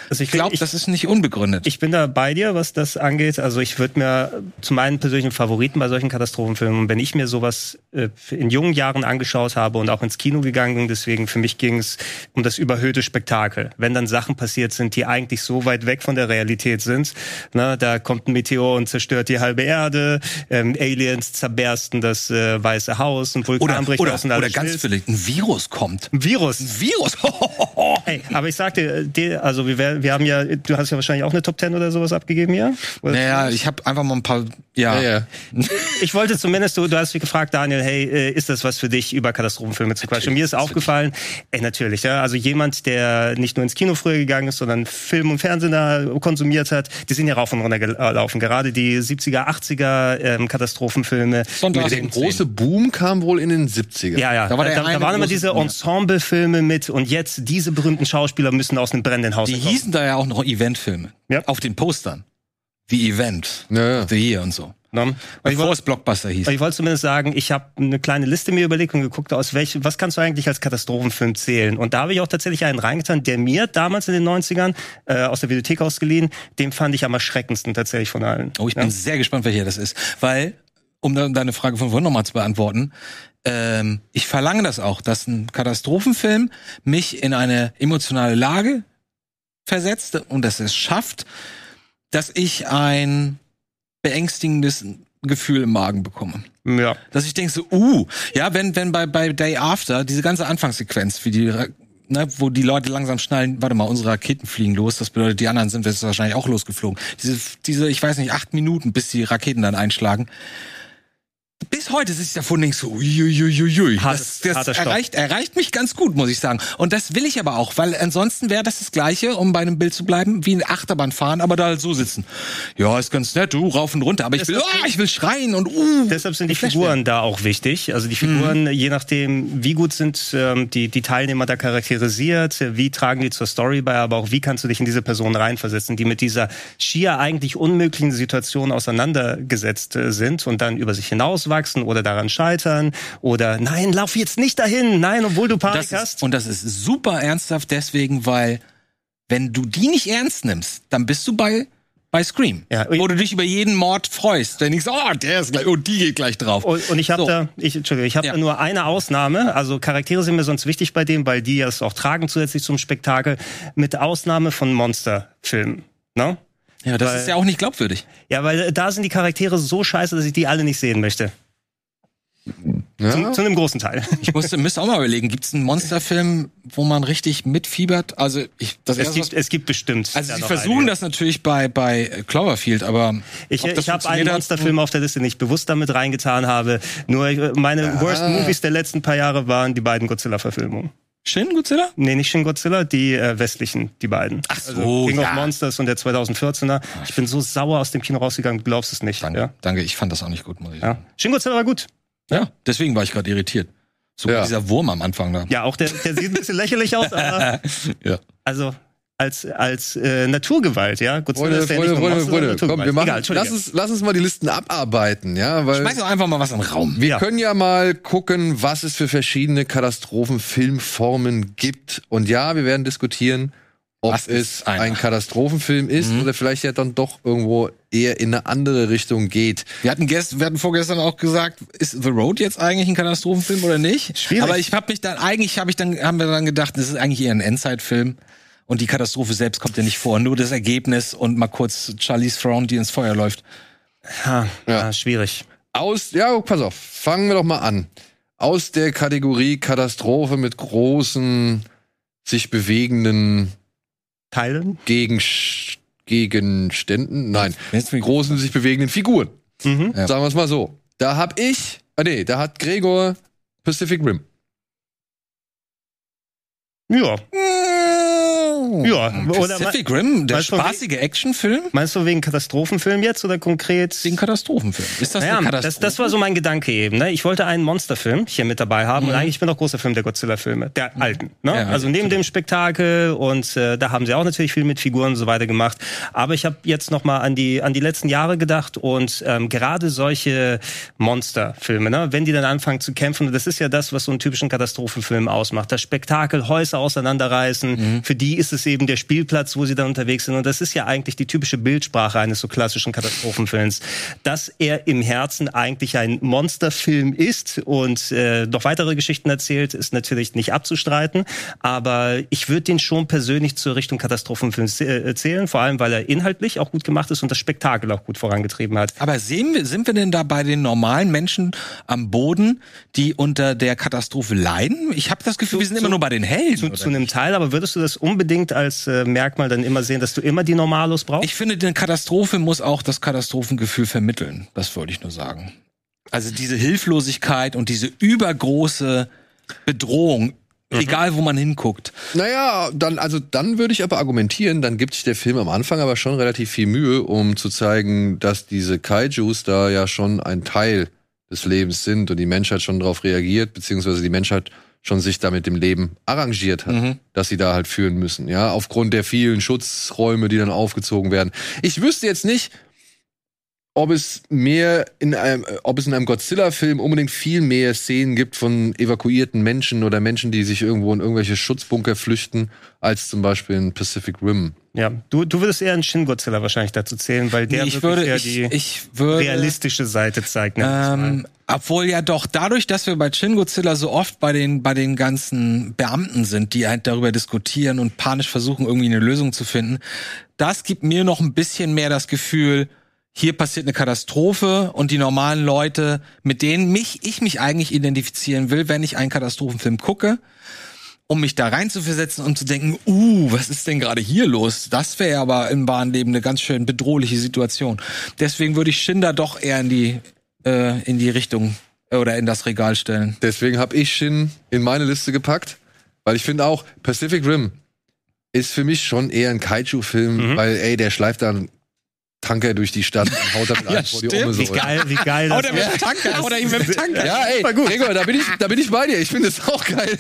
Speaker 2: Also ich
Speaker 3: Ich glaube,
Speaker 2: ich-
Speaker 3: das ist nicht unbegründet.
Speaker 2: Ich bin da bei dir, was das angeht. Also ich würde mir zu meinen persönlichen Favoriten bei solchen Katastrophenfilmen, wenn ich mir sowas äh, in jungen Jahren angeschaut habe und auch ins Kino gegangen bin, deswegen für mich ging es um das überhöhte Spektakel. Wenn dann Sachen passiert sind, die eigentlich so weit weg von der Realität sind, ne, da kommt ein Meteor und zerstört die halbe Erde, ähm, Aliens zerbersten das äh, Weiße Haus, ein
Speaker 3: oder
Speaker 2: Vulkan bricht
Speaker 3: oder,
Speaker 2: aus und alles
Speaker 3: oder ganz Hm.
Speaker 2: schmilzt.
Speaker 3: billig, ein Virus kommt.
Speaker 2: ein Virus.
Speaker 3: Ein Virus? *laughs*
Speaker 2: Hey, aber ich sagte, die, also wir, wär- wir haben ja, du hast ja wahrscheinlich auch eine Top Ten oder sowas abgegeben hier. Oder
Speaker 3: naja, ich habe einfach mal ein paar, ja.
Speaker 1: Ja, ja.
Speaker 2: ich wollte zumindest, du, du hast mich gefragt, Daniel, hey, äh, ist das was für dich, über Katastrophenfilme zu quatschen? Mir ist aufgefallen, ey, natürlich, ja, also jemand, der nicht nur ins Kino früher gegangen ist, sondern Film und Fernsehen da konsumiert hat, die sind ja rauf und runter gelaufen. Gerade die 70er, 80er ähm, Katastrophenfilme.
Speaker 3: Sonntags
Speaker 1: Der
Speaker 3: um
Speaker 1: große Boom kam wohl in den 70ern.
Speaker 2: Ja, ja,
Speaker 3: Da war der
Speaker 2: da,
Speaker 3: eine
Speaker 2: da waren immer
Speaker 3: große-
Speaker 2: diese Ensemble-Filme mit und jetzt diese berühmten Schauspieler müssen aus einem brennenden Haus
Speaker 3: Die
Speaker 2: entkommen.
Speaker 3: hießen da ja auch noch Eventfilme.
Speaker 2: Ja.
Speaker 3: Auf den Postern. Wie Event.
Speaker 1: Ja, ja.
Speaker 3: The Year und so.
Speaker 2: Ne? Und ich
Speaker 3: Bevor
Speaker 2: wollte-
Speaker 3: es Blockbuster hieß.
Speaker 2: Aber ich wollte zumindest sagen, ich habe eine kleine Liste mir überlegt und geguckt, aus welchem, was kannst du eigentlich als Katastrophenfilm zählen? Und da habe ich auch tatsächlich einen reingetan, der mir damals in den 90ern äh, aus der Videothek ausgeliehen, den fand ich am erschreckendsten tatsächlich von allen.
Speaker 3: Oh, ich bin sehr gespannt, welcher das ist. Weil um da- deine Frage von vorhin nochmal zu beantworten, ähm, ich verlange das auch, dass ein Katastrophenfilm mich in eine emotionale Lage versetzt und dass es schafft, dass ich ein beängstigendes Gefühl im Magen bekomme.
Speaker 2: Ja.
Speaker 3: Dass ich denke so, uh, ja, wenn, wenn bei, bei Day After diese ganze Anfangssequenz, wie die, Ra- ne, wo die Leute langsam schnallen, warte mal, unsere Raketen fliegen los, das bedeutet, die anderen sind jetzt wahrscheinlich auch losgeflogen. Diese, diese, ich weiß nicht, acht Minuten, bis die Raketen dann einschlagen. Bis heute sitze ich davon und denk so, uiuiuiui. Das,
Speaker 2: Hartes-
Speaker 3: das
Speaker 2: harter Stoff.
Speaker 3: erreicht, erreicht mich ganz gut, muss ich sagen. Und das will ich aber auch, weil ansonsten wäre das das Gleiche, um bei einem Bild zu bleiben, wie ein Achterbahn fahren, aber da halt so sitzen. Ja, ist ganz nett, du, rauf und runter. Aber ich will, oh, ich will schreien und uh.
Speaker 2: Deshalb sind die
Speaker 3: Flashback.
Speaker 2: Figuren da auch wichtig. Also die Figuren, je nachdem, wie gut sind ähm, die, die Teilnehmer da charakterisiert, äh, wie tragen die zur Story bei, aber auch wie kannst du dich in diese Personen reinversetzen, die mit dieser schier eigentlich unmöglichen Situation auseinandergesetzt äh, sind und dann über sich hinauswachsen oder daran scheitern oder nein, lauf jetzt nicht dahin, nein, obwohl du Panik
Speaker 3: das ist,
Speaker 2: hast.
Speaker 3: und das ist super ernsthaft deswegen, weil wenn du die nicht ernst nimmst, dann bist du bei bei Scream,
Speaker 2: Ja.
Speaker 3: wo du dich über jeden Mord freust, wenn ich so, oh, der ist gleich, oh, die geht gleich drauf.
Speaker 2: Und, und ich habe
Speaker 3: So.
Speaker 2: da, ich, Entschuldigung, ich habe
Speaker 3: Ja.
Speaker 2: da nur eine Ausnahme. Also Charaktere sind mir sonst wichtig bei dem, weil die es auch tragen zusätzlich zum Spektakel. Mit Ausnahme von Monsterfilmen. Ne?
Speaker 3: ja, das
Speaker 2: weil-
Speaker 3: ist ja auch nicht glaubwürdig.
Speaker 2: Ja, weil da sind die Charaktere so scheiße, dass ich die alle nicht sehen möchte. Zu,
Speaker 1: Ja?
Speaker 2: zu einem großen Teil.
Speaker 3: Ich
Speaker 2: *laughs*
Speaker 3: musste, müsste auch mal überlegen, gibt es einen Monsterfilm, wo man richtig mitfiebert? Also ich, das
Speaker 2: Es
Speaker 3: erste,
Speaker 2: gibt,
Speaker 3: was,
Speaker 2: es gibt bestimmt.
Speaker 3: also
Speaker 2: da
Speaker 3: sie
Speaker 2: noch
Speaker 3: versuchen
Speaker 2: einige.
Speaker 3: das natürlich bei bei Cloverfield, aber
Speaker 2: Ich,
Speaker 3: ob das
Speaker 2: ich habe einen
Speaker 3: funktioniert hat-
Speaker 2: Monsterfilm auf der Liste, den ich bewusst damit reingetan habe. Nur äh, meine Worst Movies der letzten paar Jahre waren die beiden Godzilla-Verfilmungen.
Speaker 3: Shin Godzilla?
Speaker 2: Nee, nicht Shin Godzilla, die äh, westlichen, die beiden. Ach
Speaker 3: so,
Speaker 2: King
Speaker 3: ja.
Speaker 2: of Monsters und der 2014er. Ich bin so sauer aus dem Kino rausgegangen, du glaubst es nicht.
Speaker 3: Danke,
Speaker 2: Ja?
Speaker 3: danke. Ich fand das auch nicht gut, muss ich
Speaker 2: Ja.
Speaker 3: sagen.
Speaker 2: Shin Godzilla war gut.
Speaker 3: Ja, deswegen war ich gerade irritiert. So
Speaker 1: Ja.
Speaker 3: dieser Wurm am Anfang da.
Speaker 2: Ja, auch der, der sieht ein bisschen lächerlich aus, aber
Speaker 3: ja.
Speaker 2: also als, als äh, Naturgewalt, ja. Godzilla
Speaker 1: Freunde,
Speaker 2: ist ja
Speaker 1: Freunde,
Speaker 2: nicht nur
Speaker 1: Freunde,
Speaker 2: Monster,
Speaker 1: Freunde,
Speaker 2: sondern
Speaker 1: komm, wir machen,
Speaker 2: Naturgewalt. Egal,
Speaker 1: lass,
Speaker 2: Entschuldige.
Speaker 1: uns, lass uns mal die Listen abarbeiten, ja, weil
Speaker 3: Schmeiß doch einfach mal was in den Raum.
Speaker 1: wir
Speaker 2: Ja.
Speaker 1: können ja mal gucken, was es für verschiedene Katastrophenfilmformen gibt. Und ja, wir werden diskutieren, ob
Speaker 3: Was ist
Speaker 1: es
Speaker 3: einer?
Speaker 1: ein Katastrophenfilm ist
Speaker 2: Mhm.
Speaker 1: oder vielleicht ja dann doch irgendwo eher in eine andere Richtung geht.
Speaker 3: Wir hatten, gest, wir hatten vorgestern auch gesagt, ist The Road jetzt eigentlich ein Katastrophenfilm oder nicht?
Speaker 2: Schwierig.
Speaker 3: Aber ich habe mich dann eigentlich habe ich dann haben wir dann gedacht, das ist eigentlich eher ein Endzeitfilm und die Katastrophe selbst kommt ja nicht vor, nur das Ergebnis und mal kurz Charlize Theron, die ins Feuer läuft.
Speaker 2: Ha,
Speaker 1: Ja.
Speaker 2: ah, schwierig.
Speaker 1: Aus, ja, pass auf, fangen wir doch mal an. Aus der Kategorie Katastrophe mit großen, sich bewegenden
Speaker 2: Teilen?
Speaker 1: Gegen, Gegenständen, nein,
Speaker 3: Jetzt bin ich-
Speaker 1: großen, sich bewegenden Figuren.
Speaker 2: Mhm.
Speaker 3: Ja.
Speaker 1: Sagen wir es mal so. Da hab ich, ah nee, da hat Gregor Pacific Rim.
Speaker 2: Ja.
Speaker 1: Oh,
Speaker 2: Ja. Oder me-
Speaker 3: Pacific Rim, der
Speaker 2: weißt du, wie-
Speaker 3: spaßige Actionfilm,
Speaker 2: meinst du wegen Katastrophenfilm jetzt oder konkret?
Speaker 3: den Katastrophenfilm. Ist das eine
Speaker 2: Naja, das,
Speaker 3: Katastrophe?
Speaker 2: das war so mein Gedanke eben. Ne? Ich wollte einen Monsterfilm hier mit dabei haben und eigentlich bin ich auch großer Film der Godzilla-Filme, der alten. Ne?
Speaker 3: Mhm. Ja,
Speaker 2: also neben dem Spektakel und äh, da haben sie auch natürlich viel mit Figuren und so weiter gemacht. Aber ich habe jetzt noch mal an die an die letzten Jahre gedacht und ähm, gerade solche Monsterfilme, ne? wenn die dann anfangen zu kämpfen, und das ist ja das, was so einen typischen Katastrophenfilm ausmacht. Das Spektakel, Häuser auseinanderreißen.
Speaker 3: Mhm.
Speaker 2: Für die ist es eben der Spielplatz, wo sie dann unterwegs sind. Und das ist ja eigentlich die typische Bildsprache eines so klassischen Katastrophenfilms, dass er im Herzen eigentlich ein Monsterfilm ist und äh, noch weitere Geschichten erzählt, ist natürlich nicht abzustreiten. Aber ich würde den schon persönlich zur Richtung Katastrophenfilm äh, zählen, vor allem weil er inhaltlich auch gut gemacht ist und das Spektakel auch gut vorangetrieben hat.
Speaker 3: Aber sehen wir, sind wir denn da bei den normalen Menschen am Boden, die unter der Katastrophe leiden? Ich habe das Gefühl, wir sind immer nur bei den Helden.
Speaker 2: Zu,
Speaker 3: oder?
Speaker 2: zu einem Teil, aber würdest du das unbedingt als äh, Merkmal dann immer sehen, dass du immer die Normalos brauchst?
Speaker 3: Ich finde, eine Katastrophe muss auch das Katastrophengefühl vermitteln. Das wollte ich nur sagen. Also diese Hilflosigkeit und diese übergroße Bedrohung,
Speaker 2: Mhm.
Speaker 3: egal wo man hinguckt.
Speaker 1: Naja, dann, also dann würde ich aber argumentieren, dann gibt sich der Film am Anfang aber schon relativ viel Mühe, um zu zeigen, dass diese Kaijus da ja schon ein Teil des Lebens sind und die Menschheit schon darauf reagiert, beziehungsweise die Menschheit schon sich da mit dem Leben arrangiert hat, dass sie da halt führen müssen, ja, aufgrund der vielen Schutzräume, die dann aufgezogen werden. Ich wüsste jetzt nicht, ob es mehr in einem, äh, ob es in einem Godzilla-Film unbedingt viel mehr Szenen gibt von evakuierten Menschen oder Menschen, die sich irgendwo in irgendwelche Schutzbunker flüchten, als zum Beispiel in Pacific Rim.
Speaker 2: Ja, du, du würdest eher einen Shin Godzilla wahrscheinlich dazu zählen, weil der
Speaker 3: Nee, ich
Speaker 2: wirklich
Speaker 3: würde,
Speaker 2: eher
Speaker 3: ich,
Speaker 2: die
Speaker 3: ich würde,
Speaker 2: realistische Seite zeigt. ne?
Speaker 3: Ähm, obwohl ja doch dadurch, dass wir bei Shin Godzilla so oft bei den bei den ganzen Beamten sind, die halt darüber diskutieren und panisch versuchen irgendwie eine Lösung zu finden, das gibt mir noch ein bisschen mehr das Gefühl, hier passiert eine Katastrophe und die normalen Leute, mit denen mich ich mich eigentlich identifizieren will, wenn ich einen Katastrophenfilm gucke, um mich da reinzuversetzen und zu denken, uh, was ist denn gerade hier los? Das wäre aber im wahren Leben eine ganz schön bedrohliche Situation. Deswegen würde ich Schinder doch eher in die äh, in die Richtung äh, oder in das Regal stellen.
Speaker 1: Deswegen habe ich Shin in meine Liste gepackt, weil ich finde auch, Pacific Rim ist für mich schon eher ein Kaiju-Film,
Speaker 2: Mhm.
Speaker 1: weil, ey, der schleift da einen Tanker durch die Stadt und haut
Speaker 2: *laughs*
Speaker 1: damit einen vor die
Speaker 3: stimmt.
Speaker 1: Omme
Speaker 2: wie
Speaker 1: so.
Speaker 2: geil, wie geil das ist.
Speaker 3: Tanker oder ihm mit dem Tanker.
Speaker 1: Ja, ey, Gregor, da bin ich, da bin ich bei dir. Ich finde es auch geil.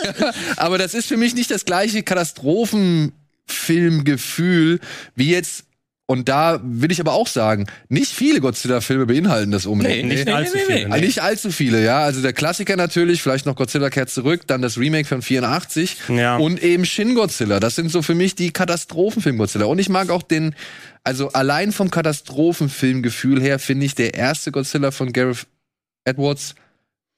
Speaker 1: *laughs* Aber das ist für mich nicht das gleiche Katastrophenfilmgefühl wie jetzt. Und da will ich aber auch sagen, nicht viele Godzilla-Filme beinhalten das unbedingt.
Speaker 2: Nicht
Speaker 3: Nee,
Speaker 2: allzu
Speaker 3: nee, nee,
Speaker 2: viel.
Speaker 1: Also Nicht allzu viele, ja. Also der Klassiker natürlich, vielleicht noch Godzilla kehrt zurück, dann das Remake von 84
Speaker 2: Ja.
Speaker 1: und eben Shin Godzilla. Das sind so für mich die Katastrophenfilm Godzilla. Und ich mag auch den, also allein vom Katastrophenfilmgefühl her finde ich der erste Godzilla von Gareth Edwards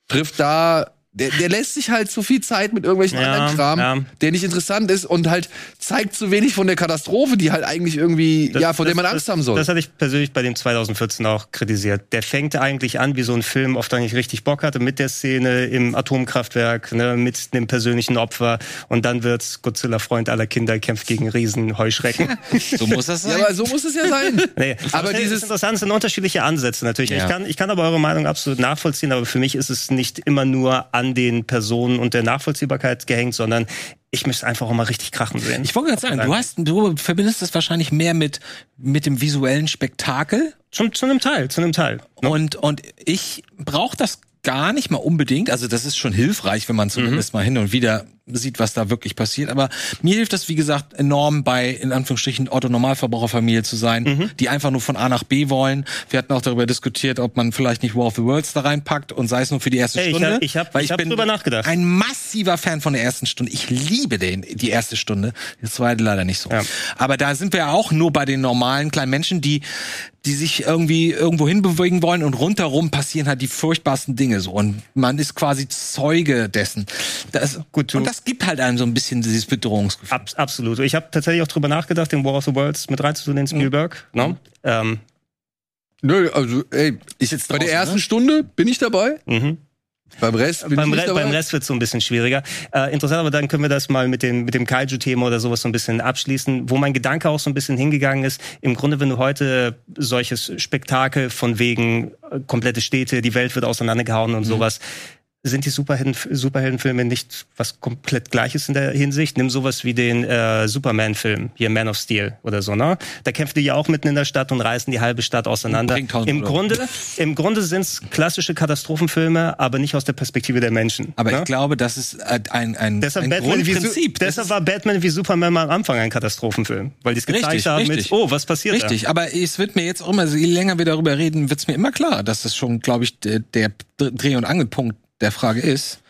Speaker 1: trifft da, der, der lässt sich halt zu viel Zeit mit irgendwelchen
Speaker 2: Ja,
Speaker 1: anderen Kram,
Speaker 2: ja.
Speaker 1: der nicht interessant ist und halt zeigt zu wenig von der Katastrophe, die halt eigentlich irgendwie,
Speaker 2: Das-
Speaker 1: ja, vor der
Speaker 2: das-
Speaker 1: man Angst
Speaker 2: das,
Speaker 1: haben soll.
Speaker 2: Das hatte ich persönlich bei dem 2014 auch kritisiert. Der fängt eigentlich an wie so ein Film, auf den ich richtig Bock hatte, mit der Szene im Atomkraftwerk, ne, mit dem persönlichen Opfer. Und dann wird's Godzilla Freund aller Kinder, kämpft gegen Riesen, Heuschrecken.
Speaker 3: So muss das
Speaker 1: ja,
Speaker 3: sein.
Speaker 1: aber so muss es ja sein.
Speaker 2: *laughs* Nee,
Speaker 1: Aber
Speaker 2: das
Speaker 1: dieses-
Speaker 2: ist interessant, es sind unterschiedliche Ansätze natürlich.
Speaker 3: Ja.
Speaker 2: Ich, kann, ich kann aber eure Meinung absolut nachvollziehen, aber für mich ist es nicht immer nur an den Personen und der Nachvollziehbarkeit gehängt, sondern ich müsste einfach auch mal richtig krachen sehen.
Speaker 3: ich wollte gerade sagen, du hast, du verbindest das wahrscheinlich mehr mit mit dem visuellen Spektakel
Speaker 2: zu, zu einem Teil, zu einem Teil.
Speaker 3: Und, und ich brauche das gar nicht mal unbedingt. Also das ist schon hilfreich, wenn man
Speaker 2: Mhm.
Speaker 3: zumindest mal hin und wieder sieht, was da wirklich passiert. Aber mir hilft das, wie gesagt, enorm bei, in Anführungsstrichen, Otto-Normalverbraucherfamilie zu sein,
Speaker 2: Mhm.
Speaker 3: die einfach nur von A nach B wollen. Wir hatten auch darüber diskutiert, ob man vielleicht nicht War of the Worlds da reinpackt und sei es nur für die erste
Speaker 2: Ey, ich
Speaker 3: Stunde.
Speaker 2: hab- ich hab-
Speaker 3: Weil
Speaker 2: ich hab
Speaker 3: bin
Speaker 2: drüber nachgedacht.
Speaker 3: Ein massiver Fan von der ersten Stunde. Ich liebe den, die erste Stunde. Die zweite leider nicht so.
Speaker 2: Ja.
Speaker 3: Aber da sind wir ja auch nur bei den normalen kleinen Menschen, die, die sich irgendwie irgendwo hinbewegen wollen und rundherum passieren halt die furchtbarsten Dinge so. Und man ist quasi Zeuge dessen. Das,
Speaker 2: Gut, du-
Speaker 3: und das gibt halt einem so ein bisschen dieses Bedrohungsgefühl.
Speaker 2: Ab, absolut. Ich habe tatsächlich auch drüber nachgedacht, den War of the Worlds mit reinzutun, den Spielberg. Ne? Ähm,
Speaker 1: Nö, also, ey, ich,
Speaker 3: Ist jetzt
Speaker 1: bei der
Speaker 3: draußen,
Speaker 1: ersten
Speaker 3: ne?
Speaker 1: Stunde bin ich dabei.
Speaker 2: mhm.
Speaker 1: Beim Rest bin
Speaker 2: beim,
Speaker 1: ich
Speaker 2: Re
Speaker 1: nicht dabei.
Speaker 2: beim Rest wird es so ein bisschen schwieriger. Äh, interessant, aber dann können wir das mal mit dem, mit dem Kaiju-Thema oder sowas so ein bisschen abschließen, wo mein Gedanke auch so ein bisschen hingegangen ist. Im Grunde, wenn du heute solches Spektakel von wegen äh, komplette Städte, die Welt wird auseinandergehauen und sowas, sind die Superhelden, Superheldenfilme nicht was komplett Gleiches in der Hinsicht? Nimm sowas wie den äh, Superman-Film, hier Man of Steel oder so, ne? Da kämpfen die ja auch mitten in der Stadt und reißen die halbe Stadt auseinander.
Speaker 3: Bringt tausend
Speaker 2: Im
Speaker 3: Leute um.
Speaker 2: Grunde, im Grunde sind es klassische Katastrophenfilme, aber nicht aus der Perspektive der Menschen.
Speaker 3: Aber
Speaker 2: ne?
Speaker 3: ich glaube, das ist äh, ein, ein,
Speaker 2: Deshalb,
Speaker 3: ein
Speaker 2: Batman wie, Su-
Speaker 3: Grundprinzip. Das
Speaker 2: deshalb war Batman wie Superman mal am Anfang ein Katastrophenfilm, weil die es gezeigt
Speaker 3: Richtig,
Speaker 2: haben mit,
Speaker 3: richtig.
Speaker 2: oh, was passiert da?
Speaker 3: Richtig, aber es wird mir jetzt auch immer, je länger wir darüber reden, wird es mir immer klar, dass das schon, glaube ich, der, der Dreh- und Angelpunkt der Frage ist,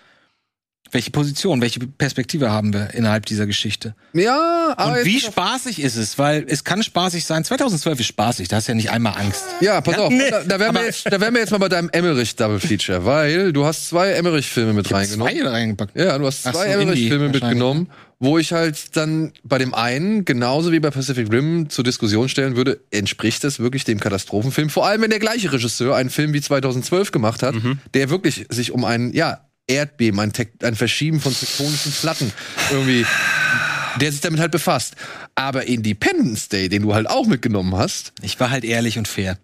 Speaker 3: welche Position, welche Perspektive haben wir innerhalb dieser Geschichte?
Speaker 1: Ja, aber
Speaker 3: Und
Speaker 1: jetzt-
Speaker 3: wie spaßig ist es? Weil es kann spaßig sein. 2012 ist spaßig, da hast du ja nicht einmal Angst.
Speaker 1: ja, pass auf.
Speaker 2: nee,
Speaker 1: da, da, wären wir
Speaker 3: aber-
Speaker 1: jetzt, da wären wir jetzt mal bei deinem Emmerich Double Feature, weil du hast zwei Emmerich Filme mit reingenommen.
Speaker 3: Zwei reingepackt.
Speaker 1: genau. Ja, du hast
Speaker 3: Ach
Speaker 1: zwei
Speaker 3: so,
Speaker 1: Emmerich Filme
Speaker 3: Indie ne?
Speaker 1: mitgenommen, wo ich halt dann bei dem einen genauso wie bei Pacific Rim zur Diskussion stellen würde, entspricht das wirklich dem Katastrophenfilm, vor allem wenn der gleiche Regisseur einen Film wie 2012 gemacht hat,
Speaker 3: Mhm.
Speaker 1: der wirklich sich um einen ja, Erdbeben, ein, Tek- ein Verschieben von tektonischen Platten irgendwie der sich damit halt befasst. Aber Independence Day, den du halt auch mitgenommen hast,
Speaker 3: Ich war halt ehrlich und fair.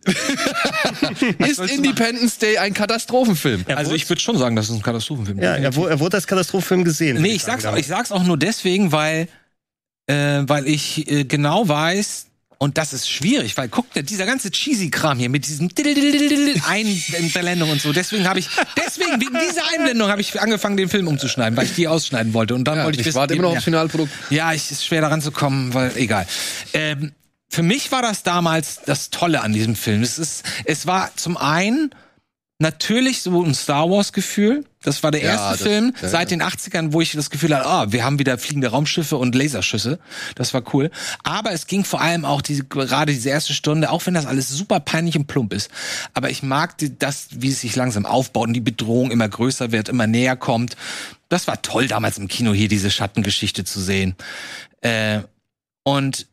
Speaker 1: ist Independence Day ein Katastrophenfilm.
Speaker 3: Also ich würde schon sagen, das ist ein Katastrophenfilm.
Speaker 2: Ja, er, wu- er wurde als Katastrophenfilm gesehen. würde
Speaker 3: Nee, ich
Speaker 2: sagen,
Speaker 3: sag's, auch, ich sag's auch nur deswegen, weil, äh, weil ich äh, genau weiß, und das ist schwierig, weil guck, dir, dieser ganze cheesy Kram hier mit diesem Einblendung und so. Deswegen habe ich, deswegen wegen dieser Einblendung habe ich angefangen, den Film umzuschneiden, weil ich die ausschneiden wollte. Und dann
Speaker 1: Ja,
Speaker 3: wollte ich,
Speaker 1: ich
Speaker 3: wissen,
Speaker 1: warte immer noch aufs
Speaker 3: ja.
Speaker 1: Finalprodukt.
Speaker 3: Ja, ich ist schwer daran zu kommen, weil egal. Ähm, für mich war das damals das Tolle an diesem Film. Es ist, es war zum einen natürlich so ein Star Wars Gefühl. Das war der
Speaker 1: Ja,
Speaker 3: erste
Speaker 1: das-
Speaker 3: Film
Speaker 1: ja,
Speaker 3: seit den 80ern, wo ich das Gefühl hatte, ah, wir haben wieder fliegende Raumschiffe und Laserschüsse. Das war cool. Aber es ging vor allem auch diese, gerade diese erste Stunde, auch wenn das alles super peinlich und plump ist. Aber ich mag die- das, wie es sich langsam aufbaut und die Bedrohung immer größer wird, immer näher kommt. Das war toll damals im Kino hier diese Schattengeschichte zu sehen. Äh, und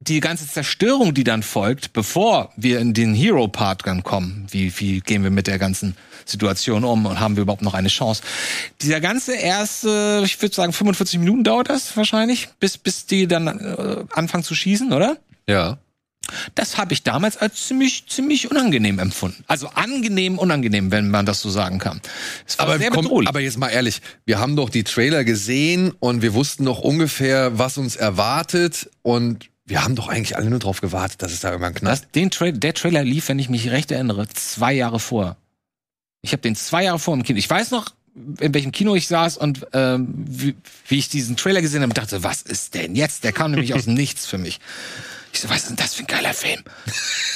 Speaker 3: die ganze Zerstörung, die dann folgt, bevor wir in den Hero-Part dann kommen, wie, wie gehen wir mit der ganzen Situation um und haben wir überhaupt noch eine Chance? Dieser ganze erste, ich würde sagen, 45 Minuten dauert das wahrscheinlich, bis, bis die dann äh, anfangen zu schießen, oder?
Speaker 1: Ja.
Speaker 3: Das habe ich damals als ziemlich, ziemlich unangenehm empfunden. Also angenehm, unangenehm, wenn man das so sagen kann. Es war
Speaker 1: Aber,
Speaker 3: sehr
Speaker 1: komm,
Speaker 3: bedrohlich.
Speaker 1: aber jetzt mal ehrlich, wir haben doch die Trailer gesehen und wir wussten doch ungefähr, was uns erwartet und wir haben doch eigentlich alle nur drauf gewartet, dass es da irgendwann knallt.
Speaker 3: Das, den Tra der Trailer lief, wenn ich mich recht erinnere, zwei Jahre vor. Ich habe den zwei Jahre vor im Kino. Ich weiß noch, in welchem Kino ich saß und ähm, wie, wie ich diesen Trailer gesehen habe und dachte, was ist denn jetzt? Der kam nämlich aus dem Nichts für mich. Ich so, was ist denn das für ein geiler Film?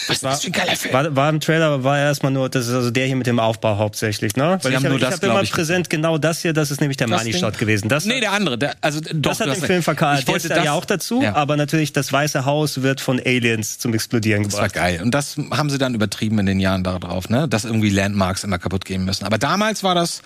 Speaker 3: Was ist das für ein geiler Film?
Speaker 2: War, war im Trailer, aber war erstmal nur, das ist also der hier mit dem Aufbau hauptsächlich, ne?
Speaker 3: haben
Speaker 2: ich hab-
Speaker 3: nur
Speaker 2: ich
Speaker 3: das,
Speaker 2: hab
Speaker 3: glaub
Speaker 2: immer
Speaker 3: ich,
Speaker 2: präsent genau das hier, das ist nämlich der
Speaker 3: Das
Speaker 2: Money
Speaker 3: Ding?
Speaker 2: Shot gewesen. Das,
Speaker 3: nee, der andere. Der, also, doch,
Speaker 2: das hat
Speaker 3: du
Speaker 2: den
Speaker 3: hast recht.
Speaker 2: Film verkauft.
Speaker 3: Ich
Speaker 2: der
Speaker 3: wollte
Speaker 2: ist da
Speaker 3: das,
Speaker 2: ja auch dazu,
Speaker 3: Ja.
Speaker 2: aber natürlich das Weiße Haus wird von Aliens zum Explodieren
Speaker 3: Das war
Speaker 2: gebracht.
Speaker 3: geil. Und das haben sie dann übertrieben in den Jahren darauf, ne? Dass irgendwie Landmarks immer kaputt gehen müssen. Aber damals war das,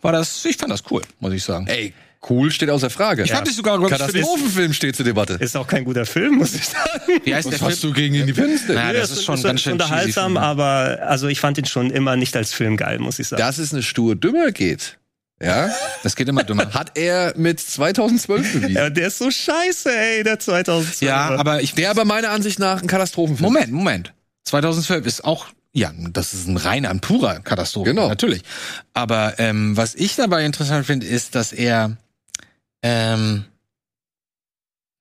Speaker 3: war das, ich fand das cool, muss ich sagen.
Speaker 1: Ey, cool steht außer Frage.
Speaker 3: Ich fand dich sogar, glaub ich, für den
Speaker 1: Katastrophenfilm steht zur Debatte.
Speaker 2: Ist auch kein guter Film, muss ich sagen.
Speaker 3: Wie heißt der Film?
Speaker 1: Hast du gegen Independence Day?
Speaker 3: Ja, das ist schon ganz schön cheesy,
Speaker 2: unterhaltsam,
Speaker 3: finde ich.
Speaker 2: aber also ich fand ihn schon immer nicht als Film geil, muss ich sagen.
Speaker 1: Dass es eine Stur dümmer geht, ja,
Speaker 3: Das geht immer *laughs* dümmer.
Speaker 1: hat er mit 2012 bewiesen.
Speaker 2: Ja, der ist so scheiße, ey, der 2012.
Speaker 3: ja, aber ich.
Speaker 1: Der aber meiner Ansicht nach ein Katastrophenfilm.
Speaker 3: Moment, Moment. 2012 ist auch. Ja, das ist ein reiner, ein purer Katastrophe.
Speaker 1: Genau.
Speaker 3: Natürlich. Aber ähm, was ich dabei interessant finde, ist, dass er. Ähm,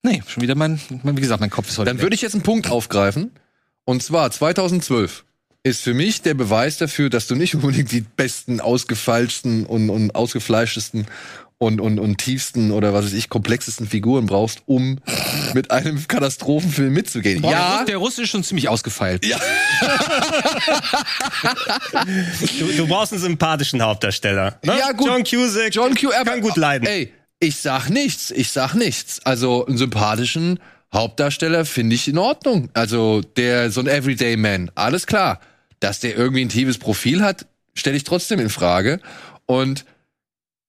Speaker 3: nee, schon wieder mein. Wie gesagt, mein Kopf ist heute.
Speaker 1: Dann würde ich jetzt einen Punkt aufgreifen. Und zwar 2012 ist für mich der Beweis dafür, dass du nicht unbedingt die besten, ausgefeilsten und, und ausgefleischtesten und, und, und tiefsten oder was weiß ich, komplexesten Figuren brauchst, um mit einem Katastrophenfilm mitzugehen.
Speaker 3: Boah, der
Speaker 1: ja,
Speaker 3: Russ- Der Russ ist schon ziemlich ausgefeilt. Ja.
Speaker 2: du, du brauchst einen sympathischen Hauptdarsteller. Ne?
Speaker 1: Ja, gut.
Speaker 2: John Cusack
Speaker 1: John Q. aber-
Speaker 2: kann gut leiden.
Speaker 1: Ey, ich sag nichts, ich sag nichts. Also einen sympathischen Hauptdarsteller finde ich in Ordnung. Also der so ein Everyday Man, alles klar. Dass der irgendwie ein tiefes Profil hat, stelle ich trotzdem in Frage. Und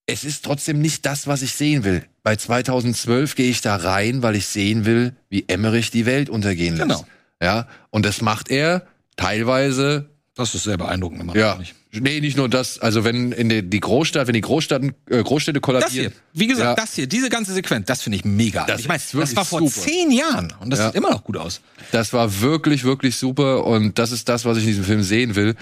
Speaker 1: es ist trotzdem nicht das, was ich sehen will. Bei 2012 gehe ich da rein, weil ich sehen will, wie Emmerich die Welt untergehen lässt.
Speaker 3: Genau.
Speaker 1: Ja, und das macht er teilweise
Speaker 3: Das ist sehr beeindruckend gemacht.
Speaker 1: ja.
Speaker 3: finde ich.
Speaker 1: Nee, nicht nur das. Also wenn in der, die Großstadt, wenn die Großstädten, äh, Großstädte
Speaker 3: Das hier,
Speaker 1: kollabieren.
Speaker 3: wie gesagt,
Speaker 1: Ja.
Speaker 3: das hier, diese ganze Sequenz, das finde ich mega.
Speaker 1: Das
Speaker 3: ich meine,
Speaker 1: ist
Speaker 3: das
Speaker 1: wirklich
Speaker 3: war vor
Speaker 1: super.
Speaker 3: zehn Jahren und das
Speaker 1: Ja.
Speaker 3: sieht immer noch gut aus.
Speaker 1: Das war wirklich, wirklich super. Und das ist das, was ich in diesem Film sehen will.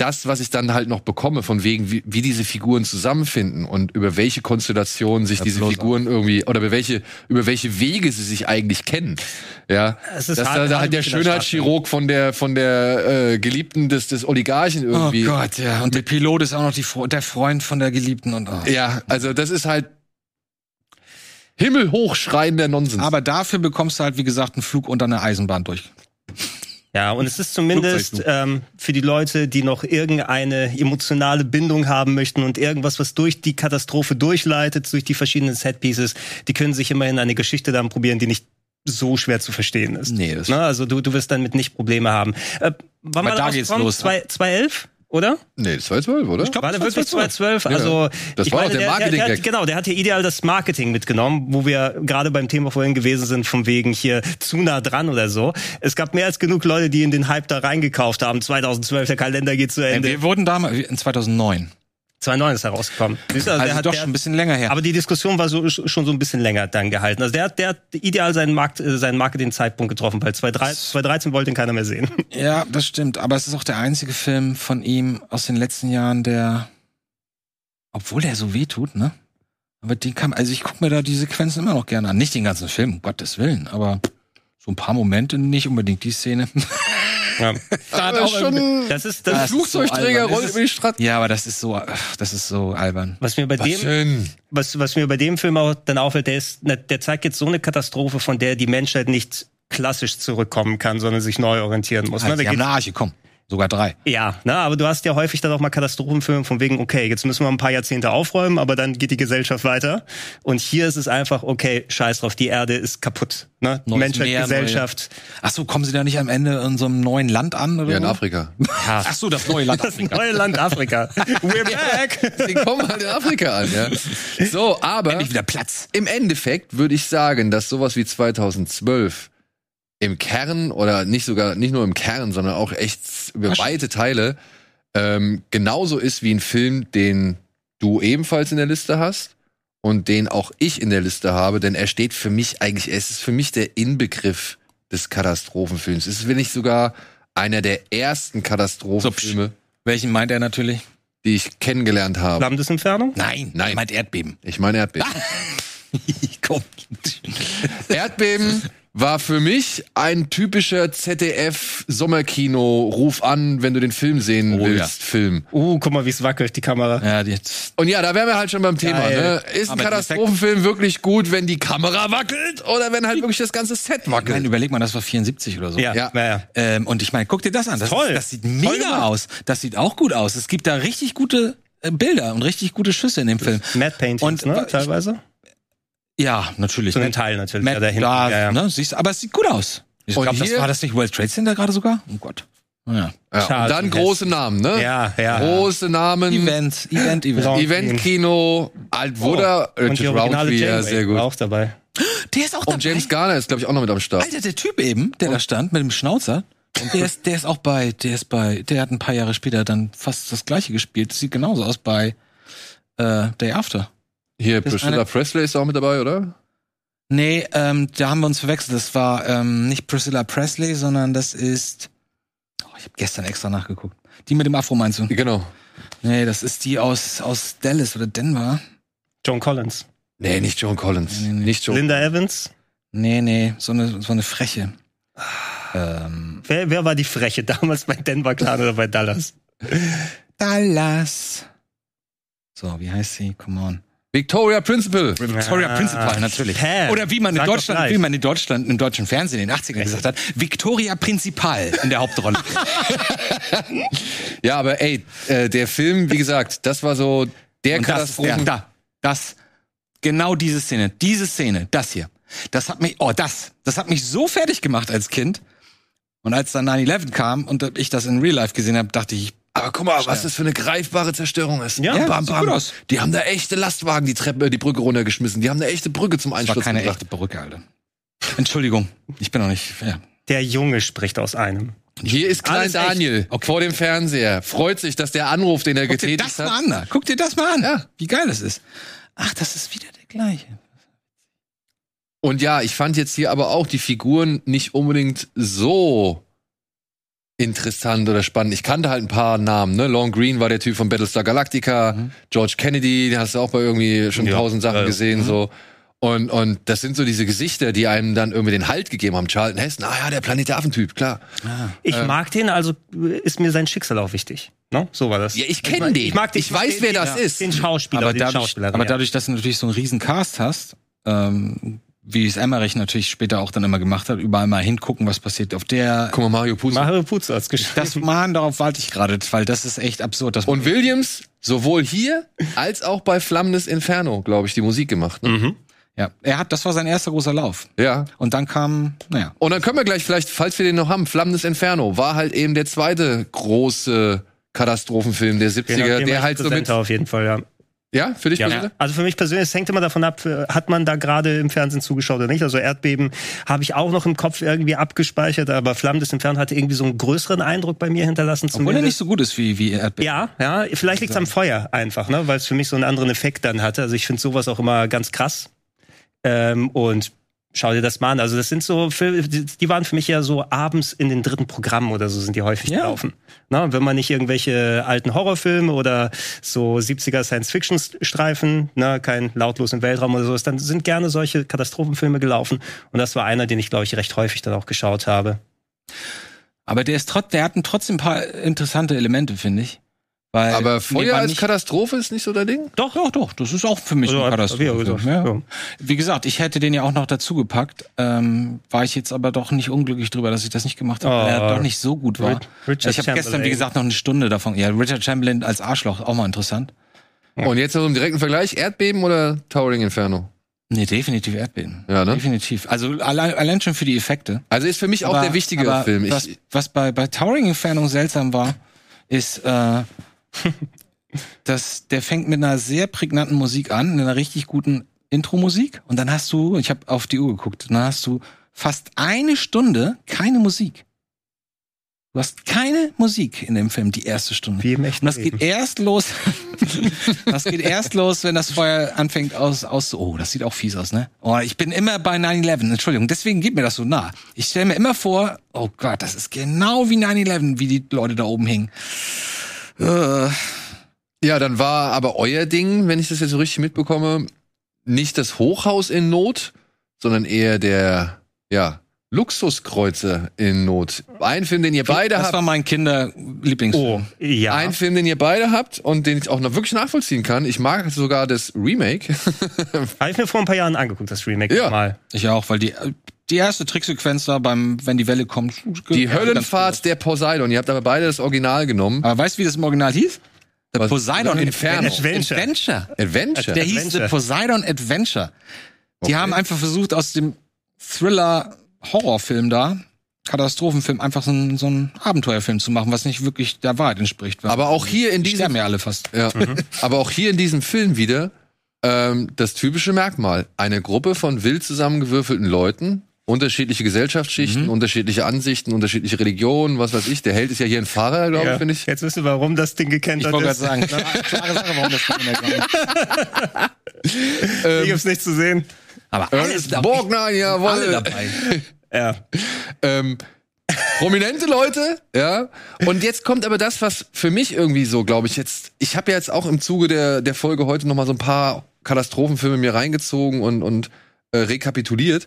Speaker 1: Das, was ich dann halt noch bekomme, von wegen, wie, wie diese Figuren zusammenfinden und über welche Konstellationen sich diese
Speaker 3: bloß
Speaker 1: Figuren irgendwie, oder über welche, über welche Wege sie sich eigentlich kennen. Ja.
Speaker 2: Es ist
Speaker 1: Dass
Speaker 2: hart-
Speaker 1: da, da
Speaker 2: hart
Speaker 1: halt der
Speaker 2: mit der Stadt,
Speaker 1: Schönheitschirurg von der, von der, äh, Geliebten des, des Oligarchen irgendwie.
Speaker 3: Oh Gott, ja. Und der Pilot ist auch noch die, Fre- der Freund von der Geliebten und. Oh.
Speaker 1: Ja, also das ist halt himmelhochschreiender Nonsens.
Speaker 3: Aber dafür bekommst du halt, wie gesagt, einen Flug unter einer Eisenbahn durch.
Speaker 2: Ja, und es ist zumindest ähm, für die Leute, die noch irgendeine emotionale Bindung haben möchten und irgendwas, was durch die Katastrophe durchleitet, durch die verschiedenen Setpieces, die können sich immerhin eine Geschichte dann probieren, die nicht so schwer zu verstehen ist.
Speaker 3: Nee, das-
Speaker 2: Na, also du, du wirst dann mit nicht Probleme haben. Äh, wann war
Speaker 3: Aber da
Speaker 2: das
Speaker 3: geht's
Speaker 2: rausgekommen?
Speaker 3: los.
Speaker 2: Zwei- 2011, oder?
Speaker 1: Nee, das war 12, oder? Ich
Speaker 3: glaub,
Speaker 2: War der wirklich 2012?
Speaker 1: Ja.
Speaker 2: Also,
Speaker 1: Das
Speaker 2: ich
Speaker 1: war doch der
Speaker 2: Der, der,
Speaker 1: Marketing-Gag.
Speaker 2: hat- genau, der hat hier ideal das Marketing mitgenommen, wo wir gerade beim Thema vorhin gewesen sind, von wegen hier zu nah dran oder so. Es gab mehr als genug Leute, die in den Hype da reingekauft haben. 2012, der Kalender geht zu Ende.
Speaker 3: Wir wurden damals, in 2009.
Speaker 2: 2009 ist herausgekommen. Also,
Speaker 3: Also doch schon ein bisschen länger her.
Speaker 2: aber die Diskussion war so, schon so ein bisschen länger dann gehalten. Also der hat, der hat ideal seinen, Markt, äh, seinen Marketing-Zeitpunkt getroffen, weil 2013, 2013 wollte ihn keiner mehr sehen. *laughs*
Speaker 3: ja, das stimmt. Aber es ist auch der einzige Film von ihm aus den letzten Jahren, der, obwohl der so weh tut, ne? Aber den kam, also ich gucke mir da die Sequenzen immer noch gerne an. Nicht den ganzen Film, um Gottes Willen, aber so ein paar Momente, nicht unbedingt die Szene. *laughs*
Speaker 2: Ja.
Speaker 3: Da hat
Speaker 1: Aber
Speaker 3: auch
Speaker 1: schon-
Speaker 3: irgendwie-
Speaker 2: Das ist
Speaker 1: ein
Speaker 2: das,
Speaker 1: Flugzeugträger
Speaker 3: albern.
Speaker 1: rollt
Speaker 3: Das
Speaker 1: über die Straße.
Speaker 3: ja, aber das ist so, ach, das ist so albern.
Speaker 2: was mir bei dem
Speaker 1: denn?
Speaker 2: was, was mir bei dem Film auch dann auffällt, der, ist, na, der zeigt jetzt so eine Katastrophe, von der die Menschheit nicht klassisch zurückkommen kann, sondern sich neu orientieren muss.
Speaker 3: Halt,
Speaker 2: ne? Da
Speaker 3: sie haben
Speaker 2: geht-
Speaker 3: eine Arche, komm. Sogar drei.
Speaker 2: ja, ne, aber du hast ja häufig dann auch mal Katastrophenfilme von wegen, okay, jetzt müssen wir ein paar Jahrzehnte aufräumen, aber dann geht die Gesellschaft weiter. Und hier ist es einfach, okay, scheiß drauf, die Erde ist kaputt. Ne?
Speaker 3: Neues
Speaker 2: Menschheit,
Speaker 3: Meer,
Speaker 2: Gesellschaft.
Speaker 3: Ach so, kommen sie da nicht am Ende in so einem neuen Land an? Oder
Speaker 1: Ja, in
Speaker 3: so? *laughs*
Speaker 1: Afrika.
Speaker 3: Ach so, das neue
Speaker 2: *laughs*
Speaker 3: Land
Speaker 2: Das
Speaker 3: *laughs* Afrika.
Speaker 2: neue Land Afrika. We're back.
Speaker 1: Die kommen halt in Afrika an,
Speaker 3: *laughs*
Speaker 1: ja. So, aber
Speaker 3: Endlich wieder Platz.
Speaker 1: im Endeffekt würde ich sagen, dass sowas wie 2012 im Kern oder nicht sogar, nicht nur im Kern, sondern auch echt über weite Teile ähm, genauso ist wie ein Film, den du ebenfalls in der Liste hast und den auch ich in der Liste habe, denn er steht für mich eigentlich, es ist für mich der Inbegriff des Katastrophenfilms. Es ist, wenn nicht sogar einer der ersten Katastrophenfilme,
Speaker 3: Welchen meint er natürlich?
Speaker 1: die ich kennengelernt habe.
Speaker 2: Landesinferno?
Speaker 3: Nein,
Speaker 1: Nein.
Speaker 3: Er meint Erdbeben.
Speaker 1: Ich meine Erdbeben.
Speaker 3: *laughs* komm.
Speaker 1: Erdbeben war für mich ein typischer ZDF-Sommerkino, ruf an, wenn du den Film sehen
Speaker 3: Oh,
Speaker 1: willst, Film.
Speaker 2: Uh, guck mal, wie es wackelt, die Kamera.
Speaker 3: Ja, jetzt.
Speaker 1: Und ja, da wären wir halt schon beim Thema. Ne?
Speaker 2: Geil.
Speaker 1: Ist ein
Speaker 3: Aber im
Speaker 1: Katastrophenfilm wirklich gut, wenn die Kamera wackelt oder wenn halt wirklich das ganze Set
Speaker 3: Ich meine,
Speaker 1: wackelt?
Speaker 3: überleg mal, das war 74 oder so.
Speaker 1: Ja.
Speaker 2: naja.
Speaker 3: Ähm, und ich meine, guck dir das an. Das,
Speaker 2: Toll.
Speaker 3: das sieht
Speaker 2: Toll
Speaker 3: mega
Speaker 2: gemacht.
Speaker 3: aus. Das sieht auch gut aus. Es gibt da richtig gute äh, Bilder und richtig gute Schüsse in dem Film.
Speaker 2: Mad Paintings,
Speaker 3: Und,
Speaker 2: ne?
Speaker 3: wa-
Speaker 2: Teilweise.
Speaker 3: Ja, natürlich.
Speaker 2: Zu den Teilen natürlich.
Speaker 3: Matt,
Speaker 2: ja, dahinten.
Speaker 3: da,
Speaker 2: ja, ja.
Speaker 3: Ne, siehst, aber es sieht gut aus. Ich
Speaker 1: Und
Speaker 3: glaube, das
Speaker 1: hier-
Speaker 3: war das nicht World Trade Center gerade sogar? Oh Gott. Ja.
Speaker 1: Ja, und
Speaker 2: Schade,
Speaker 1: dann
Speaker 2: hässlich.
Speaker 1: große Namen, ne?
Speaker 2: Ja, ja.
Speaker 1: Große Namen.
Speaker 3: Event, Event, Event.
Speaker 2: Long-
Speaker 1: Eventkino, Altwunder,
Speaker 2: Oh. Und die
Speaker 1: Richard
Speaker 2: originale
Speaker 1: Roundtree, ja,
Speaker 2: Janeway
Speaker 1: sehr gut.
Speaker 2: war auch dabei.
Speaker 3: Der ist auch
Speaker 1: Und
Speaker 3: dabei.
Speaker 1: James Garner ist, glaube ich, auch noch mit am Start.
Speaker 3: Alter, der Typ eben, der da stand mit dem Schnauzer, der ist, der ist auch bei, der ist bei, der hat ein paar Jahre später dann fast das gleiche gespielt. Das sieht genauso aus bei äh, Day After.
Speaker 1: Hier,
Speaker 3: Das ist
Speaker 1: Priscilla
Speaker 3: eine-
Speaker 1: Presley ist auch mit dabei, oder?
Speaker 3: Nee, ähm, da haben wir uns verwechselt. Das war ähm, nicht Priscilla Presley, sondern das ist. Oh, ich habe gestern extra nachgeguckt. Die mit dem Afro meinst du?
Speaker 1: Genau.
Speaker 3: Nee, das ist die aus, aus Dallas oder Denver.
Speaker 2: John Collins.
Speaker 1: Nee, nicht Joan Collins.
Speaker 3: Nee, nee, nee.
Speaker 1: Nicht Joan
Speaker 2: Linda Evans.
Speaker 3: Nee, nee, so eine, so eine Freche. ähm,
Speaker 2: Wer, wer war die Freche *laughs* damals bei Denver Clan oder bei Dallas?
Speaker 3: Dallas. So, wie heißt sie? Come on.
Speaker 1: Victoria Principal.
Speaker 3: Victoria
Speaker 2: Ah.
Speaker 3: Principal, natürlich.
Speaker 2: Hä?
Speaker 3: Oder wie man in
Speaker 2: Sag doch
Speaker 3: Deutschland,
Speaker 2: gleich.
Speaker 3: wie man in Deutschland, im deutschen Fernsehen in den 80ern gesagt hat, Victoria Principal in der Hauptrolle.
Speaker 2: *laughs*
Speaker 1: Ja, aber ey, äh, der Film, wie gesagt, das war so der
Speaker 3: Und das ist der,
Speaker 1: Katastrophen.
Speaker 3: da, das, genau diese Szene, diese Szene, das hier. Das hat mich, oh, das, das hat mich so fertig gemacht als Kind. Und als dann 9-11 kam und ich das in Real Life gesehen habe, dachte ich,
Speaker 1: aber guck mal, was das für eine greifbare Zerstörung ist.
Speaker 2: Ja,
Speaker 3: sieht gut aus.
Speaker 1: Die haben da echte Lastwagen die Treppe, äh, die Brücke runtergeschmissen. Die haben eine echte Brücke zum
Speaker 3: das war
Speaker 1: Einsturz
Speaker 3: keine
Speaker 1: gebracht.
Speaker 3: echte Brücke, Alter. Entschuldigung, ich bin noch nicht, ja.
Speaker 2: Der Junge spricht aus einem.
Speaker 1: Hier ist Klein
Speaker 2: Alles echt.
Speaker 1: Daniel vor dem Fernseher. Freut sich, dass der Anruf, den er
Speaker 3: Guck dir
Speaker 1: getätigt
Speaker 3: das mal
Speaker 1: hat.
Speaker 3: an, da. guck dir das mal an,
Speaker 1: Ja.
Speaker 3: wie geil das ist. Ach, das ist wieder der gleiche.
Speaker 1: Und ja, ich fand jetzt hier aber auch die Figuren nicht unbedingt so interessant oder spannend. Ich kannte halt ein paar Namen, ne? Long Green war der Typ von Battlestar Galactica, George Kennedy, den hast du auch bei irgendwie schon
Speaker 2: Ja,
Speaker 1: tausend Sachen
Speaker 2: ja, ja.
Speaker 1: gesehen, so. Und, und das sind so diese Gesichter, die einem dann irgendwie den Halt gegeben haben. Charlton Heston, ah ja, der Planet der Affen-Typ, klar.
Speaker 2: Ich
Speaker 1: Ähm.
Speaker 2: mag den, also ist mir sein Schicksal auch wichtig. Ne? So war das.
Speaker 1: Ja, ich kenne den.
Speaker 2: Ich mag den.
Speaker 1: Ich weiß, wer das
Speaker 2: den,
Speaker 1: ist.
Speaker 2: Den Schauspieler,
Speaker 3: aber
Speaker 2: den
Speaker 3: dadurch,
Speaker 2: Schauspielerin,
Speaker 3: aber
Speaker 2: ja.
Speaker 3: dadurch, dass du natürlich so einen riesen Cast hast, ähm, wie es Emmerich natürlich später auch dann immer gemacht hat, überall mal hingucken, was passiert auf der.
Speaker 1: Guck mal, Mario Puzo.
Speaker 2: Mario Puzo hat's geschrieben.
Speaker 3: Das Mann, darauf warte ich gerade, weil das ist echt absurd. Dass
Speaker 1: Und Williams, sowohl hier als auch bei Flammendes Inferno, glaube ich, die Musik gemacht. Ne?
Speaker 3: ja, er hat, das war sein erster großer Lauf.
Speaker 1: Ja.
Speaker 3: Und dann kam, naja,
Speaker 1: Und dann können wir gleich vielleicht, falls wir den noch haben, Flammendes Inferno war halt eben der zweite große Katastrophenfilm der 70er,
Speaker 2: Den hat jemand
Speaker 1: der halt so mit.
Speaker 2: präsenter auf jeden Fall, ja.
Speaker 1: Ja, für dich
Speaker 2: Ja.
Speaker 1: Priscilla?
Speaker 2: Also für mich persönlich, es hängt immer davon ab, äh, hat man da gerade im Fernsehen zugeschaut oder nicht. Also Erdbeben habe ich auch noch im Kopf irgendwie abgespeichert, aber Flammen des Inferno hat irgendwie so einen größeren Eindruck bei mir hinterlassen.
Speaker 3: obwohl er
Speaker 2: zumindest.
Speaker 3: nicht so gut ist wie, wie Erdbeben.
Speaker 2: Ja, ja, vielleicht liegt's am Feuer einfach, ne? weil es für mich so einen anderen Effekt dann hatte. Also ich finde sowas auch immer ganz krass. Ähm, und schau dir das mal an. Also das sind so, Filme, die die waren für mich ja so abends in den dritten Programmen oder so sind die häufig
Speaker 3: Ja.
Speaker 2: gelaufen. Ne? Und wenn man nicht irgendwelche alten Horrorfilme oder so 70er Science-Fiction-Streifen, ne? kein lautlos im Weltraum oder sowas, dann sind gerne solche Katastrophenfilme gelaufen. Und das war einer, den ich, glaube ich, recht häufig dann auch geschaut habe.
Speaker 3: Aber der ist trotz, der hatten trotzdem ein paar interessante Elemente, finde ich. Weil
Speaker 1: Aber
Speaker 3: die
Speaker 1: Feuer
Speaker 3: waren
Speaker 1: als
Speaker 3: Äh, nicht-
Speaker 1: Katastrophe ist nicht so dein Ding?
Speaker 3: Doch, doch, doch. Das ist auch für mich
Speaker 2: Also
Speaker 3: eine
Speaker 2: hat- wie er
Speaker 3: Katastrophe.
Speaker 2: gesagt,
Speaker 3: ja.
Speaker 2: ja.
Speaker 3: Wie gesagt, ich hätte den ja auch noch dazu gepackt. Ähm, war ich jetzt aber doch nicht unglücklich drüber, dass ich das nicht gemacht habe, weil
Speaker 2: Oh.
Speaker 3: er doch nicht so gut war. Also
Speaker 2: Rich- Richard
Speaker 3: ich habe gestern, wie
Speaker 2: Chamberlain.
Speaker 3: gesagt, noch eine Stunde davon. Ja, Richard Chamberlain als Arschloch, auch mal interessant.
Speaker 1: Und jetzt noch im direkten Vergleich, Erdbeben oder Towering Inferno?
Speaker 3: Nee, definitiv Erdbeben.
Speaker 1: Ja, ne?
Speaker 3: Definitiv. Also allein, allein schon für die Effekte.
Speaker 1: Also ist für mich auch
Speaker 3: Aber-
Speaker 1: der wichtige
Speaker 3: aber
Speaker 1: Film.
Speaker 3: was
Speaker 1: Ich,
Speaker 3: was bei, bei Towering Inferno seltsam war, ist,
Speaker 1: *laughs*
Speaker 3: äh, dass der fängt mit einer sehr prägnanten Musik an, mit einer richtig guten Intro-Musik. Und dann hast du, ich habe auf die Uhr geguckt, dann hast du fast eine Stunde keine Musik. Du hast keine Musik in dem Film, die erste Stunde.
Speaker 2: Wie im echten
Speaker 3: Und das
Speaker 2: Leben.
Speaker 3: geht erst los. *laughs* das geht erst los, wenn das Feuer anfängt aus, aus. Oh, das sieht auch fies aus, ne? Oh, ich bin immer bei 9-11. Entschuldigung, deswegen geht mir das so nah. Ich stelle mir immer vor, oh Gott, das ist genau wie 9-11, wie die Leute da oben hingen. Äh,
Speaker 1: ja, dann war aber euer Ding, wenn ich das jetzt so richtig mitbekomme, nicht das Hochhaus in Not, sondern eher der, ja, Luxuskreuzer in Not. Ein Film, den ihr beide
Speaker 3: das
Speaker 1: habt.
Speaker 3: war mein Kinderlieblings.
Speaker 2: Oh, ja.
Speaker 1: Ein Film, den ihr beide habt und den ich auch noch wirklich nachvollziehen kann. Ich mag sogar das
Speaker 3: *laughs*
Speaker 1: Remake.
Speaker 2: Habe ich mir vor ein paar Jahren angeguckt, das Remake
Speaker 1: Ja.
Speaker 2: mal.
Speaker 3: Ich auch, weil die, die erste Tricksequenz da beim, wenn die Welle kommt.
Speaker 1: Die
Speaker 3: ganz genau.
Speaker 1: Höllenfahrt
Speaker 3: gut.
Speaker 1: der Poseidon. Ihr habt aber beide das Original genommen.
Speaker 3: Aber weißt du, wie das im Original hieß? The
Speaker 1: Was?
Speaker 3: Poseidon
Speaker 1: Inferno.
Speaker 2: Adventure.
Speaker 3: Adventure.
Speaker 1: Adventure.
Speaker 3: Der hieß
Speaker 2: Adventure.
Speaker 3: The Poseidon Adventure. Die
Speaker 1: Okay.
Speaker 3: haben einfach versucht, aus dem Thriller-Horrorfilm da, Katastrophenfilm, einfach so einen, so einen Abenteuerfilm zu machen, was nicht wirklich der Wahrheit entspricht. Weil
Speaker 1: Aber auch hier in
Speaker 3: die
Speaker 1: diesem
Speaker 3: sterben ja alle fast.
Speaker 1: Ja. Aber auch hier in diesem Film wieder ähm, das typische Merkmal. Eine Gruppe von wild zusammengewürfelten Leuten, unterschiedliche Gesellschaftsschichten,
Speaker 3: Mhm.
Speaker 1: unterschiedliche Ansichten, unterschiedliche Religionen, was weiß ich. Der Held ist ja hier ein Fahrer, glaube ich,
Speaker 2: Ja.
Speaker 1: finde ich.
Speaker 2: Jetzt wissen wir, warum das Ding
Speaker 3: Ich
Speaker 2: gekentert
Speaker 3: wollte gerade
Speaker 2: ist.
Speaker 3: sagen, klare Sache, warum das nicht mehr gegangen ist.
Speaker 2: Hier gibt's nichts zu sehen.
Speaker 3: ähm, Aber alles
Speaker 1: Ernest
Speaker 3: dabei.
Speaker 1: Äh, Borgnine,
Speaker 3: Alle
Speaker 1: jawohl. *laughs*
Speaker 3: dabei.
Speaker 2: Ja.
Speaker 1: Ähm, prominente Leute, ja. Und jetzt kommt aber das, was für mich irgendwie so, glaube ich, jetzt, ich habe ja jetzt auch im Zuge der, der Folge heute noch mal so ein paar Katastrophenfilme mir reingezogen und, und äh, rekapituliert.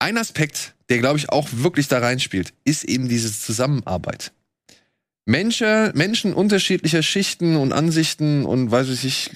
Speaker 1: Ein Aspekt, der, glaube ich, auch wirklich da reinspielt, ist eben diese Zusammenarbeit. Menschen, Menschen unterschiedlicher Schichten und Ansichten und weiß ich nicht,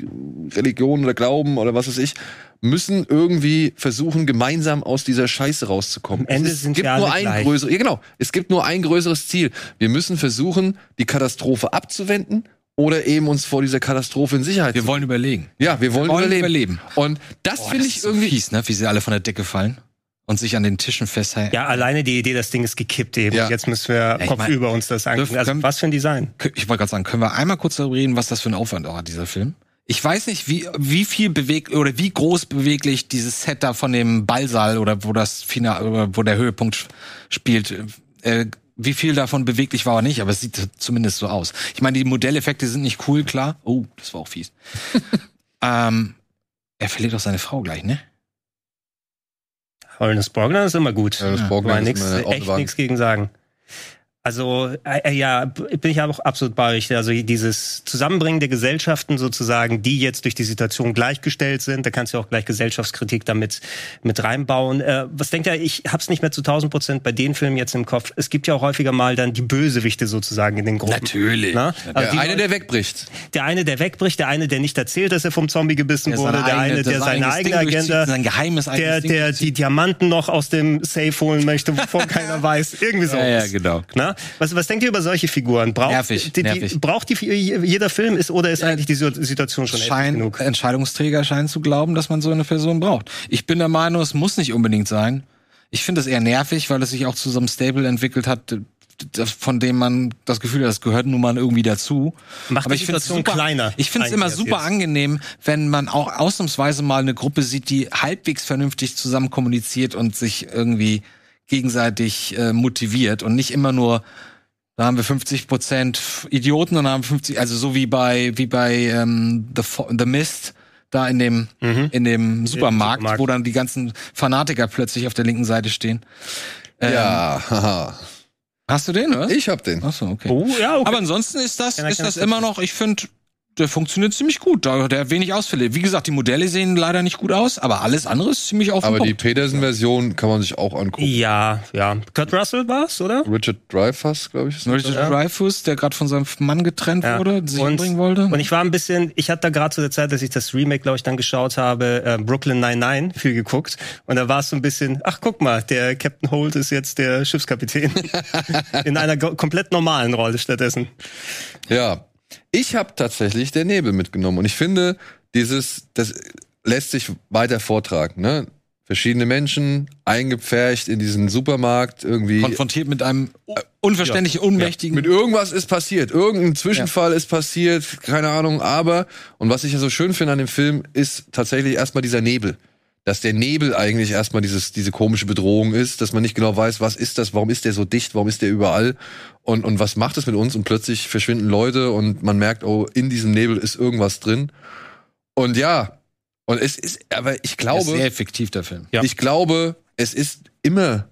Speaker 1: Religion oder Glauben oder was weiß ich, müssen irgendwie versuchen, gemeinsam aus dieser Scheiße rauszukommen.
Speaker 2: Am Ende
Speaker 1: es
Speaker 2: sind
Speaker 1: gibt
Speaker 2: wir alle
Speaker 1: nur ein
Speaker 2: gleich.
Speaker 1: größeres, ja genau, es gibt nur ein größeres Ziel. Wir müssen versuchen, die Katastrophe abzuwenden oder eben uns vor dieser Katastrophe in Sicherheit
Speaker 3: Wir
Speaker 1: zu
Speaker 3: wollen überlegen.
Speaker 1: Ja, wir wollen,
Speaker 3: wollen
Speaker 1: überleben.
Speaker 3: überleben.
Speaker 1: Und das
Speaker 3: Boah,
Speaker 1: finde
Speaker 3: das
Speaker 1: ich
Speaker 3: ist
Speaker 1: irgendwie
Speaker 3: so fies, ne? Wie sie alle von der Decke fallen und sich an den Tischen festhalten.
Speaker 2: ja, alleine die Idee, das Ding ist gekippt eben.
Speaker 1: Ja.
Speaker 2: Jetzt müssen wir
Speaker 3: ich
Speaker 2: Kopf
Speaker 3: mein,
Speaker 2: über uns das angucken.
Speaker 3: dürfen-
Speaker 2: Also,
Speaker 3: können-
Speaker 2: was für ein Design.
Speaker 3: Ich wollte gerade sagen, können wir einmal kurz darüber reden, was das für ein Aufwand auch hat, dieser Film? Ich weiß nicht, wie, wie viel bewegt oder wie groß beweglich dieses Set da von dem Ballsaal oder wo das Final, oder wo der Höhepunkt sch- spielt, äh, wie viel davon beweglich war oder nicht, aber es sieht zumindest so aus. Ich meine, die Modelleffekte sind nicht cool, klar. Oh, das war auch fies. ähm, er verliert auch seine Frau gleich, ne?
Speaker 2: Ernest Borgnine ist immer gut.
Speaker 1: Ernest Borgnine
Speaker 2: War
Speaker 1: ist
Speaker 2: nix,
Speaker 1: immer auf
Speaker 2: echt
Speaker 1: der Bank.
Speaker 2: nichts gegen sagen. Also, äh, äh, ja, b- bin ich aber auch absolut bei euch. Also, dieses Zusammenbringen der Gesellschaften sozusagen, die jetzt durch die Situation gleichgestellt sind, da kannst du auch gleich Gesellschaftskritik damit mit reinbauen. Äh, was denkt ihr, ich hab's nicht mehr zu 1000 Prozent bei den Filmen jetzt im Kopf. Es gibt ja auch häufiger mal dann die Bösewichte sozusagen in den Gruppen.
Speaker 3: Natürlich.
Speaker 2: Na? Also
Speaker 1: ja,
Speaker 2: die
Speaker 1: einer,
Speaker 2: Leute-
Speaker 1: der wegbricht.
Speaker 2: der eine, der wegbricht, der eine, der nicht erzählt, dass er vom Zombie gebissen wurde, der eine, der seine eigene Agenda,
Speaker 3: sein geheimes
Speaker 2: der,
Speaker 3: eigenes Ding
Speaker 2: der die Diamanten noch aus dem Safe holen möchte, wovon keiner weiß. Irgendwie so.
Speaker 3: ja, genau.
Speaker 2: Na, was, was denkt ihr über solche Figuren? Braucht,
Speaker 3: Nervig,
Speaker 2: die, die,
Speaker 3: nervig.
Speaker 2: braucht die jeder Film ist oder ist eigentlich die Sit- Situation schon heftig
Speaker 3: Schein,
Speaker 2: genug?
Speaker 3: Entscheidungsträger scheinen zu glauben, dass man so eine Person braucht. Ich bin der Meinung, es muss nicht unbedingt sein. Ich finde es eher nervig, weil es sich auch zu so einem Stable entwickelt hat, das- von dem man das Gefühl hat, das gehört nun mal irgendwie dazu.
Speaker 2: Macht die
Speaker 3: ich finde es
Speaker 2: Situation
Speaker 3: super-
Speaker 2: kleiner
Speaker 3: Ich finde es immer
Speaker 2: eigentlich
Speaker 3: super
Speaker 2: jetzt.
Speaker 3: angenehm, wenn man auch ausnahmsweise mal eine Gruppe sieht, die halbwegs vernünftig zusammen kommuniziert und sich irgendwie gegenseitig äh, motiviert und nicht immer nur da haben wir 50 Prozent Idioten und haben 50, also so wie bei wie bei ähm, The, Fo- The Mist da in dem in dem Supermarkt,
Speaker 2: Mhm. Supermarkt.
Speaker 3: wo dann die ganzen Fanatiker plötzlich auf der linken Seite stehen. Ähm,
Speaker 1: Ja, haha.
Speaker 3: Hast du den, oder?
Speaker 1: Ich hab den.
Speaker 3: Achso, okay.
Speaker 2: Oh, ja, okay.
Speaker 3: Aber ansonsten ist das
Speaker 2: Ja, da
Speaker 3: ist
Speaker 2: kann
Speaker 3: das
Speaker 2: ich-
Speaker 3: immer noch, ich finde der funktioniert ziemlich gut. Da der hat wenig Ausfälle. Wie gesagt, die Modelle sehen leider nicht gut aus, aber alles andere ist ziemlich auf den
Speaker 1: Aber die
Speaker 3: Punkt.
Speaker 1: Pedersen-Version kann man sich auch angucken.
Speaker 2: Ja, ja. Kurt Russell war's, oder?
Speaker 1: Richard Dreyfuss, glaube ich. ist das.
Speaker 3: Richard Dreyfus, der gerade von seinem Mann getrennt
Speaker 2: Ja.
Speaker 3: wurde, sich
Speaker 2: Und-
Speaker 3: umbringen wollte.
Speaker 2: Und ich war ein bisschen, ich hatte da gerade zu der Zeit, dass ich das Remake, glaube ich, dann geschaut habe, äh, Brooklyn 99 viel geguckt. Und da war es so ein bisschen, ach guck mal, der Captain Holt ist jetzt der
Speaker 3: *laughs*
Speaker 2: Schiffskapitän. In einer go- komplett normalen Rolle stattdessen.
Speaker 1: Ja, ich habe tatsächlich der Nebel mitgenommen und ich finde, dieses, das lässt sich weiter vortragen. Ne? Verschiedene Menschen eingepfercht in diesen Supermarkt irgendwie.
Speaker 3: konfrontiert mit einem unverständlich ohnmächtigen.
Speaker 1: Mit irgendwas ist passiert, irgendein Zwischenfall ist passiert, keine Ahnung, aber, und was ich ja so schön finde an dem Film, ist tatsächlich erstmal dieser Nebel. Dass der Nebel eigentlich erstmal dieses, diese komische Bedrohung ist, dass man nicht genau weiß, was ist das, warum ist der so dicht, warum ist der überall und, und was macht es mit uns und plötzlich verschwinden Leute und man merkt, oh, in diesem Nebel ist irgendwas drin. Und ja, und es ist, aber ich
Speaker 3: Der
Speaker 1: glaube.
Speaker 3: ist sehr effektiv, der Film.
Speaker 2: Ja.
Speaker 1: Ich glaube, es ist immer,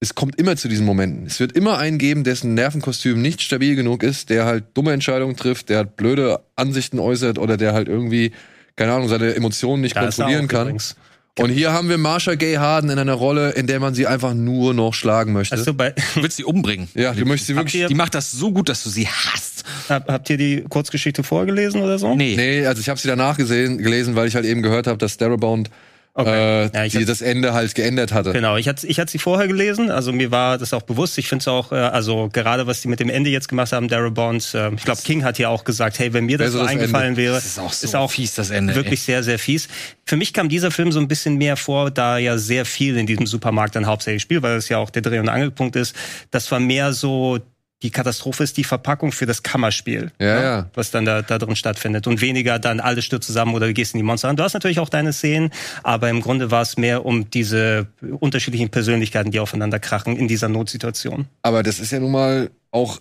Speaker 1: es kommt immer zu diesen Momenten. Es wird immer einen geben, dessen Nervenkostüm nicht stabil genug ist, der halt dumme Entscheidungen trifft, der halt blöde Ansichten äußert oder der halt irgendwie, keine Ahnung, seine Emotionen nicht
Speaker 2: Da ist er
Speaker 1: kontrollieren
Speaker 2: auch
Speaker 1: kann.
Speaker 2: übrigens.
Speaker 1: Und hier haben wir Marsha Gay Harden in einer Rolle, in der man sie einfach nur noch schlagen möchte.
Speaker 2: Also bei, *laughs*
Speaker 3: Du willst sie umbringen.
Speaker 1: ja, du möchtest sie
Speaker 2: habt
Speaker 1: wirklich.
Speaker 2: ihr,
Speaker 3: Die macht das so gut, dass du sie hasst.
Speaker 2: hab, habt ihr die Kurzgeschichte vorgelesen oder so?
Speaker 3: Nee.
Speaker 1: Nee, also ich habe sie danach gesehen, gelesen, weil ich halt eben gehört habe, dass Starbound
Speaker 2: Okay.
Speaker 1: äh,
Speaker 2: Ja, ich
Speaker 1: die,
Speaker 2: hab-
Speaker 1: das Ende halt geändert hatte.
Speaker 2: Genau, ich hatte ich hatte sie vorher gelesen, also mir war das auch bewusst. Ich finde es auch, äh, also gerade was die mit dem Ende jetzt gemacht haben, Daryl Bonds, äh, ich glaube King hat ja auch gesagt, hey, wenn mir das
Speaker 1: Also
Speaker 2: so
Speaker 1: das Ende.
Speaker 2: eingefallen wäre,
Speaker 3: Das ist auch so fies, das Ende,
Speaker 2: Wirklich sehr, sehr fies. Für mich kam dieser Film so ein bisschen mehr vor, da ja sehr viel in diesem Supermarkt dann hauptsächlich spielt, weil es ja auch der Dreh- und Angelpunkt ist. Das war mehr so, die Katastrophe ist die Verpackung für das Kammerspiel ne,
Speaker 1: Ja, ja.
Speaker 2: was dann da, da drin stattfindet und weniger dann alles stürzt zusammen oder du gehst in die Monster an. Du hast natürlich auch deine Szenen, aber im Grunde war es mehr um diese unterschiedlichen Persönlichkeiten, die aufeinander krachen in dieser Notsituation.
Speaker 1: Aber das ist ja nun mal auch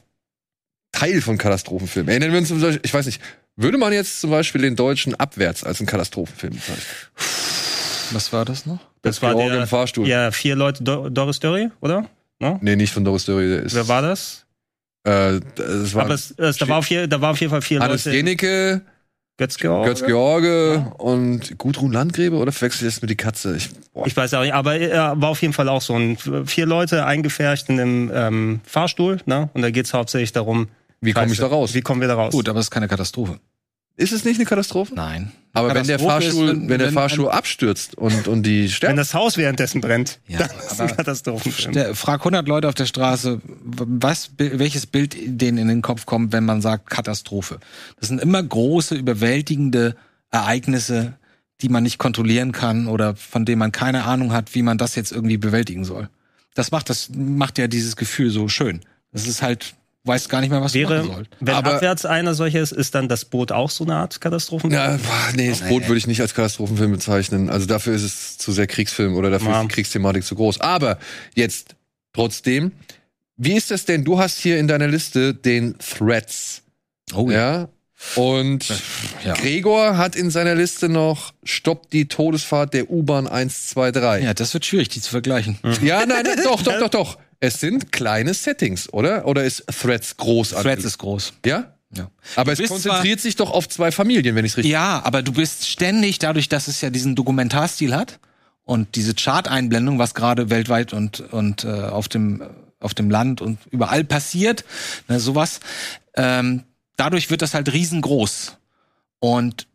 Speaker 1: Teil von Katastrophenfilmen. Erinnern wir uns zum Beispiel, ich weiß nicht, würde man jetzt zum Beispiel den Deutschen abwärts als einen Katastrophenfilm bezeichnen?
Speaker 3: Was war das noch?
Speaker 2: Das
Speaker 1: Georg im Fahrstuhl.
Speaker 2: ja vier Leute Do Doris Dörry, oder? Ne?
Speaker 1: Nee, nicht von Doris Dörry. der ist-
Speaker 2: Wer war das?
Speaker 1: Äh, das war Ah,
Speaker 2: Aber es, es, da, war auf je, da war auf jeden Fall vier
Speaker 1: Hannes
Speaker 2: Leute.
Speaker 1: Genecke, Götz
Speaker 2: Götz-George.
Speaker 1: George und Gudrun Landgräbe oder verwechsel ich das mit die Katze? Ich, boah.
Speaker 2: Ich weiß auch nicht, aber er war auf jeden Fall auch so ein vier Leute eingefärcht in einem ähm, Fahrstuhl, ne? Und da geht's hauptsächlich darum,
Speaker 1: Wie komm ich
Speaker 2: Scheiße,
Speaker 1: da raus?
Speaker 2: Wie kommen wir da raus?
Speaker 3: Gut, aber das ist keine Katastrophe.
Speaker 1: ist es nicht eine Katastrophe?
Speaker 3: Nein.
Speaker 1: Aber wenn der
Speaker 3: Katastrophe
Speaker 1: Fahrstuhl,
Speaker 3: ist,
Speaker 1: wenn, der Fahrstuhl abstürzt und, und die
Speaker 2: Wenn
Speaker 1: sterben.
Speaker 2: das Haus währenddessen brennt, *laughs*
Speaker 3: Ja,
Speaker 2: dann ist
Speaker 3: aber-
Speaker 2: ein Katastrophenfilm.
Speaker 3: Der, frag 100 Leute auf der Straße, was, bi- welches Bild denen in den Kopf kommt, wenn man sagt Katastrophe. Das sind immer große, überwältigende Ereignisse, die man nicht kontrollieren kann oder von denen man keine Ahnung hat, wie man das jetzt irgendwie bewältigen soll. Das macht das, macht ja dieses Gefühl so schön. Das ist halt, weißt gar nicht mehr, was du
Speaker 2: Wäre,
Speaker 3: machen sollst.
Speaker 2: wenn
Speaker 1: Aber-
Speaker 2: abwärts einer solcher ist, ist dann das Boot auch so eine Art Katastrophen?
Speaker 1: Na, boah, nee, das Boot würde ich nicht als Katastrophenfilm bezeichnen. Also dafür ist es zu sehr Kriegsfilm oder dafür
Speaker 2: Ja.
Speaker 1: ist die Kriegsthematik zu groß. Aber jetzt trotzdem, wie ist das denn? Du hast hier in deiner Liste den Threats.
Speaker 3: Oh
Speaker 1: ja. Und
Speaker 3: Ja.
Speaker 1: Gregor hat in seiner Liste noch Stopp die Todesfahrt der U-Bahn 123. Ja.
Speaker 3: Ja, das wird schwierig, die zu vergleichen.
Speaker 1: ja, *laughs* nein, nein, doch, doch, doch, doch. Es sind kleine Settings, oder? Oder ist Threats groß?
Speaker 3: Threads ist groß.
Speaker 1: ja?
Speaker 3: Ja.
Speaker 1: Aber es
Speaker 3: bist
Speaker 1: konzentriert sich doch auf zwei Familien, wenn ich es richtig
Speaker 3: Ja, aber du bist ständig, dadurch, dass es ja diesen Dokumentarstil hat und diese Chart-Einblendung, was gerade weltweit und, und äh, auf, dem, auf dem Land und überall passiert, ne, sowas, ähm, dadurch wird das halt riesengroß. Und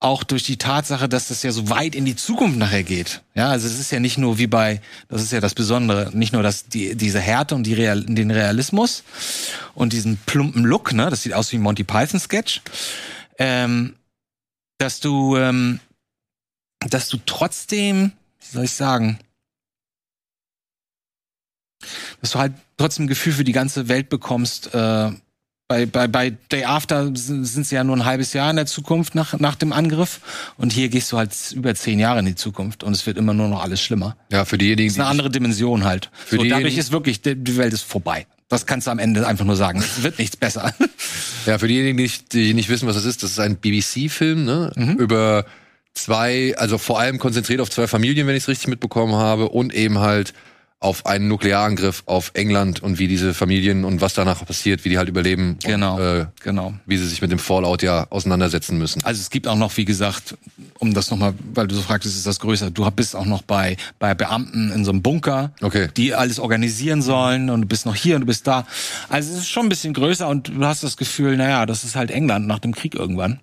Speaker 3: auch durch die Tatsache, dass das ja so weit in die Zukunft nachher geht. Ja, also es ist ja nicht nur wie bei, das ist ja das Besondere, nicht nur das, die, diese Härte und die Real, den Realismus und diesen plumpen Look, ne, das sieht aus wie ein Monty Python Sketch, ähm, dass du, ähm, dass du trotzdem, wie soll ich sagen, dass du halt trotzdem ein Gefühl für die ganze Welt bekommst. Äh, bei, bei, bei Day After sind sind sie ja nur ein halbes Jahr in der Zukunft nach, nach dem Angriff. Und hier gehst du halt über zehn Jahre in die Zukunft und es wird immer nur noch alles schlimmer.
Speaker 1: Ja, für diejenigen,
Speaker 3: Das ist eine andere Dimension halt.
Speaker 1: Für
Speaker 3: So, dadurch
Speaker 1: diejenigen-
Speaker 3: ist wirklich, die- die Welt ist vorbei. Das kannst du am Ende einfach nur sagen. Es wird
Speaker 1: *laughs*
Speaker 3: nichts besser.
Speaker 1: Ja, für diejenigen, die nicht, die nicht wissen, was das ist, das ist ein BBC-Film, ne?
Speaker 3: Mhm.
Speaker 1: Über zwei, also vor allem konzentriert auf zwei Familien, wenn ich es richtig mitbekommen habe, und eben halt auf einen Nuklearangriff auf England und wie diese Familien und was danach passiert, wie die halt überleben
Speaker 3: Genau.
Speaker 1: und äh,
Speaker 3: Genau.
Speaker 1: wie sie sich mit dem Fallout ja auseinandersetzen müssen.
Speaker 3: Also es gibt auch noch, wie gesagt, um das nochmal, weil du so fragtest, ist das größer, du bist auch noch bei, bei Beamten in so einem Bunker,
Speaker 1: Okay.
Speaker 3: die alles organisieren sollen und du bist noch hier und du bist da. Also es ist schon ein bisschen größer und du hast das Gefühl, naja, das ist halt England nach dem Krieg irgendwann.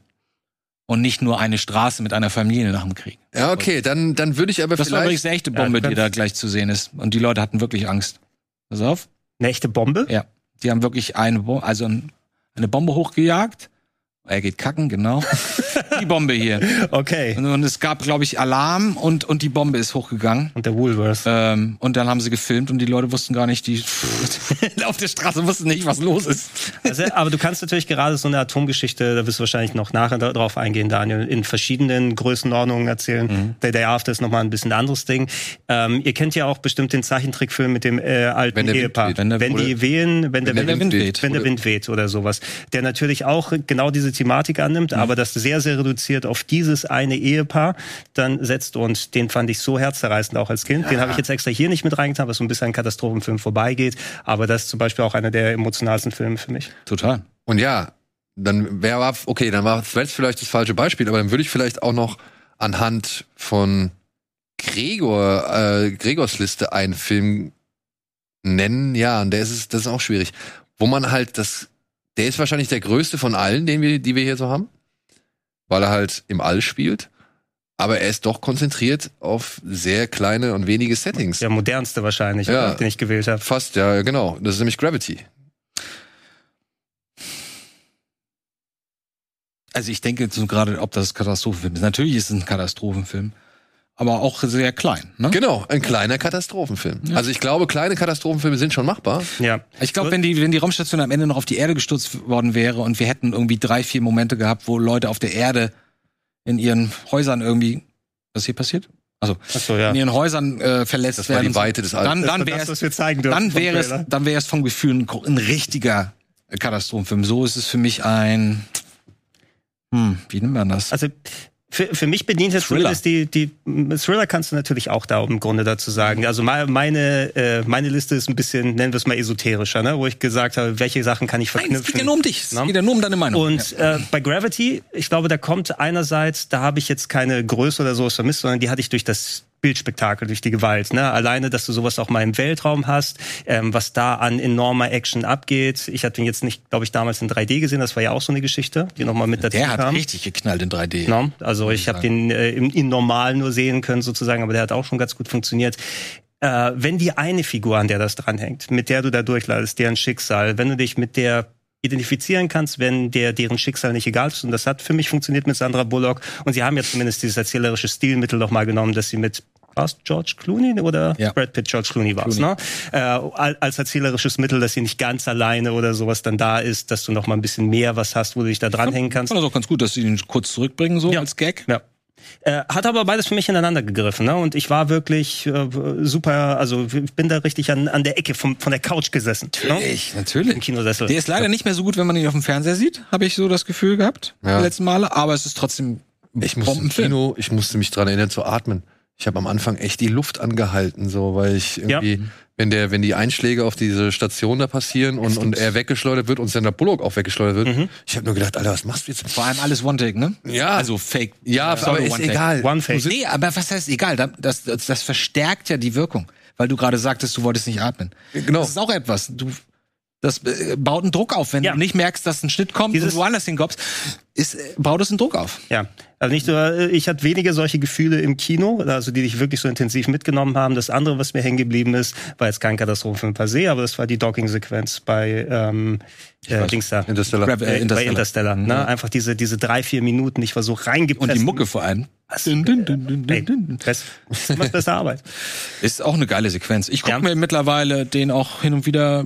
Speaker 3: Und nicht nur eine Straße mit einer Familie nach dem Krieg.
Speaker 1: Ja, okay, dann, dann würde ich aber
Speaker 3: Das war übrigens
Speaker 1: vielleicht.
Speaker 3: eine echte Bombe,
Speaker 2: Ja,
Speaker 3: die da gleich zu sehen ist. Und die Leute hatten wirklich Angst. Pass auf.
Speaker 2: Eine echte Bombe?
Speaker 3: Ja. Die haben wirklich eine Bombe, also ein, eine Bombe hochgejagt. Er geht kacken,
Speaker 1: *laughs*
Speaker 3: genau. die Bombe hier.
Speaker 2: Okay.
Speaker 3: Und, und es gab, glaube ich, Alarm und, und die Bombe ist hochgegangen.
Speaker 2: Und der Woolworth.
Speaker 3: Ähm, und dann haben sie gefilmt und die Leute wussten gar nicht, die *laughs* auf der Straße wussten nicht, was los ist.
Speaker 2: Also, aber du kannst natürlich gerade so eine Atomgeschichte, da wirst du wahrscheinlich noch nachher da- drauf eingehen, Daniel, in verschiedenen Größenordnungen erzählen.
Speaker 1: Mhm.
Speaker 2: Der Day After ist nochmal ein bisschen anderes Ding. Ähm, ihr kennt ja auch bestimmt den Zeichentrickfilm mit dem äh, alten
Speaker 1: Wenn der Wind
Speaker 2: Ehepaar.
Speaker 1: weht.
Speaker 2: Wenn,
Speaker 3: Wenn der-
Speaker 2: die wehen, wenn der,
Speaker 1: Wenn der Wind
Speaker 3: weht.
Speaker 2: wenn der Wind weht oder sowas. Der natürlich auch genau diese Thematik
Speaker 1: Mhm.
Speaker 2: annimmt, aber das sehr, sehr reduziert auf dieses eine Ehepaar dann setzt. Und den fand ich so herzzerreißend auch als Kind. Den habe ich jetzt extra hier nicht mit reingetan, was so ein bisschen an Katastrophenfilm vorbeigeht. Aber das ist zum Beispiel auch einer der emotionalsten Filme für mich.
Speaker 3: Total.
Speaker 1: Und ja, dann wäre okay, dann war Threads vielleicht das falsche Beispiel, aber dann würde ich vielleicht auch noch anhand von Gregor, äh, Gregors Liste einen Film nennen. Ja, und der ist es, das ist auch schwierig. Wo man halt das, der ist wahrscheinlich der größte von allen, den wir, die wir hier so haben, weil er halt im All spielt. Aber er ist doch konzentriert auf sehr kleine und wenige Settings.
Speaker 2: Der modernste wahrscheinlich,
Speaker 1: Ja.
Speaker 2: oder? den ich gewählt habe.
Speaker 1: Fast, ja, genau. Das ist nämlich Gravity.
Speaker 3: Also ich denke so gerade, ob das Katastrophenfilm ist. Natürlich ist es ein Katastrophenfilm, aber auch sehr klein. Ne?
Speaker 1: Genau, ein kleiner Katastrophenfilm. Also ich glaube, kleine Katastrophenfilme sind schon machbar.
Speaker 2: Ja.
Speaker 3: Ich glaube, wenn die, wenn die Raumstation am Ende noch auf die Erde gestürzt worden wäre und wir hätten irgendwie drei, vier Momente gehabt, wo Leute auf der Erde in ihren Häusern irgendwie, was ist hier passiert? Also
Speaker 2: Achso, ja.
Speaker 3: in ihren Häusern äh, verletzt
Speaker 1: Das war
Speaker 3: werden.
Speaker 1: die
Speaker 3: und so.
Speaker 1: Weite des All-
Speaker 3: Dann,
Speaker 2: Das
Speaker 1: *laughs*
Speaker 3: dann
Speaker 2: war
Speaker 3: wäre
Speaker 2: das, was
Speaker 3: es,
Speaker 2: wir zeigen dürfen
Speaker 3: dann
Speaker 2: vom
Speaker 3: wäre es,
Speaker 2: Trailer.
Speaker 3: dann wäre es vom Gefühl ein, ein richtiger Katastrophenfilm. So ist es für mich ein, hm, wie nennt man das?
Speaker 2: Also für, für mich bedient jetzt
Speaker 3: Thriller.
Speaker 2: zumindest die, die m, Thriller kannst du natürlich auch da im Grunde dazu sagen. Also me- meine, äh, meine Liste ist ein bisschen, nennen wir es mal esoterischer, ne? wo ich gesagt habe, welche Sachen kann ich
Speaker 3: Nein, es
Speaker 2: verknüpfen.
Speaker 3: geht ja nur um dich. Es
Speaker 2: Ne?
Speaker 3: geht ja nur um deine Meinung.
Speaker 2: Und äh, bei Gravity, ich glaube, da kommt einerseits, da habe ich jetzt keine Größe oder sowas vermisst, sondern die hatte ich durch das Bildspektakel, durch die Gewalt. Ne? Alleine, dass du sowas auch mal im Weltraum hast, ähm, was da an enormer Action abgeht. Ich hatte ihn jetzt nicht, glaube ich, damals in 3D gesehen. Das war ja auch so eine Geschichte, die nochmal mit dazu
Speaker 3: der hat
Speaker 2: kam.
Speaker 3: richtig geknallt in 3D.
Speaker 2: Ne? Also ich habe den äh, im, in normal nur sehen können sozusagen, aber der hat auch schon ganz gut funktioniert. Äh, wenn die eine Figur, an der das dranhängt, mit der du da durchleidest, deren Schicksal, wenn du dich mit der identifizieren kannst, wenn der deren Schicksal nicht egal ist. Und das hat für mich funktioniert mit Sandra Bullock. Und sie haben ja zumindest dieses erzählerische Stilmittel noch mal genommen, dass sie mit was George Clooney oder
Speaker 3: Ja.
Speaker 2: Brad Pitt, George Clooney war es, ne? Äh, al- als erzählerisches Mittel, dass sie nicht ganz alleine oder sowas dann da ist, dass du noch mal ein bisschen mehr was hast, wo du dich da dranhängen kannst.
Speaker 3: Ich fand das auch ganz gut, dass sie den kurz zurückbringen, so als Gag.
Speaker 2: Ja. Äh, hat aber beides für mich ineinander gegriffen, ne? Und ich war wirklich äh, super, also ich bin da richtig an, an der Ecke vom, von der Couch gesessen. Ne?
Speaker 3: Ich, natürlich.
Speaker 2: Im Kinosessel.
Speaker 3: Der ist leider nicht mehr so gut, wenn man ihn auf dem Fernseher sieht, habe ich so das Gefühl gehabt,
Speaker 1: Ja.
Speaker 3: die letzten Male. Aber es ist trotzdem
Speaker 1: Ich musste im
Speaker 3: Bombenfilm.
Speaker 1: Kino, ich musste mich dran erinnern zu atmen. Ich habe am Anfang echt die Luft angehalten, so weil ich irgendwie, wenn der, wenn die Einschläge auf diese Station da passieren und, und er weggeschleudert wird und Sandra Bullock auch weggeschleudert wird,
Speaker 3: Mhm.
Speaker 1: ich habe nur gedacht, Alter, was machst du jetzt?
Speaker 3: Vor allem alles One-Take, ne?
Speaker 1: Ja.
Speaker 3: Also Fake.
Speaker 1: Ja,
Speaker 3: Solo
Speaker 1: aber ist
Speaker 3: One-Take.
Speaker 1: egal.
Speaker 2: One Fake.
Speaker 3: Nee, aber was heißt egal? Da- Das, das, das verstärkt ja die Wirkung. Weil du gerade sagtest, du wolltest nicht atmen.
Speaker 1: Genau.
Speaker 3: Das ist auch etwas. Du, das äh, baut einen Druck auf. Wenn
Speaker 2: Ja.
Speaker 3: du nicht merkst, dass ein Schnitt kommt
Speaker 2: Dieses-
Speaker 3: und woanders hinkommst, ist, äh, baut es einen Druck auf.
Speaker 2: Ja, also nicht nur, äh, ich hatte weniger solche Gefühle im Kino, also die dich wirklich so intensiv mitgenommen haben. Das andere, was mir hängen geblieben ist, war jetzt kein Katastrophenfilm per se, aber das war die Docking-Sequenz bei ähm, äh, Dings da.
Speaker 1: Interstellar.
Speaker 3: Gravi- äh,
Speaker 2: Bei Interstellar. Ne? Einfach diese, diese drei, vier Minuten, ich war so reingepresst.
Speaker 3: Und die Mucke vor allem. Dün, dün, dün, dün,
Speaker 2: Ey,
Speaker 3: dün, dün.
Speaker 2: das das macht bessere Arbeit.
Speaker 3: Ist auch eine geile Sequenz. Ich gucke
Speaker 2: Ja.
Speaker 3: mir mittlerweile den auch hin und wieder.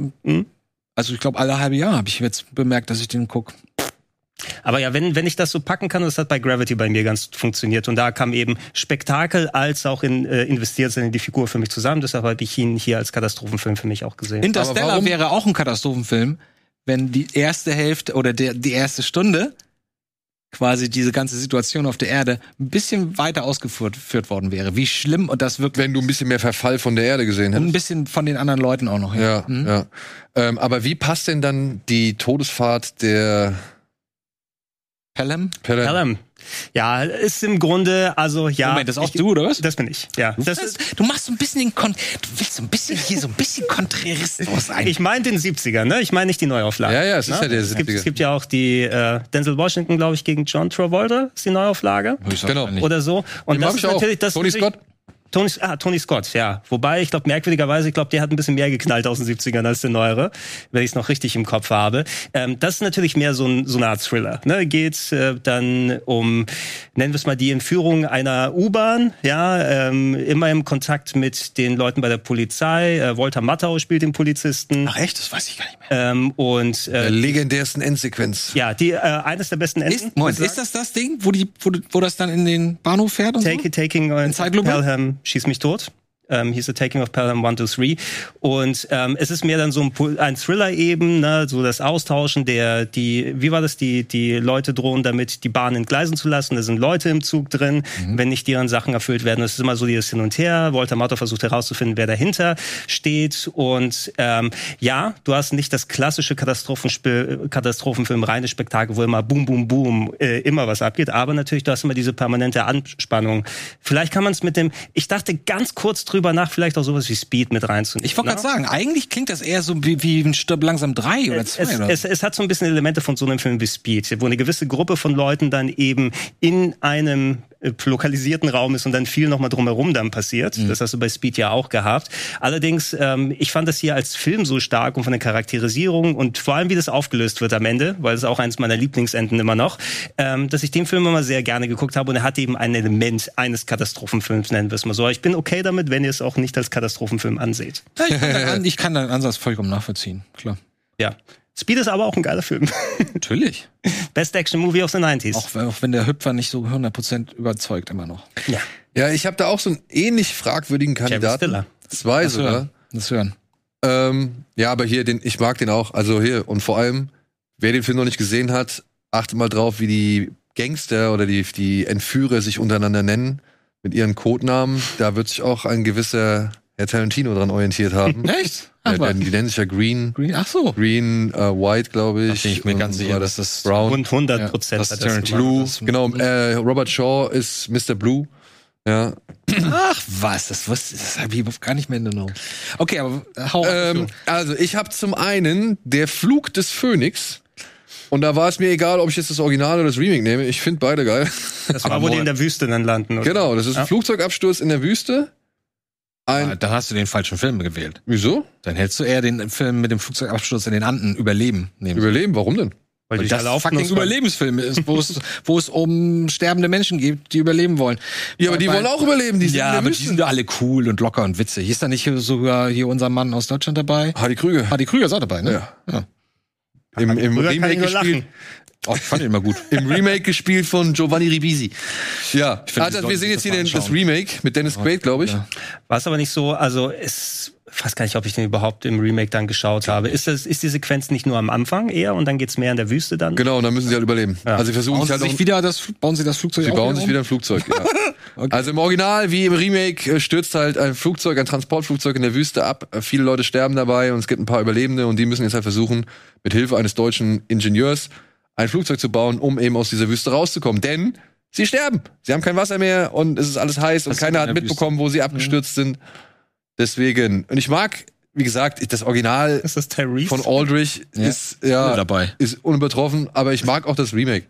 Speaker 3: Also ich glaube, alle halbe Jahr habe ich jetzt bemerkt, dass ich den gucke.
Speaker 2: Aber ja, wenn, wenn ich das so packen kann, das hat bei Gravity bei mir ganz gut funktioniert. Und da kam eben Spektakel als auch in, äh, investiert sind in die Figur für mich zusammen. Deshalb habe ich ihn hier als Katastrophenfilm für mich auch gesehen.
Speaker 1: Aber
Speaker 3: Interstellar
Speaker 1: warum-
Speaker 3: wäre auch ein Katastrophenfilm, wenn die erste Hälfte oder der, die erste Stunde quasi diese ganze Situation auf der Erde ein bisschen weiter ausgeführt führt worden wäre. Wie schlimm und das wirklich
Speaker 1: Wenn du ein bisschen mehr Verfall von der Erde gesehen
Speaker 3: ein
Speaker 1: hättest.
Speaker 3: bisschen von den anderen Leuten auch noch.
Speaker 1: Ja,
Speaker 3: Mhm.
Speaker 1: ja. Ähm, aber wie passt denn dann die Todesfahrt der
Speaker 3: Pelham?
Speaker 1: Pelham?
Speaker 2: Pelham. Ja, ist im Grunde, also ja.
Speaker 3: Moment, das ist auch
Speaker 2: ich,
Speaker 3: du, oder was?
Speaker 2: Das bin ich, ja. Das ist,
Speaker 3: du machst so ein bisschen den Kon du willst so ein bisschen hier so ein bisschen Kontrarismus ein.
Speaker 2: ich meine den 70er, ne? Ich meine nicht die Neuauflage.
Speaker 1: Ja, ja, es ist
Speaker 2: ne?
Speaker 3: halt
Speaker 1: ja der
Speaker 2: es gibt,
Speaker 1: 70er.
Speaker 2: es gibt ja auch die äh, Denzel Washington, glaube ich, gegen John Travolta, ist die Neuauflage.
Speaker 1: Genau.
Speaker 3: Höchstwahrscheinlich.
Speaker 2: Oder so. Und
Speaker 1: Den
Speaker 2: das
Speaker 1: hab
Speaker 2: ist
Speaker 1: ich auch.
Speaker 2: natürlich das.
Speaker 1: Tony
Speaker 2: ist natürlich-
Speaker 1: Scott?
Speaker 2: Tony, ah, Tony Scott, ja. Wobei, ich glaube, merkwürdigerweise, ich glaube, der hat ein bisschen mehr geknallt aus den 70ern als der neuere, wenn ich es noch richtig im Kopf habe. Ähm, das ist natürlich mehr so, ein, so eine Art Thriller. Ne? Geht äh, dann um, nennen wir es mal, die Entführung einer U-Bahn, ja, ähm, immer im Kontakt mit den Leuten bei der Polizei. Äh, Walter Matthau spielt den Polizisten.
Speaker 3: Ach echt, das weiß ich gar nicht mehr.
Speaker 2: Ähm, und
Speaker 1: Der
Speaker 2: äh,
Speaker 1: legendärsten Endsequenz.
Speaker 2: ja, die äh, eines der besten Enden.
Speaker 3: Ist, Hm? Moment, ist das das Ding, wo, die, wo, wo das dann in den Bahnhof fährt und
Speaker 2: Take, Taking on
Speaker 3: Zeitlupe?
Speaker 2: Pelham schieß mich tot. Ähm, hieß The Taking of Pelham 1, 2, 3. Und ähm, es ist mehr dann so ein, Pol- ein Thriller eben, ne? so das Austauschen der, die, wie war das, die, die Leute drohen damit, die Bahn entgleisen zu lassen. Da sind Leute im Zug drin, wenn nicht deren Sachen erfüllt werden. Das ist immer so dieses Hin und Her. Walter Matthau versucht herauszufinden, wer dahinter steht. Und ähm, ja, du hast nicht das klassische Katastrophenspiel, Katastrophenfilm, reines Spektakel, wo immer Boom, Boom, Boom, äh, immer was abgeht. Aber natürlich, du hast immer diese permanente Anspannung. Vielleicht kann man es mit dem, ich dachte ganz kurz drüber nach, vielleicht auch sowas wie Speed mit reinzunehmen.
Speaker 3: Ich wollte
Speaker 2: ne?
Speaker 3: gerade sagen, eigentlich klingt das eher so wie, wie ein Stirb langsam drei oder zwei
Speaker 2: es,
Speaker 3: oder
Speaker 2: es, es hat so ein bisschen Elemente von so einem Film wie Speed, wo eine gewisse Gruppe von Leuten dann eben in einem äh, lokalisierten Raum ist und dann viel nochmal drumherum dann passiert. Das hast du bei Speed ja auch gehabt. Allerdings, ähm, ich fand das hier als Film so stark und von der Charakterisierung und vor allem, wie das aufgelöst wird am Ende, weil es auch eines meiner Lieblingsenden immer noch, ähm, dass ich den Film immer sehr gerne geguckt habe und er hat eben ein Element eines Katastrophenfilms, nennen wir es mal so. Aber Ich bin okay damit, wenn ihr es auch nicht als Katastrophenfilm anseht.
Speaker 3: Ja, ich, kann deinen An- ich kann deinen Ansatz vollkommen nachvollziehen, klar.
Speaker 2: Ja. Speed ist aber auch ein geiler Film.
Speaker 3: Natürlich.
Speaker 2: Best Action Movie of the 90s.
Speaker 3: Auch, wenn- auch wenn der Hüpfer nicht so 100% überzeugt immer noch.
Speaker 2: ja.
Speaker 1: Ja, ich habe da auch so einen ähnlich fragwürdigen Kandidaten.
Speaker 2: Stiller.
Speaker 1: Zwei
Speaker 3: Das
Speaker 1: sogar.
Speaker 3: hören. Das hören.
Speaker 1: Ähm, ja, aber hier, den, ich mag den auch. Also hier, und vor allem, wer den Film noch nicht gesehen hat, achte mal drauf, wie die Gangster oder die, die Entführer sich untereinander nennen, mit ihren Codenamen. Da wird sich auch ein gewisser Herr Tarantino dran orientiert haben.
Speaker 3: *laughs* Echt?
Speaker 1: ja,
Speaker 3: Ach,
Speaker 1: denn
Speaker 3: was.
Speaker 1: die nennen sich ja Green,
Speaker 3: Green, ach so.
Speaker 1: Green, äh, White, glaube ich.
Speaker 3: Da bin ich mir
Speaker 1: und
Speaker 3: ganz
Speaker 1: so
Speaker 3: sicher,
Speaker 1: weiter.
Speaker 3: dass das-
Speaker 1: Brown,
Speaker 2: Rund 100 Prozent.
Speaker 3: das
Speaker 2: hat
Speaker 3: ist
Speaker 2: das
Speaker 3: Tarantino.
Speaker 2: gemacht.
Speaker 1: Blue. genau,
Speaker 3: das-
Speaker 1: äh, Robert Shaw ist Mr. Blue. Ja,
Speaker 3: Ach was, das wusste das habe ich überhaupt gar nicht mehr in Erinnerung. Okay, aber äh, hau
Speaker 1: Ähm,
Speaker 3: ähm,
Speaker 1: also ich habe zum einen der Flug des Phönix. Und da war es mir egal, ob ich jetzt das Original oder das Remake nehme. Ich finde beide geil. *laughs*
Speaker 2: Das war, wo die in der Wüste dann landen. oder?
Speaker 1: genau, das ist ein
Speaker 2: Ja.
Speaker 1: Flugzeugabsturz in der Wüste. Ein
Speaker 3: Dann hast du den falschen Film gewählt.
Speaker 1: wieso?
Speaker 3: Dann hättest du eher den Film mit dem Flugzeugabsturz in den Anden Überleben nehmen sollen.
Speaker 1: Überleben, warum denn?
Speaker 2: Weil die
Speaker 3: Weil das
Speaker 2: alle
Speaker 3: fucking
Speaker 2: aufgenommen haben.
Speaker 3: Überlebensfilm ist, wo *laughs* es, wo es um sterbende Menschen geht, die überleben wollen.
Speaker 1: Ja, aber die
Speaker 3: Weil-
Speaker 1: wollen auch überleben, die sind
Speaker 3: ja,
Speaker 1: in der
Speaker 3: aber
Speaker 1: Wüste.
Speaker 3: die sind alle cool und locker und witzig. Ist da nicht hier sogar hier unser Mann aus Deutschland dabei?
Speaker 1: Hardy Krüger.
Speaker 3: Ah, die Krüger ist auch dabei, ne?
Speaker 1: Ja.
Speaker 3: ja.
Speaker 1: Im, im,
Speaker 2: Krüger kann ich
Speaker 1: Remake
Speaker 2: nur lachen.
Speaker 1: gespielt,
Speaker 3: Oh, ich fand ihn immer gut.
Speaker 1: Im Remake gespielt von Giovanni Ribisi. Ja,
Speaker 3: finde,
Speaker 1: also,
Speaker 3: die
Speaker 1: wir
Speaker 3: sollten
Speaker 1: sehen jetzt
Speaker 3: sich
Speaker 1: hier
Speaker 3: das
Speaker 1: den,
Speaker 3: mal
Speaker 1: das
Speaker 3: anschauen.
Speaker 1: Remake mit Dennis Quaid, glaube ich.
Speaker 3: Ja.
Speaker 2: War es aber nicht so, also es ich weiß gar nicht, ob ich den überhaupt im Remake dann geschaut habe. Ist, das, ist die Sequenz nicht nur am Anfang eher und dann geht's mehr in der Wüste dann?
Speaker 1: Genau, und dann müssen sie halt überleben. Also sie versuchen
Speaker 3: Bauen
Speaker 1: es
Speaker 3: sie
Speaker 1: halt auch,
Speaker 3: sich wieder das, bauen sie das Flugzeug
Speaker 1: Sie
Speaker 3: auch
Speaker 1: bauen sich
Speaker 3: um?
Speaker 1: wieder ein Flugzeug.
Speaker 3: *laughs*
Speaker 1: Ja. Also im Original wie im Remake äh, stürzt halt ein Flugzeug, ein Transportflugzeug in der Wüste ab. Äh, Viele Leute sterben dabei und es gibt ein paar Überlebende und die müssen jetzt halt versuchen, mit Hilfe eines deutschen Ingenieurs ein Flugzeug zu bauen, um eben aus dieser Wüste rauszukommen. Denn sie sterben. Sie haben kein Wasser mehr und es ist alles heiß und
Speaker 3: Das
Speaker 1: keiner
Speaker 3: ist
Speaker 1: hat
Speaker 3: in der Mhm.
Speaker 1: mitbekommen, wo sie abgestürzt sind. Deswegen. Und ich mag, wie gesagt, das Original
Speaker 2: Ist das Tyrese?
Speaker 1: von Aldrich
Speaker 3: Ja.
Speaker 1: ist ja
Speaker 3: Nur dabei.
Speaker 1: ist unübertroffen, aber ich mag auch das Remake.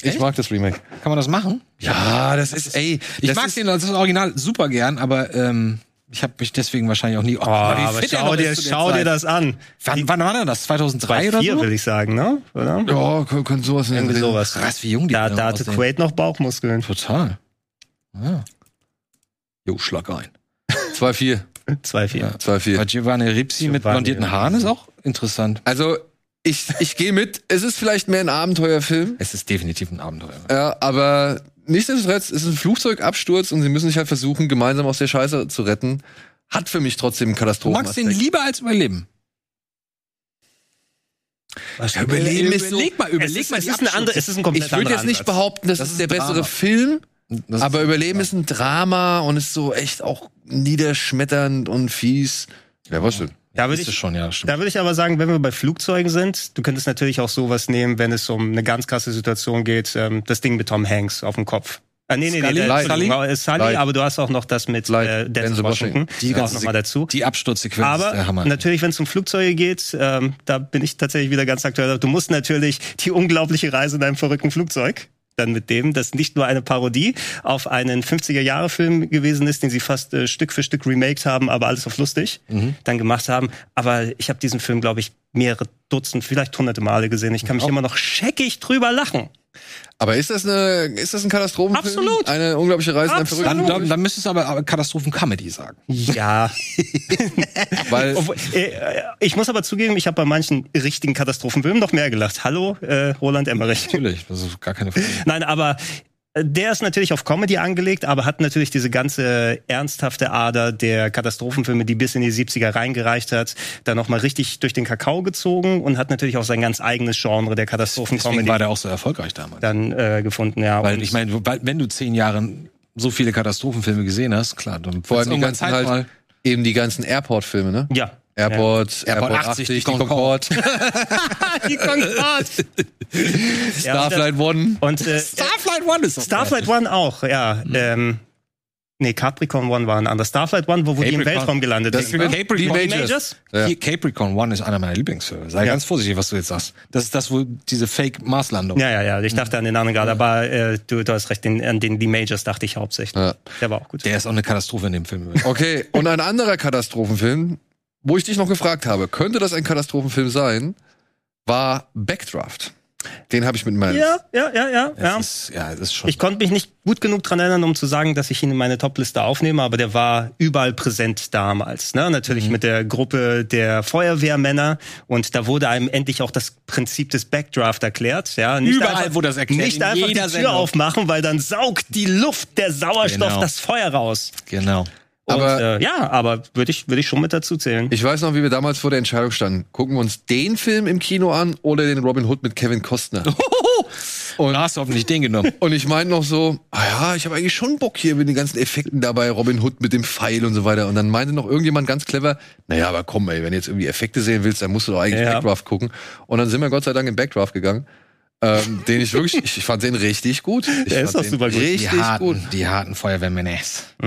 Speaker 1: Ich
Speaker 3: Echt?
Speaker 1: mag das Remake.
Speaker 3: Kann man das machen?
Speaker 1: Ja, das ist, ey,
Speaker 3: Ich
Speaker 1: das
Speaker 3: mag
Speaker 1: ist,
Speaker 3: den, das Original super gern, aber ähm, ich habe mich deswegen wahrscheinlich auch nie. Oh,
Speaker 2: Oh, aber schau, dir, schau dir das an.
Speaker 3: Wann, wann war denn das? 2003
Speaker 2: Bei
Speaker 3: oder
Speaker 2: vier,
Speaker 3: so?
Speaker 2: will ich sagen, ne? Oder?
Speaker 1: Ja, kann, kann sowas
Speaker 2: Irgendwie
Speaker 1: nennen.
Speaker 2: sowas.
Speaker 3: Krass, wie jung die
Speaker 2: Da,
Speaker 3: noch
Speaker 2: da hatte
Speaker 3: aussehen.
Speaker 2: Quaid noch Bauchmuskeln.
Speaker 3: Total. Ja. Jo, schlag ein.
Speaker 1: 2-4.
Speaker 2: Zwei, vier.
Speaker 3: Ja.
Speaker 1: 2-4.
Speaker 3: Bei Giovanni Ripsi mit
Speaker 2: Giovanni,
Speaker 3: blondierten
Speaker 2: ja.
Speaker 3: Haaren ist auch interessant.
Speaker 1: Also, ich, ich gehe mit. Es ist vielleicht mehr ein Abenteuerfilm,
Speaker 3: Es ist definitiv ein Abenteuer.
Speaker 1: ja, aber nichtsdestotrotz ist es ein Flugzeugabsturz und sie müssen sich halt versuchen, gemeinsam aus der Scheiße zu retten. Hat für mich trotzdem einen
Speaker 3: Du magst den
Speaker 1: Katastrophenaspekt.
Speaker 3: lieber als Überleben. Überleben ist so,
Speaker 2: Äh, Überleg mal, überleg
Speaker 3: es ist-
Speaker 2: mal
Speaker 3: es
Speaker 2: die
Speaker 3: ist eine andere,
Speaker 2: Abstufung.
Speaker 3: es ist ein komplett
Speaker 1: Ich würde jetzt nicht behaupten, das,
Speaker 3: Das
Speaker 1: ist
Speaker 3: ist
Speaker 1: der
Speaker 3: ein
Speaker 1: bessere
Speaker 3: Drama.
Speaker 1: Film,
Speaker 3: Das
Speaker 1: aber
Speaker 3: ist-
Speaker 1: Überleben ist ein Drama und ist so echt auch niederschmetternd und fies. Ja, was denn?
Speaker 2: Da würde
Speaker 3: Ist es
Speaker 2: ich,
Speaker 3: schon, ja, stimmt.
Speaker 2: da würde ich aber sagen, wenn wir bei Flugzeugen sind, du könntest natürlich auch sowas nehmen, wenn es um eine ganz krasse Situation geht, ähm, das Ding mit Tom Hanks auf dem Kopf. Ah, nee, nee, nee,
Speaker 3: Scully?
Speaker 2: der-
Speaker 1: Light.
Speaker 2: Entschuldigung, äh, Sully,
Speaker 1: Light.
Speaker 2: aber du hast auch noch das mit
Speaker 1: Light.
Speaker 2: äh, Denzel
Speaker 1: Denzel
Speaker 2: Washington.
Speaker 1: Washington.
Speaker 2: Die
Speaker 3: Die
Speaker 2: kommt
Speaker 3: ganze
Speaker 2: nochmal dazu.
Speaker 3: Die Absturzsequenz ist der
Speaker 2: Aber
Speaker 3: Hammer.
Speaker 2: natürlich, wenn es um Flugzeuge geht, ähm, da bin ich tatsächlich wieder ganz aktuell. Du musst natürlich die unglaubliche Reise in einem verrückten Flugzeug dann mit dem, das nicht nur eine Parodie auf einen 50er-Jahre-Film gewesen ist, den sie fast äh, Stück für Stück remaked haben, aber alles auf lustig
Speaker 3: Mhm.
Speaker 2: dann gemacht haben. Aber ich habe diesen Film, glaube ich, mehrere Dutzend, vielleicht hunderte Male gesehen. Ich kann mich immer noch scheckig drüber lachen.
Speaker 1: Aber ist das eine, ist das ein Katastrophenfilm?
Speaker 2: Absolut.
Speaker 1: Eine unglaubliche Reise in ein
Speaker 2: Absolut.
Speaker 1: verrückten
Speaker 3: dann, dann, dann müsstest du aber aber Katastrophen-Comedy sagen. *laughs*
Speaker 2: Ja.
Speaker 1: Weil
Speaker 2: Obwohl, äh, äh, ich muss aber zugeben, ich habe bei manchen richtigen Katastrophenfilmen noch mehr gelacht. Hallo, äh, Roland Emmerich.
Speaker 3: Natürlich, das ist gar keine Frage.
Speaker 2: Nein, aber äh, der ist natürlich auf Comedy angelegt, aber hat natürlich diese ganze äh, ernsthafte Ader der Katastrophenfilme, die bis in die 70er reingereicht hat, dann nochmal richtig durch den Kakao gezogen und hat natürlich auch sein ganz eigenes Genre der
Speaker 3: Deswegen
Speaker 2: Katastrophenkomödie
Speaker 3: war der auch so erfolgreich damals.
Speaker 2: dann äh, gefunden. Ja,
Speaker 3: Weil
Speaker 2: Und *laughs*
Speaker 3: ich meine, weil- wenn du zehn Jahre so viele Katastrophenfilme gesehen hast, klar, dann
Speaker 1: vor allem die
Speaker 3: irgendwann
Speaker 1: ganzen halt, eben die ganzen Airport-Filme, ne?
Speaker 2: ja.
Speaker 1: Airport,
Speaker 3: Ja.
Speaker 1: Airport,
Speaker 3: Airport
Speaker 1: 80,
Speaker 3: 80,
Speaker 1: die Concorde,
Speaker 2: *laughs* Ah, Die Concorde.
Speaker 1: Starflight One.
Speaker 2: Und äh,
Speaker 3: *laughs* Starflight One ist das.
Speaker 2: Starflight One auch, ja.
Speaker 3: Hm.
Speaker 2: Ähm, nee, Capricorn One war ein anderer. Starflight One, wo, wo die im
Speaker 3: Capricorn.
Speaker 2: Weltraum gelandet
Speaker 1: Das
Speaker 2: sind. ne?
Speaker 1: sind die Majors. Ja.
Speaker 3: Hier, Capricorn One ist einer meiner Lieblingsfilme. Sei
Speaker 2: Ja.
Speaker 3: ganz vorsichtig, was du jetzt sagst. Das ist das, wo diese Fake-Marslandung.
Speaker 2: Ja, ja, ja. Ich dachte an den anderen
Speaker 3: Mhm.
Speaker 2: gerade, aber äh, du, du hast recht, den, an den die Majors dachte ich hauptsächlich.
Speaker 1: Ja.
Speaker 2: Der war auch gut.
Speaker 3: Der ist auch eine Katastrophe in dem Film.
Speaker 1: Okay, und ein anderer Katastrophenfilm, wo ich dich noch gefragt habe, könnte das ein Katastrophenfilm sein, war Backdraft. Den habe ich mit meinem.
Speaker 2: ja, ja, ja, ja.
Speaker 3: Es
Speaker 2: ja.
Speaker 3: Ist, ja, es ist schon.
Speaker 2: Ich konnte mich nicht gut genug dran erinnern, um zu sagen, dass ich ihn in meine Topliste aufnehme, aber der war überall präsent damals. Ne? Natürlich
Speaker 3: Mhm.
Speaker 2: mit der Gruppe der Feuerwehrmänner und da wurde einem endlich auch das Prinzip des Backdraft erklärt. Ja? Nicht
Speaker 3: Überall
Speaker 2: einfach,
Speaker 3: wurde das erklärt,
Speaker 2: Nicht
Speaker 3: in
Speaker 2: einfach die
Speaker 3: jeder
Speaker 2: Tür
Speaker 3: Sendung.
Speaker 2: aufmachen, weil dann saugt die Luft, der Sauerstoff,
Speaker 3: Genau.
Speaker 2: das Feuer raus.
Speaker 3: genau.
Speaker 2: Und,
Speaker 1: Aber-
Speaker 2: äh, ja, aber würde ich, würde ich schon mit dazu zählen.
Speaker 1: Ich weiß noch, wie wir damals vor der Entscheidung standen. Gucken wir uns den Film im Kino an oder den Robin Hood mit Kevin Costner?
Speaker 3: Und da hast du hoffentlich den genommen.
Speaker 1: Und ich meinte noch so, ah ja, ich habe eigentlich schon Bock hier mit den ganzen Effekten dabei, Robin Hood mit dem Pfeil und so weiter. Und dann meinte noch irgendjemand ganz clever, naja, aber komm, ey, wenn du jetzt irgendwie Effekte sehen willst, dann musst du doch eigentlich
Speaker 2: Ja.
Speaker 1: Backdraft gucken. Und dann sind wir Gott sei Dank in Backdraft gegangen. Ähm, den ich wirklich, ich, ich fand den richtig gut. Ich
Speaker 2: Der ist
Speaker 1: fand
Speaker 2: doch
Speaker 1: den
Speaker 2: super gut.
Speaker 1: Richtig
Speaker 3: die
Speaker 1: gut.
Speaker 3: harten, die harten Feuerwehrmänner.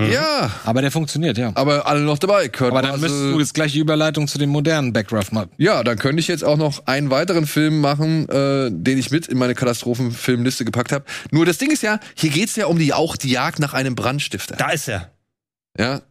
Speaker 1: Ja,
Speaker 3: Aber der funktioniert, ja.
Speaker 1: aber also alle noch dabei. Kurt
Speaker 3: Aber dann
Speaker 1: Russell.
Speaker 3: müsstest du jetzt gleich die Überleitung zu dem modernen Backdraft machen.
Speaker 1: ja, dann könnte ich jetzt auch noch einen weiteren Film machen, äh, den ich mit in meine Katastrophenfilmliste gepackt habe. Nur das Ding ist ja, hier geht's ja um die auch die Jagd nach einem Brandstifter.
Speaker 2: Da ist er.
Speaker 1: Ja.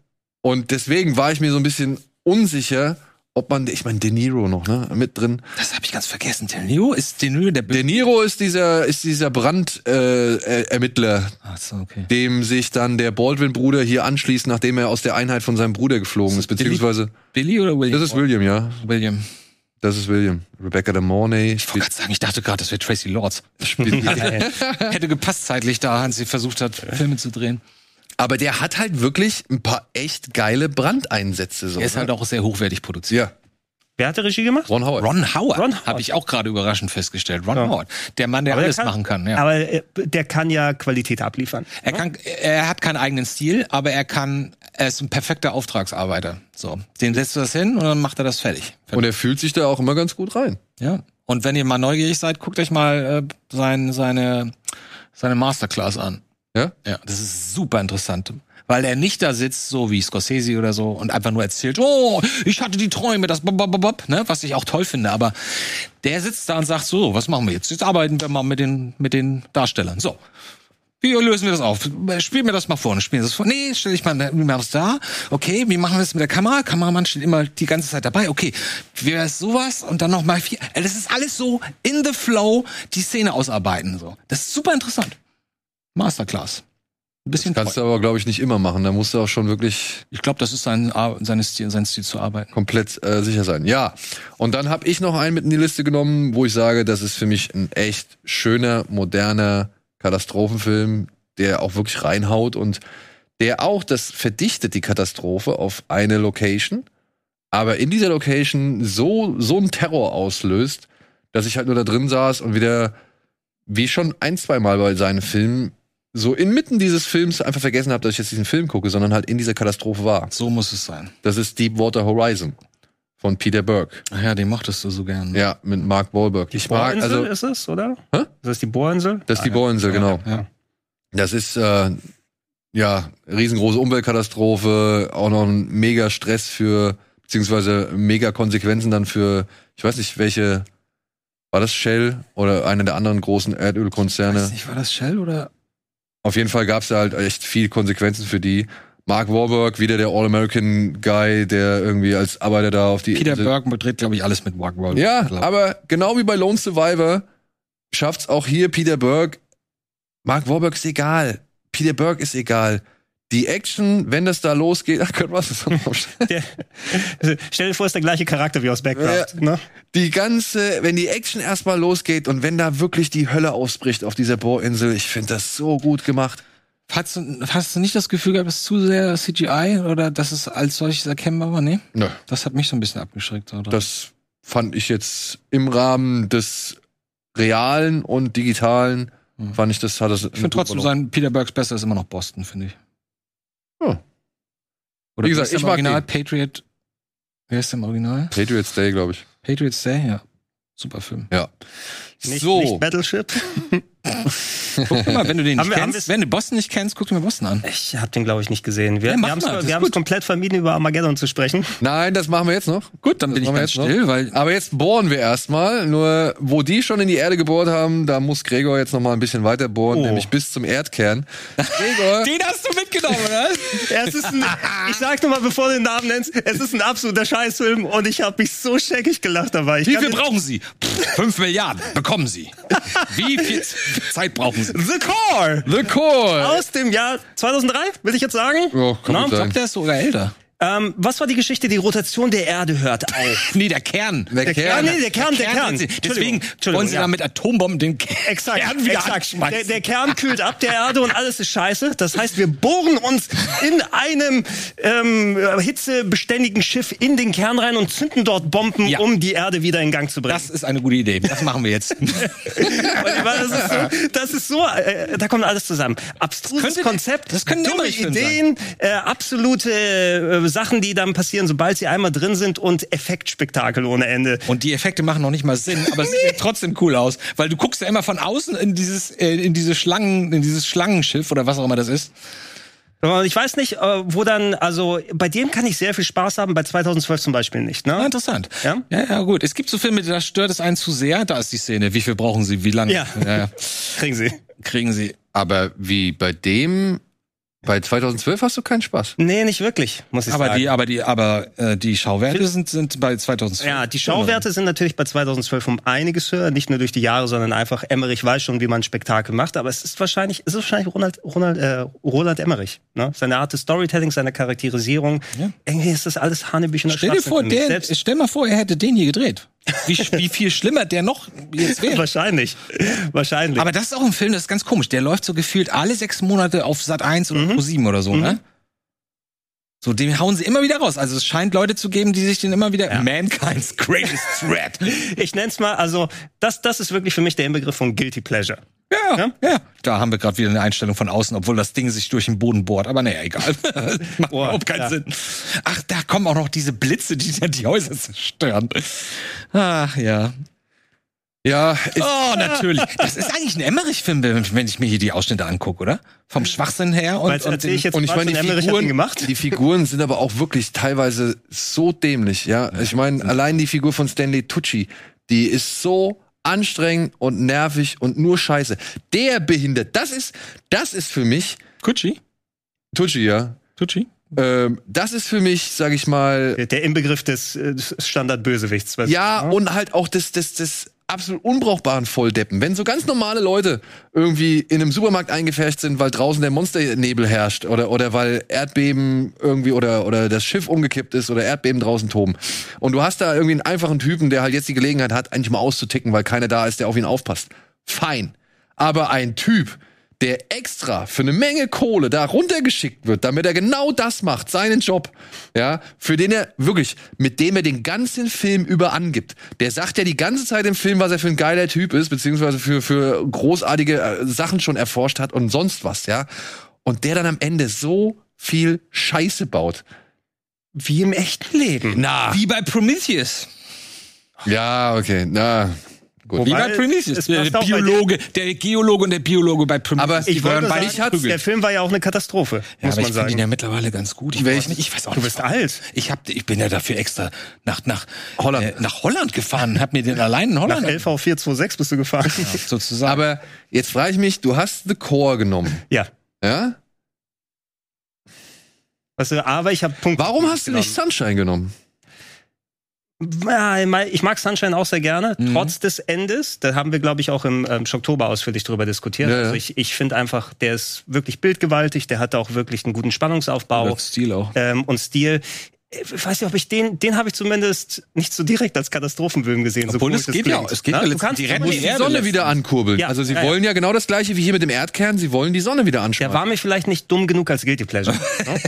Speaker 1: Und deswegen war ich mir so ein bisschen unsicher, ob man, ich meine, De Niro noch, ne, mit drin.
Speaker 3: Das habe ich ganz vergessen. Der Neo ist der Neo der
Speaker 1: De Niro ist dieser, ist dieser Brandermittler, äh, Ermittler,
Speaker 3: Achso, okay.
Speaker 1: dem sich dann der Baldwin-Bruder hier anschließt, nachdem er aus der Einheit von seinem Bruder geflogen ist, beziehungsweise,
Speaker 3: Billy oder William?
Speaker 1: das ist William, ja.
Speaker 3: William.
Speaker 1: Das ist William. Rebecca de Mornay
Speaker 3: Ich wollte
Speaker 1: spielt,
Speaker 3: gerade sagen, ich dachte gerade, das wäre Tracy Lords.
Speaker 1: spielt
Speaker 3: Hätte gepasst zeitlich da, als sie versucht hat, Filme zu drehen.
Speaker 1: *laughs* Aber der hat halt wirklich ein paar echt geile Brandeinsätze, so.
Speaker 3: Er ist
Speaker 1: ne?
Speaker 3: halt auch sehr hochwertig produziert.
Speaker 1: ja.
Speaker 2: Wer hat die Regie gemacht?
Speaker 1: Ron Howard.
Speaker 3: Ron Howard,
Speaker 2: Ron Howard.
Speaker 3: habe ich auch gerade überraschend festgestellt. Ron
Speaker 2: Ja.
Speaker 3: Howard, der Mann, der
Speaker 2: Aber der
Speaker 3: alles
Speaker 2: kann-
Speaker 3: machen kann. Ja.
Speaker 2: Aber äh, der kann ja Qualität abliefern.
Speaker 3: Er, kann, er hat keinen eigenen Stil, aber er kann, er ist ein perfekter Auftragsarbeiter. So, dem setzt du das hin und dann macht er das fertig.
Speaker 1: Und er fühlt sich da auch immer ganz gut rein.
Speaker 3: Ja. Und wenn ihr mal neugierig seid, guckt euch mal äh, sein, seine, seine Masterclass an.
Speaker 1: Ja?
Speaker 3: Ja, das ist super interessant. Weil er nicht da sitzt, so wie Scorsese oder so, und einfach nur erzählt, oh, ich hatte die Träume, das bob, bob, bob, bob, ne, was ich auch toll finde. Aber der sitzt da und sagt, so, was machen wir jetzt? Jetzt arbeiten wir mal mit den, mit den Darstellern. So. Wie lösen wir das auf? Spiel mir das mal vor. Spiel mir das vor. Nee, stell ich mal, wie machen wir es da? Okay, wie machen wir es mit der Kamera? Kameramann steht immer die ganze Zeit dabei. Okay, wie wäre sowas? Und dann nochmal vier. Äh, Das ist alles so in the flow, die Szene ausarbeiten, so. Das ist super interessant. Masterclass. Ein bisschen
Speaker 1: Kannst du
Speaker 3: toll.
Speaker 1: aber, glaube ich, nicht immer machen. Da musst du auch schon wirklich
Speaker 3: Ich glaube, das ist sein, Ar- seine Stil, sein Stil zu arbeiten.
Speaker 1: komplett äh, sicher sein. Ja, und dann habe ich noch einen mit in die Liste genommen, wo ich sage, das ist für mich ein echt schöner, moderner Katastrophenfilm, der auch wirklich reinhaut und der auch, das verdichtet die Katastrophe auf eine Location, aber in dieser Location so, so einen Terror auslöst, dass ich halt nur da drin saß und wieder, wie schon ein, zweimal bei seinen Filmen, so inmitten dieses Films einfach vergessen habe, dass ich jetzt diesen Film gucke, sondern halt in dieser Katastrophe war.
Speaker 3: So muss es sein.
Speaker 1: Das ist Deepwater Horizon von Peter Burke.
Speaker 3: Ach ja, den mochtest du so gern. ne?
Speaker 1: Ja, mit Mark Wahlberg.
Speaker 2: Die
Speaker 1: Ich mag,
Speaker 2: Bohrinsel
Speaker 1: also,
Speaker 2: ist es, oder?
Speaker 1: Hä?
Speaker 2: Ist das die Bohrinsel?
Speaker 1: das ist die Bohrinsel, genau.
Speaker 3: Ah, ja.
Speaker 1: Das ist äh, ja riesengroße Umweltkatastrophe, auch noch ein mega Stress für beziehungsweise mega Konsequenzen dann für ich weiß nicht welche war das Shell oder einer der anderen großen
Speaker 3: Weiß
Speaker 1: Erdölkonzerne.
Speaker 3: nicht, war das Shell oder?
Speaker 1: Auf jeden Fall gab es da halt echt viel Konsequenzen für die. Mark Warburg, wieder der All-American-Guy, der irgendwie als Arbeiter da auf die
Speaker 3: Peter
Speaker 1: Insel-
Speaker 3: Burke dreht, glaube ich, alles mit Mark Wahlberg.
Speaker 1: ja,
Speaker 3: glaub.
Speaker 1: aber genau wie bei Lone Survivor schafft's auch hier Peter Burke. Mark Warburg ist egal. Peter Burke ist egal. Die Action, wenn das da losgeht, *laughs* ach Gott, was ist das noch?
Speaker 2: Der, Also, stell dir vor, ist der gleiche Charakter wie aus Backdraft. Ne?
Speaker 1: Die ganze, wenn die Action erstmal losgeht und wenn da wirklich die Hölle ausbricht auf dieser Bohrinsel, ich finde das so gut gemacht.
Speaker 3: Hast du, hast du nicht das Gefühl gehabt, es ist zu sehr CGI oder dass es als solches erkennbar war? Nee,
Speaker 1: Nö,
Speaker 3: das hat mich so ein bisschen abgeschreckt. Oder?
Speaker 1: das fand ich jetzt im Rahmen des Realen und Digitalen,
Speaker 3: Hm.
Speaker 1: fand ich das, hat das.
Speaker 3: ich finde trotzdem sein Peter Burks besser ist immer noch Boston, finde ich.
Speaker 1: Ja.
Speaker 3: Oder
Speaker 1: Wie Hm. gesagt,
Speaker 3: wer ist
Speaker 1: ich
Speaker 3: im
Speaker 1: mag
Speaker 3: Original Patriot. Wer ist im Original?
Speaker 1: Patriots Day, glaube ich.
Speaker 3: Patriots Day, ja. Super Film.
Speaker 1: Ja.
Speaker 2: Nicht, nicht Battleship.
Speaker 1: *laughs*
Speaker 3: Guck dir mal, wenn du den
Speaker 2: Haben
Speaker 3: nicht
Speaker 2: wir- haben
Speaker 3: kennst, wenn du Boston nicht kennst, guck dir mal Boston an.
Speaker 2: Ich habe den, glaube ich, nicht gesehen. Wir,
Speaker 3: Ja,
Speaker 2: wir
Speaker 3: mach
Speaker 2: haben's-
Speaker 3: mal, das
Speaker 2: wir
Speaker 3: ist
Speaker 2: haben es
Speaker 3: gut.
Speaker 2: komplett vermieden, über Armageddon zu sprechen.
Speaker 1: Nein, das machen wir jetzt noch.
Speaker 3: Gut, dann
Speaker 1: Das
Speaker 3: bin ich
Speaker 1: machen wir
Speaker 3: ganz
Speaker 1: jetzt noch.
Speaker 3: still, weil
Speaker 1: Aber jetzt bohren wir erstmal. Nur, wo die schon in die Erde gebohrt haben, da muss Gregor jetzt noch mal ein bisschen weiter bohren,
Speaker 2: Oh.
Speaker 1: nämlich bis zum *laughs* Erdkern. Gregor,
Speaker 3: den hast du mitgenommen, oder?
Speaker 2: Ja, *laughs* Es ist ein, ich sag nur mal, bevor du den Namen nennst, es ist ein absoluter Scheißfilm und ich habe mich so scheckig gelacht dabei. Ich
Speaker 3: *laughs* Wie
Speaker 2: kann
Speaker 3: viel
Speaker 2: den-
Speaker 3: brauchen Sie? Pff, Fünf Milliarden bekommen Sie. Wie
Speaker 1: *laughs*
Speaker 3: viel Zeit brauchen Sie?
Speaker 2: The Core
Speaker 1: The Core.
Speaker 2: aus dem Jahr 2003, will ich jetzt sagen.
Speaker 1: Ja, kann
Speaker 2: Na,
Speaker 1: gut sein.
Speaker 3: Der ist sogar älter.
Speaker 2: ähm, was war die Geschichte? Die Rotation der Erde hört auf.
Speaker 3: *laughs* Nee, der Kern.
Speaker 1: Der Kern.
Speaker 2: nee, der Kern, der Kern.
Speaker 3: sind Sie-
Speaker 2: Entschuldigung,
Speaker 3: Deswegen
Speaker 2: Entschuldigung,
Speaker 3: wollen Sie
Speaker 2: ja.
Speaker 3: da mit Atombomben den K-
Speaker 2: Exakt.
Speaker 3: Kern *laughs* wieder
Speaker 2: exakt.
Speaker 3: anschmeißen.
Speaker 2: Der, der Kern kühlt ab der Erde und alles ist scheiße. Das heißt, wir bohren uns in einem ähm, hitzebeständigen Schiff in den Kern rein und zünden dort Bomben,
Speaker 3: Ja.
Speaker 2: um die Erde wieder in Gang zu bringen.
Speaker 3: das ist eine gute Idee. Das machen
Speaker 2: *laughs*
Speaker 3: wir jetzt.
Speaker 2: Weil ich meine, das ist so, das ist so äh, da kommt alles zusammen. Abstruses
Speaker 3: könnte-
Speaker 2: Konzept,
Speaker 3: das könnte ein
Speaker 2: dumme
Speaker 3: Hammerfilm
Speaker 2: Ideen, äh, absolute äh, Sachen, die dann passieren, sobald sie einmal drin sind und Effektspektakel ohne Ende.
Speaker 3: Und die Effekte machen noch nicht mal Sinn, aber es sieht trotzdem cool aus, weil du guckst ja immer von außen in dieses äh, in diese Schlangen in dieses Schlangenschiff oder was auch immer das ist.
Speaker 2: Aber Ich weiß nicht, äh, wo dann, also bei dem kann ich sehr viel Spaß haben, bei 2012 zum Beispiel nicht.
Speaker 3: Ah,
Speaker 2: Ne?
Speaker 3: interessant.
Speaker 2: Ja?
Speaker 3: ja, ja, gut. Es gibt so Filme, da stört es einen zu sehr. Da ist die Szene. Wie viel brauchen Sie? Wie lange?
Speaker 2: Ja. *laughs* Kriegen sie.
Speaker 3: Kriegen Sie?
Speaker 1: Aber wie bei dem, bei 2012 hast du keinen Spaß.
Speaker 2: Nee, nicht wirklich, muss ich
Speaker 3: Aber
Speaker 2: sagen.
Speaker 3: die, aber die, aber äh, die Schauwerte sind sind bei 2012.
Speaker 2: ja, die Schauwerte sind natürlich bei 2012 um einiges höher, nicht nur durch die Jahre, sondern einfach Emmerich weiß schon, wie man ein Spektakel macht. Aber es ist wahrscheinlich, es ist wahrscheinlich Ronald, Ronald, äh, Roland Emmerich. Ne? Seine Art des Storytellings, seine Charakterisierung. Irgendwie ist das alles Hanebüchener
Speaker 3: Genau. Stell dir vor,
Speaker 2: Schwachsinn für mich.
Speaker 3: der,
Speaker 2: Selbst
Speaker 3: stell mal vor, er hätte den hier gedreht. Wie, sch- wie viel schlimmer der noch jetzt
Speaker 2: *laughs*
Speaker 3: wäre.
Speaker 2: Wahrscheinlich. Wahrscheinlich.
Speaker 3: Aber das ist auch ein Film, das ist ganz komisch. Der läuft so gefühlt alle sechs Monate auf Sat 1
Speaker 2: Mhm.
Speaker 3: oder Pro 7 oder so, ne? So, den hauen sie immer wieder raus. Also es scheint Leute zu geben, die sich den immer wieder. Mankind's greatest threat.
Speaker 2: *laughs* ich nenn's mal, also, das, das ist wirklich für mich der Inbegriff von Guilty Pleasure.
Speaker 3: ja,
Speaker 2: Ja?
Speaker 3: ja, Da haben wir gerade wieder eine Einstellung von außen, obwohl das Ding sich durch den Boden bohrt. Aber
Speaker 2: *laughs*
Speaker 3: naja, egal. Macht
Speaker 2: Boah,
Speaker 3: überhaupt keinen
Speaker 2: ja.
Speaker 3: Sinn. Ach, da kommen auch noch diese Blitze, die dann die Häuser zerstören. Ach ja.
Speaker 1: Ja, ich,
Speaker 3: Oh, natürlich. *laughs* Das ist eigentlich ein Emmerich-Film, wenn wenn ich mir hier die Ausschnitte angucke, oder?
Speaker 2: Äh,
Speaker 3: Vom Schwachsinn her und,
Speaker 2: Weil
Speaker 3: und
Speaker 2: erzähl ich jetzt
Speaker 1: und ich
Speaker 2: Martin
Speaker 1: meine, die
Speaker 2: Emmerich hat ihn
Speaker 1: Figuren,
Speaker 2: gemacht.
Speaker 1: die Figuren sind aber auch wirklich teilweise so dämlich, ja. Ich meine, allein die Figur von Stanley Tucci, die ist so anstrengend und nervig und nur scheiße. Der behindert, das ist, das ist für mich,
Speaker 3: Kutschi?
Speaker 1: Tucci, ja,
Speaker 3: Tucci?
Speaker 1: Ähm, das ist für mich, sag ich mal,
Speaker 2: Der Inbegriff des, äh, des Standardbösewichts. weißt du,
Speaker 1: ja,
Speaker 2: ne?
Speaker 1: und halt auch des, des, des absolut unbrauchbaren Volldeppen. Wenn so ganz normale Leute irgendwie in einem Supermarkt eingefärscht sind, weil draußen der Monsternebel herrscht oder, oder weil Erdbeben irgendwie oder, oder das Schiff umgekippt ist oder Erdbeben draußen toben. Und du hast da irgendwie einen einfachen Typen, der halt jetzt die Gelegenheit hat, eigentlich mal auszuticken, weil keiner da ist, der auf ihn aufpasst. Fein. Aber ein Typ, der extra für eine Menge Kohle da runtergeschickt wird, damit er genau das macht, seinen Job, ja, für den er wirklich, mit dem er den ganzen Film über angibt. Der sagt ja die ganze Zeit im Film, was er für ein geiler Typ ist, beziehungsweise für, für großartige äh, Sachen schon erforscht hat und sonst was, ja. Und der dann am Ende so viel Scheiße baut.
Speaker 2: Wie im echten Leben.
Speaker 1: Na.
Speaker 3: Wie bei Prometheus.
Speaker 1: Ja, okay, na.
Speaker 3: Wie
Speaker 2: Wobei,
Speaker 3: bei Prometheus.
Speaker 2: es
Speaker 3: Der
Speaker 2: passt auch bei
Speaker 3: Biologe, der Geologe und der Biologe bei Prometheus.
Speaker 1: Aber
Speaker 3: die
Speaker 2: Ich wollte
Speaker 3: wollen
Speaker 2: sagen,
Speaker 3: beide prügeln.
Speaker 2: der Film war ja auch eine Katastrophe,
Speaker 3: Ja,
Speaker 2: muss
Speaker 3: aber
Speaker 2: man
Speaker 3: ich finde ihn
Speaker 2: sagen.
Speaker 3: ja mittlerweile ganz gut. Ich
Speaker 1: Welchen?
Speaker 3: weiß, nicht, ich weiß auch
Speaker 2: Du
Speaker 3: nicht.
Speaker 2: bist alt.
Speaker 3: Ich, hab, ich bin ja dafür extra nach, nach,
Speaker 1: Holland.
Speaker 3: Äh, nach Holland gefahren und hab mir den allein in
Speaker 2: Nach
Speaker 3: Holland
Speaker 2: LV426 bist du gefahren.
Speaker 3: sozusagen.
Speaker 1: Aber jetzt frage ich mich, du hast The Core genommen,
Speaker 2: Ja.
Speaker 1: ja?
Speaker 2: Weißt du, aber ich habe Punkt.
Speaker 1: Warum hast du nicht Sunshine genommen?
Speaker 2: Ja, ich mein, ich mag Sunshine auch sehr gerne,
Speaker 3: Mhm.
Speaker 2: trotz des Endes. Da haben wir, glaube ich, auch im ähm, Oktober ausführlich drüber diskutiert.
Speaker 1: Ja, ja.
Speaker 2: Also ich, ich finde einfach, der ist wirklich bildgewaltig, der hat auch wirklich einen guten Spannungsaufbau
Speaker 3: Stil auch.
Speaker 2: ähm, und Stil. Ich weiß nicht, ob ich den, den habe ich zumindest nicht so direkt als Katastrophenfilm gesehen.
Speaker 3: Obwohl,
Speaker 2: komisch
Speaker 3: es geht ja
Speaker 2: klingt. ne?
Speaker 3: auch. Es geht ja
Speaker 2: du
Speaker 3: letztendlich
Speaker 2: kannst,
Speaker 3: direkt
Speaker 2: du musst
Speaker 3: in
Speaker 1: Die
Speaker 3: Die Erde
Speaker 1: Sonne
Speaker 3: lässt
Speaker 1: wieder ankurbeln.
Speaker 2: Ja,
Speaker 1: also sie
Speaker 2: ja, ja.
Speaker 1: wollen ja genau das gleiche wie hier mit dem Erdkern, sie wollen die Sonne wieder
Speaker 2: Der
Speaker 1: anschmeißen.
Speaker 2: war mir vielleicht nicht dumm genug als Guilty
Speaker 3: *laughs*
Speaker 2: Pleasure. ne?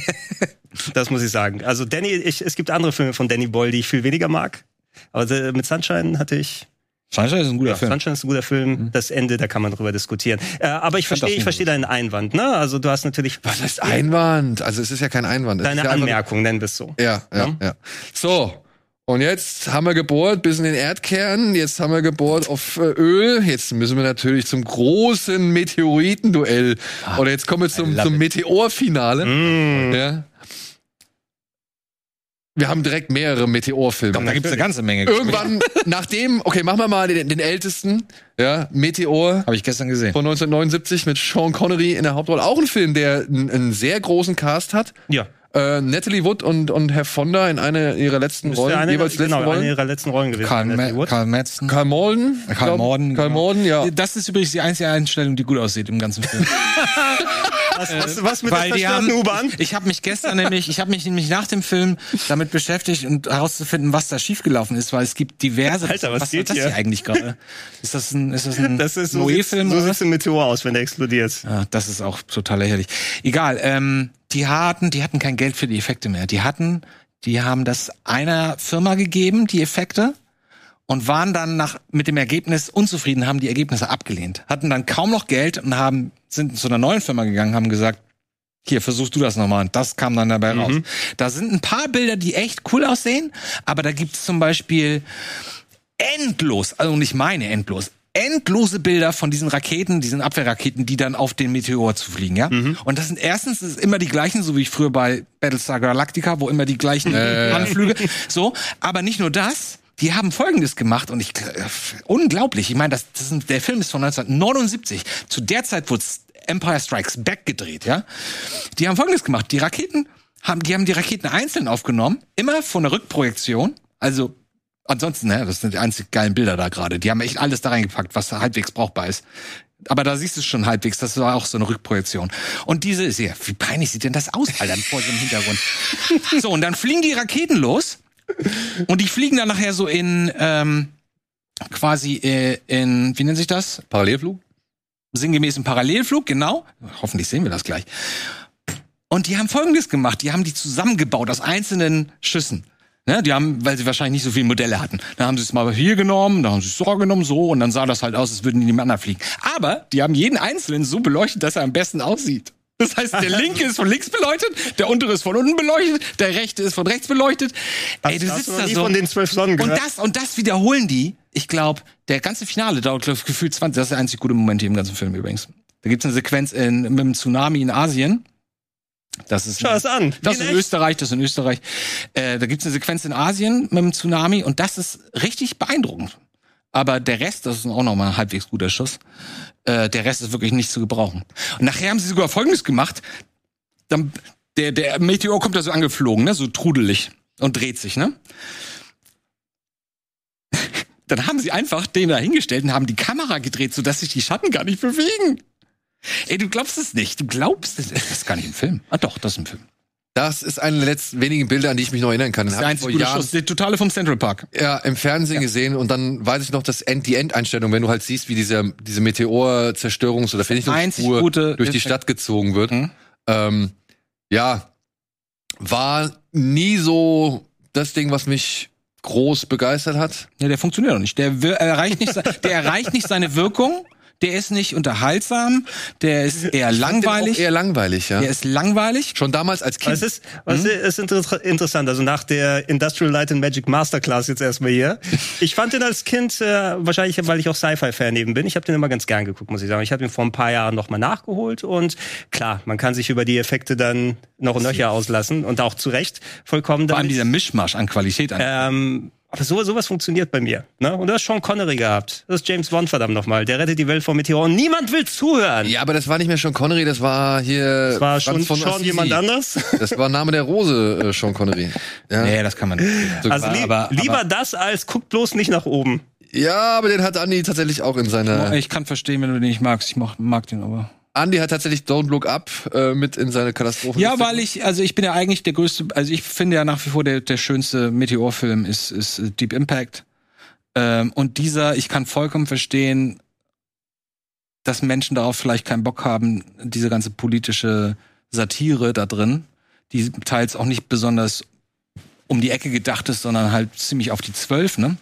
Speaker 2: das muss ich sagen. Also Danny, ich, es gibt andere Filme von Danny Boyle, die ich viel weniger mag. Aber äh, mit Sunshine hatte ich.
Speaker 3: Sunshine ist ein guter
Speaker 2: Ja,
Speaker 3: Film. Mhm.
Speaker 2: Sunshine ist ein guter Film. Das Ende, da kann man drüber diskutieren. Äh, aber ich verstehe, ich verstehe deinen Einwand. Ne? Also du hast natürlich
Speaker 1: Was heißt Einwand? Also es ist ja kein Einwand. es ist
Speaker 2: deine
Speaker 1: ja einfach-
Speaker 2: Anmerkung, nennen wir es so.
Speaker 1: Ja, ja, ja. So. Und jetzt haben wir gebohrt bis in den Erdkern, jetzt haben wir gebohrt auf äh, Öl, jetzt müssen wir natürlich zum großen Meteoritenduell. Oder jetzt kommen wir zum, zum Meteorfinale.
Speaker 2: Mm, Mhm.
Speaker 1: Ja. Wir haben direkt mehrere Meteorfilme.
Speaker 3: Da gibt's eine ganze Menge.
Speaker 1: Irgendwann, *laughs* nachdem, okay, machen wir mal den, den ältesten, ja, Meteor
Speaker 3: Habe ich gestern gesehen.
Speaker 1: von 1979 mit Sean Connery in der Hauptrolle. Auch ein Film, der einen, einen sehr großen Cast hat.
Speaker 2: Ja.
Speaker 1: Äh, Natalie Wood und, und Herr Fonda in einer ihrer letzten
Speaker 2: Ist
Speaker 1: Rollen,
Speaker 2: eine,
Speaker 1: jeweils letzten
Speaker 2: genau, eine
Speaker 1: Rollen.
Speaker 2: ihrer letzten Rollen gewesen.
Speaker 3: Karl,
Speaker 2: Natalie
Speaker 3: Ma
Speaker 2: Wood.
Speaker 3: Karl Madsen.
Speaker 1: Karl Morden.
Speaker 3: Karl
Speaker 1: glaub-
Speaker 3: Morden,
Speaker 1: Karl
Speaker 3: genau.
Speaker 1: Morden, ja.
Speaker 3: Das ist übrigens die einzige Einstellung, die gut aussieht im
Speaker 2: *laughs*
Speaker 3: ganzen Film.
Speaker 2: Was, was, was mit der
Speaker 3: Äh, Weil die haben,
Speaker 2: zerstörten U-Bahn?
Speaker 3: ich habe mich gestern nämlich, ich habe mich nämlich nach dem Film damit beschäftigt und herauszufinden, was da schiefgelaufen ist, weil es gibt diverse.
Speaker 2: Alter, was
Speaker 3: soll
Speaker 2: geht
Speaker 3: das
Speaker 2: hier?
Speaker 3: hier eigentlich gerade? Ist das ein, ist das
Speaker 2: *laughs*
Speaker 3: ein
Speaker 2: Das ist so, sieht,
Speaker 3: Noé-Film
Speaker 2: so
Speaker 3: oder
Speaker 2: sieht ein Meteor aus, wenn der explodiert.
Speaker 3: Ja, das ist auch total lächerlich. Egal, ähm, die hatten, die hatten kein Geld für die Effekte mehr. Die hatten, die haben das einer Firma gegeben, die Effekte, und waren dann nach, mit dem Ergebnis unzufrieden, haben die Ergebnisse abgelehnt. Hatten dann kaum noch Geld und haben, sind zu einer neuen Firma gegangen, haben gesagt, hier, versuchst du das nochmal. Und das kam dann dabei raus. Da sind ein paar Bilder, die echt cool aussehen, aber da gibt's zum Beispiel endlos, also nicht meine endlos, endlose Bilder von diesen Raketen, diesen Abwehrraketen, die dann auf den Meteor zu fliegen, ja? Und das sind erstens das ist immer die gleichen, so wie ich früher bei Battlestar Galactica, wo immer die gleichen äh, Anflüge, so, aber nicht nur das, die haben Folgendes gemacht und ich äh, unglaublich. Ich meine, das, das ist, der Film ist von 1979. Zu der Zeit wurde Empire Strikes Back gedreht, ja. Die haben Folgendes gemacht: Die Raketen haben, die haben die Raketen einzeln aufgenommen, immer von der Rückprojektion. Also Ansonsten, ne, das sind die einzig geilen Bilder da gerade. Die haben echt alles da reingepackt, was da halbwegs brauchbar ist. Aber da siehst du es schon halbwegs, das war auch so eine Rückprojektion. Und diese ist ja, wie peinlich sieht denn das aus, Alter, vor so einem Hintergrund. So, und dann fliegen die Raketen los. Und die fliegen dann nachher so in, ähm, quasi äh, in, wie nennt sich das?
Speaker 1: Parallelflug?
Speaker 3: sinngemäßen Parallelflug, genau. Hoffentlich sehen wir das gleich. Und die haben Folgendes gemacht. Die haben die zusammengebaut aus einzelnen Schüssen. Ne, die haben, weil sie wahrscheinlich nicht so viele Modelle hatten. Da haben sie es mal hier genommen, da haben sie es so genommen, so, und dann sah das halt aus, als würden die nebeneinander fliegen. Aber die haben jeden einzelnen so beleuchtet, dass er am besten aussieht. Das
Speaker 2: *laughs*
Speaker 3: heißt, der linke ist von links beleuchtet, der untere ist von unten beleuchtet, der rechte ist von rechts beleuchtet. Ey, du
Speaker 2: Hast
Speaker 3: sitzt
Speaker 2: noch
Speaker 3: da
Speaker 2: nie
Speaker 3: so.
Speaker 2: von den zwölf Sonnen
Speaker 3: Und
Speaker 2: gehört?
Speaker 3: das, und das wiederholen die. Ich glaube, der ganze Finale dauert glaub, ich, gefühlt 20. Das ist der einzig gute Moment hier im ganzen Film übrigens. Da gibt's eine Sequenz in, mit dem Tsunami in Asien. Das ist
Speaker 2: Schau es an. Wie
Speaker 3: das in
Speaker 2: in echt.
Speaker 3: Österreich, das in Österreich. Äh, da gibt's eine Sequenz in Asien mit dem Tsunami und das ist richtig beeindruckend. Aber der Rest, das ist auch nochmal ein halbwegs guter Schuss. Äh, der Rest ist wirklich nicht zu gebrauchen. Und nachher haben sie sogar Folgendes gemacht. Dann, der, der Meteor kommt da so angeflogen, ne? so trudelig und dreht sich. ne? *laughs* Dann haben sie einfach den da hingestellt und haben die Kamera gedreht, sodass sich die Schatten gar nicht bewegen. Ey, du glaubst es nicht. Du glaubst es. Das ist gar nicht ein Film. Ah doch, das ist ein Film.
Speaker 1: Das ist eine der letzten wenigen Bilder, an die ich mich noch erinnern kann. Den
Speaker 3: Das
Speaker 1: hab
Speaker 3: ist der
Speaker 1: ich vor
Speaker 3: einzige gute
Speaker 1: Jahren-
Speaker 3: Schuss. Der totale vom Central Park.
Speaker 1: Ja, im Fernsehen gesehen und dann weiß ich noch, dass End-to-End-Einstellung, wenn du halt siehst, wie diese, diese Meteor-Zerstörungs- oder
Speaker 3: einzig
Speaker 1: Vernichtungsspur
Speaker 3: gute
Speaker 1: durch die
Speaker 3: Effekt.
Speaker 1: Stadt gezogen wird.
Speaker 3: Mhm.
Speaker 1: Ähm, ja, war nie so das Ding, was mich groß begeistert hat.
Speaker 3: Ja, der funktioniert doch nicht. Der wir- erreicht
Speaker 1: *laughs*
Speaker 3: nicht, se- der erreicht nicht seine Wirkung. Der ist nicht unterhaltsam. Der ist eher
Speaker 1: Den auch
Speaker 3: langweilig.
Speaker 1: Eher langweilig, ja.
Speaker 3: der ist langweilig.
Speaker 1: Schon damals als Kind.
Speaker 2: Es ist, es ist inter interessant, also nach der Industrial Light and Magic Masterclass jetzt erstmal hier. Ich fand den als Kind, äh, wahrscheinlich weil ich auch Sci-Fi-Fan eben bin, ich habe den immer ganz gern geguckt, muss ich sagen. Ich habe ihn vor ein paar Jahren nochmal nachgeholt und klar, man kann sich über die Effekte dann noch und nöcher auslassen und auch zu Recht vollkommen
Speaker 3: Vor allem
Speaker 2: damit.
Speaker 3: dieser Mischmasch an Qualität an.
Speaker 2: Ähm, aber sowas, sowas funktioniert bei mir. Ne? Und du hast Sean Connery gehabt. Das ist James Bond, verdammt nochmal. Der rettet die Welt vor Meteoren. Niemand will zuhören.
Speaker 1: ja, aber das war nicht mehr Sean Connery, das war hier.
Speaker 2: Das war
Speaker 1: Franz
Speaker 2: schon,
Speaker 1: von
Speaker 2: schon
Speaker 1: Assisi.
Speaker 2: jemand anders.
Speaker 1: Das war Name der Rose, äh, Sean Connery. Ja.
Speaker 3: nee, das kann man nicht.
Speaker 2: Also
Speaker 3: Aber-
Speaker 2: li
Speaker 3: aber-
Speaker 2: lieber
Speaker 3: aber-
Speaker 2: das als guckt bloß nicht nach oben.
Speaker 1: ja, aber den hat Andy tatsächlich auch in seiner.
Speaker 3: Ich kann verstehen, wenn du den nicht magst. Ich mag, mag den aber.
Speaker 1: Andy hat tatsächlich Don't Look Up äh, mit in seine Katastrophen.
Speaker 3: Ja, weil ich, also ich bin ja eigentlich der größte, also ich finde ja nach wie vor der, der schönste Meteorfilm ist, ist äh, Deep Impact. Ähm, und dieser, ich kann vollkommen verstehen, dass Menschen darauf vielleicht keinen Bock haben, diese ganze politische Satire da drin, die teils auch nicht besonders um die Ecke gedacht ist, sondern halt ziemlich auf die Zwölf, ne?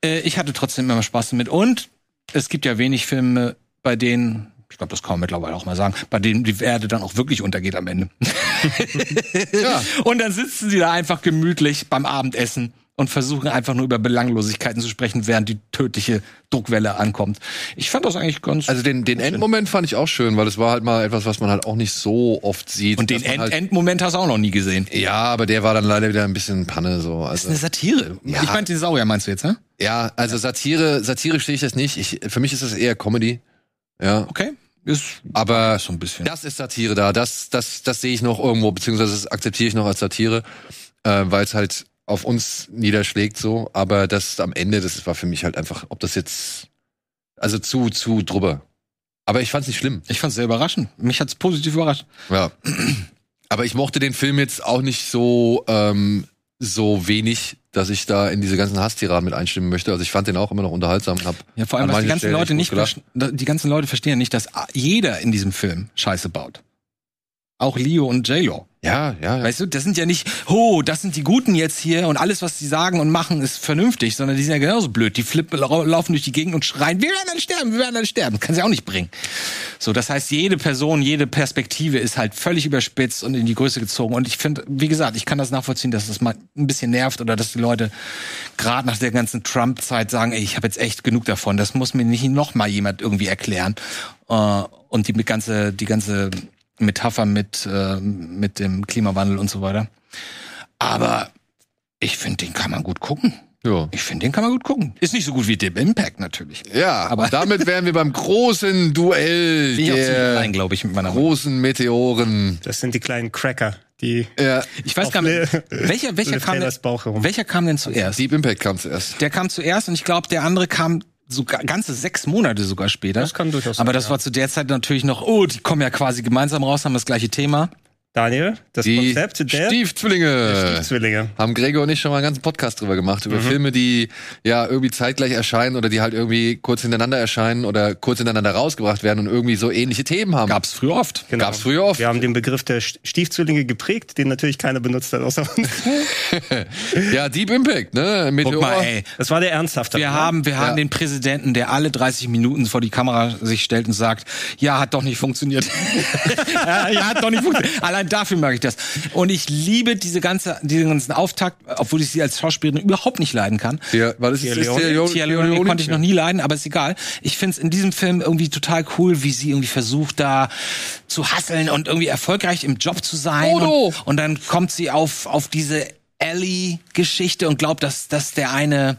Speaker 3: Äh, ich hatte trotzdem immer Spaß damit. Und es gibt ja wenig Filme, bei denen, ich glaube, das kann man mittlerweile auch mal sagen, bei denen die Erde dann auch wirklich untergeht am Ende.
Speaker 1: Ja.
Speaker 3: Und dann sitzen sie da einfach gemütlich beim Abendessen und versuchen einfach nur über Belanglosigkeiten zu sprechen, während die tödliche Druckwelle ankommt. Ich fand das eigentlich ganz.
Speaker 1: Also den, den Endmoment fand ich auch schön, weil es war halt mal etwas, was man halt auch nicht so oft sieht.
Speaker 3: und den
Speaker 1: Dass man
Speaker 3: End
Speaker 1: halt,
Speaker 3: Endmoment hast du auch noch nie gesehen.
Speaker 1: Ja, aber der war dann leider wieder ein bisschen Panne so.
Speaker 3: Das
Speaker 1: Also,
Speaker 3: ist eine Satire.
Speaker 1: Ja.
Speaker 3: Ich meine, Dinosaurier meinst du jetzt, ne?
Speaker 1: ja, also Satire, Satire stehe ich das nicht. Ich, für mich ist das eher Comedy. Ja,
Speaker 3: Okay. Ist
Speaker 1: aber
Speaker 3: so ein bisschen.
Speaker 1: das ist Satire da. Das, das, das sehe ich noch irgendwo, beziehungsweise das akzeptiere ich noch als Satire, äh, weil es halt auf uns niederschlägt so. Aber das am Ende, das war für mich halt einfach, ob das jetzt, also zu, zu drüber. Aber ich fand es nicht schlimm.
Speaker 3: Ich fand's sehr überraschend. Mich hat's positiv überrascht.
Speaker 1: Ja. Aber ich mochte den Film jetzt auch nicht so, ähm, so wenig, dass ich da in diese ganzen Hasstiraden mit einstimmen möchte. Also ich fand den auch immer noch unterhaltsam und hab
Speaker 3: Ja, vor allem,
Speaker 1: an
Speaker 3: was
Speaker 1: manchen
Speaker 3: die ganzen
Speaker 1: Stellen
Speaker 3: Leute nicht,
Speaker 1: echt gut gelacht.
Speaker 3: verste- die ganzen Leute verstehen ja nicht, dass jeder in diesem Film Scheiße baut. Auch Leo und J-Lo.
Speaker 1: Ja, ja, ja.
Speaker 3: Weißt du, das sind ja nicht, oh, das sind die Guten jetzt hier und alles, was sie sagen und machen, ist vernünftig, sondern die sind ja genauso blöd. Die flippen, lau- laufen durch die Gegend und schreien, wir werden dann sterben, wir werden dann sterben. Kann sie auch nicht bringen. So, das heißt, jede Person, jede Perspektive ist halt völlig überspitzt und in die Größe gezogen. Und ich finde, wie gesagt, ich kann das nachvollziehen, dass das mal ein bisschen nervt oder dass die Leute gerade nach der ganzen Trump-Zeit sagen, ey, ich habe jetzt echt genug davon. Das muss mir nicht noch mal jemand irgendwie erklären. Äh, Und die ganze, die ganze Metapher mit, äh, mit dem Klimawandel und so weiter. Aber ich finde, den kann man gut gucken.
Speaker 1: Ja,
Speaker 3: Ich finde, den kann man gut gucken. Ist nicht so gut wie Deep Impact natürlich.
Speaker 1: ja
Speaker 3: Aber-
Speaker 1: aber damit wären wir beim großen Duell
Speaker 3: Bin ich auch ziemlich
Speaker 1: der
Speaker 3: allein, glaube ich, mit meiner
Speaker 1: großen Meteoren.
Speaker 2: Das sind die kleinen Cracker, die
Speaker 1: Ja,
Speaker 3: Ich weiß
Speaker 2: Auf
Speaker 3: gar nicht,
Speaker 2: Le- *laughs*
Speaker 3: welcher, welcher,
Speaker 2: Le
Speaker 3: kam denn,
Speaker 2: Taylors Bauch herum.
Speaker 3: welcher kam denn zuerst?
Speaker 1: Deep Impact kam zuerst.
Speaker 3: Der kam zuerst und ich glaube, der andere kam so ga- ganze sechs Monate sogar später.
Speaker 2: Das kann durchaus sein,
Speaker 3: Aber das war zu der Zeit natürlich noch, oh, die kommen ja quasi gemeinsam raus, haben das gleiche Thema.
Speaker 2: Daniel, das
Speaker 1: Die
Speaker 2: Konzept der
Speaker 1: Stiefzwillinge.
Speaker 2: Stiefzwillinge.
Speaker 1: Haben Gregor und ich schon mal einen ganzen Podcast drüber gemacht,
Speaker 3: Mhm.
Speaker 1: über Filme, die ja irgendwie zeitgleich erscheinen oder die halt irgendwie kurz hintereinander erscheinen oder kurz hintereinander rausgebracht werden und irgendwie so ähnliche Themen haben.
Speaker 3: Gab's früher oft.
Speaker 2: Genau.
Speaker 1: Gab's früher oft.
Speaker 2: Wir haben den Begriff der St- Stiefzwillinge geprägt, den natürlich keiner benutzt hat, außer uns.
Speaker 1: Ja, Deep Impact, ne? Meteor.
Speaker 3: Guck mal, ey.
Speaker 2: Das war der ne? ernsthafte.
Speaker 3: Wir haben, wir haben
Speaker 1: Ja.
Speaker 3: den Präsidenten, der alle 30 Minuten vor die Kamera sich stellt und sagt, ja, hat doch
Speaker 2: *laughs*
Speaker 3: nicht funktioniert. *laughs* ja, hat doch nicht funktioniert. Allein dafür mag ich das. Und ich liebe diese ganze, diesen ganzen Auftakt, obwohl ich sie als Schauspielerin überhaupt nicht leiden kann.
Speaker 1: Ja, war das ist
Speaker 2: Tia Leone.
Speaker 1: Tia
Speaker 3: Tia Leone
Speaker 1: Leone?
Speaker 3: konnte ich noch nie leiden, aber ist egal. Ich finde es in diesem Film irgendwie total cool, wie sie irgendwie versucht, da zu hasseln und irgendwie erfolgreich im Job zu sein.
Speaker 1: Frodo!
Speaker 3: Und, und dann kommt sie auf, auf diese Ellie-Geschichte und glaubt, dass, dass der eine,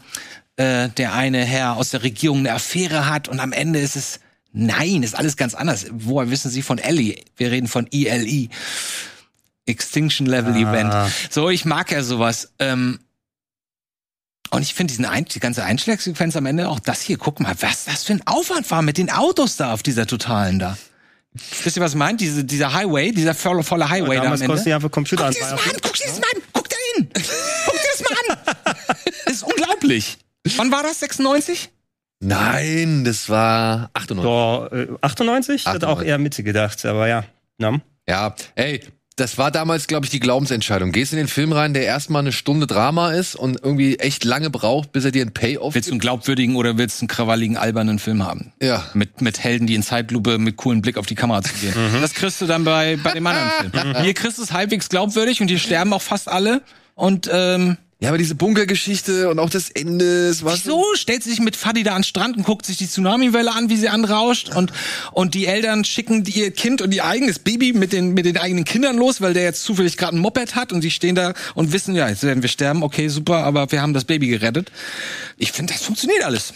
Speaker 3: äh, der eine Herr aus der Regierung eine Affäre hat und am Ende ist es, nein, ist alles ganz anders. Woher wissen Sie von Ellie? Wir reden von ELE. Extinction Level Event. So, ich mag ja sowas. Ähm, und ich finde diesen Ein die ganze Einschlagsequenz am Ende auch das hier. Guck mal, was das für ein Aufwand war mit den Autos da auf dieser totalen da. Wisst ihr, was meint? Diese, dieser Highway, dieser volle, volle Highway da am
Speaker 2: Damals
Speaker 3: Ende.
Speaker 2: konnten die einfach Computer
Speaker 3: Guck dir das mal an,
Speaker 2: anfeuern.
Speaker 3: guck dir das mal an, guck da hin. Guck dir das mal an. Das ist unglaublich. Wann war das? 96?
Speaker 1: Nein, das war 98.
Speaker 2: So, äh, 98? Hat auch
Speaker 1: 98.
Speaker 2: eher Mitte gedacht, aber ja. ne? Na?
Speaker 1: Ja, ey, das war damals, glaube ich, die Glaubensentscheidung. Gehst in den Film rein, der erstmal eine Stunde Drama ist und irgendwie echt lange braucht, bis er dir einen Payoff
Speaker 3: Willst du einen glaubwürdigen oder willst du einen krawalligen, albernen Film haben?
Speaker 1: Ja.
Speaker 3: Mit, mit Helden, die in Zeitlupe mit coolen Blick auf die Kamera zu gehen. Das kriegst du dann bei, bei dem anderen Film. Hier kriegst du es halbwegs glaubwürdig und hier sterben auch fast alle. Und ähm,
Speaker 1: Ja, aber diese Bunkergeschichte und auch das Ende, es war
Speaker 3: Wieso stellt sie sich mit Fadi da an den Strand und guckt sich die Tsunamiwelle an, wie sie anrauscht und und die Eltern schicken die- ihr Kind und ihr eigenes Baby mit den mit den eigenen Kindern los, weil der jetzt zufällig gerade ein Moped hat und die stehen da und wissen ja, jetzt werden wir sterben, okay, super, aber wir haben das Baby gerettet. Ich finde, das funktioniert alles.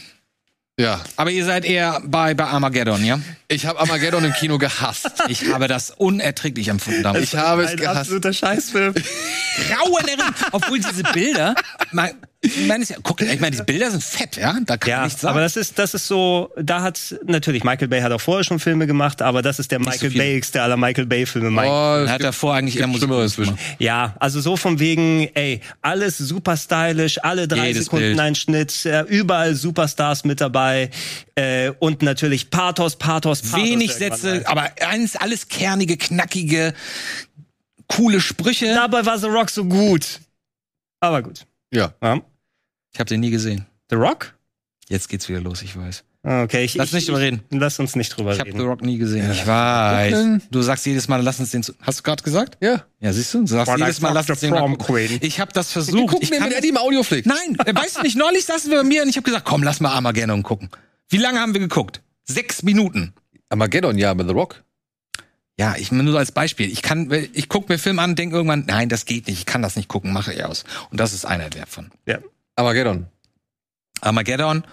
Speaker 1: Ja,
Speaker 3: Aber ihr seid eher bei bei Armageddon, ja?
Speaker 1: ich habe Armageddon im Kino gehasst.
Speaker 3: Ich habe das unerträglich empfunden damals.
Speaker 1: Ich habe es
Speaker 2: Ein
Speaker 1: gehasst. *laughs*
Speaker 2: absoluter Scheißfilm.
Speaker 3: Grauenerin, obwohl diese Bilder, man, ich meine, es ist ja- guck, ich meine, diese Bilder sind fett, ja? Da kann man
Speaker 2: Ja,
Speaker 3: nichts sagen.
Speaker 2: aber das ist, das ist so, da hat natürlich, Michael Bay hat auch vorher schon Filme gemacht, aber das ist der Michael
Speaker 3: viele.
Speaker 2: Bayigste aller Michael Bay-Filme. Mike.
Speaker 1: Oh,
Speaker 3: Er hat davor eigentlich eher Musik
Speaker 1: Schlimmeres
Speaker 3: gemacht.
Speaker 1: zwischen.
Speaker 2: Ja, also so von wegen, ey, alles super stylisch, alle drei
Speaker 3: Jedes
Speaker 2: Sekunden
Speaker 3: Bild.
Speaker 2: ein Schnitt, äh, überall Superstars mit dabei äh, und natürlich Pathos, Pathos, Pathos.
Speaker 3: wenig
Speaker 2: irgendwann
Speaker 3: Sätze,
Speaker 2: mal.
Speaker 3: aber alles, alles kernige, knackige, coole Sprüche.
Speaker 2: Dabei war The Rock so gut. Aber gut.
Speaker 1: Ja.
Speaker 2: Ja.
Speaker 3: Ich habe den nie gesehen.
Speaker 2: The Rock? Ah,
Speaker 3: Jetzt geht's wieder los, ich weiß.
Speaker 2: Okay, ich,
Speaker 3: Lass
Speaker 2: ich,
Speaker 3: nicht drüber reden.
Speaker 2: Lass uns nicht drüber
Speaker 3: Ich habe The
Speaker 2: reden.
Speaker 3: Rock nie gesehen. Ich weiß.
Speaker 1: Nein.
Speaker 3: Du sagst jedes Mal, lass uns den. zu- Hast du gerade gesagt?
Speaker 1: Ja.
Speaker 3: Ja, siehst du? Du sagst
Speaker 2: Well, I
Speaker 3: jedes Mal,
Speaker 2: fucked
Speaker 3: lass
Speaker 2: the
Speaker 3: uns den. mal
Speaker 2: prom
Speaker 3: gucken.
Speaker 2: queen.
Speaker 3: Ich habe das
Speaker 1: Wir
Speaker 3: versucht.
Speaker 1: gucken
Speaker 3: Ich
Speaker 1: den
Speaker 3: kann,
Speaker 1: mit Eddie im Audioflick.
Speaker 3: nein, äh, weißt du nicht? Neulich saßen wir bei mir und ich habe gesagt, komm, lass mal Armageddon gucken. Wie lange haben wir geguckt? Sechs Minuten.
Speaker 1: Armageddon, ja, mit The Rock.
Speaker 3: Ja, ich nur als Beispiel. Ich kann, ich guck mir Film an, denk irgendwann, nein, das geht nicht, ich kann das nicht gucken, mache ich aus. Und das ist einer davon.
Speaker 2: Ja.
Speaker 1: Armageddon.
Speaker 3: Armageddon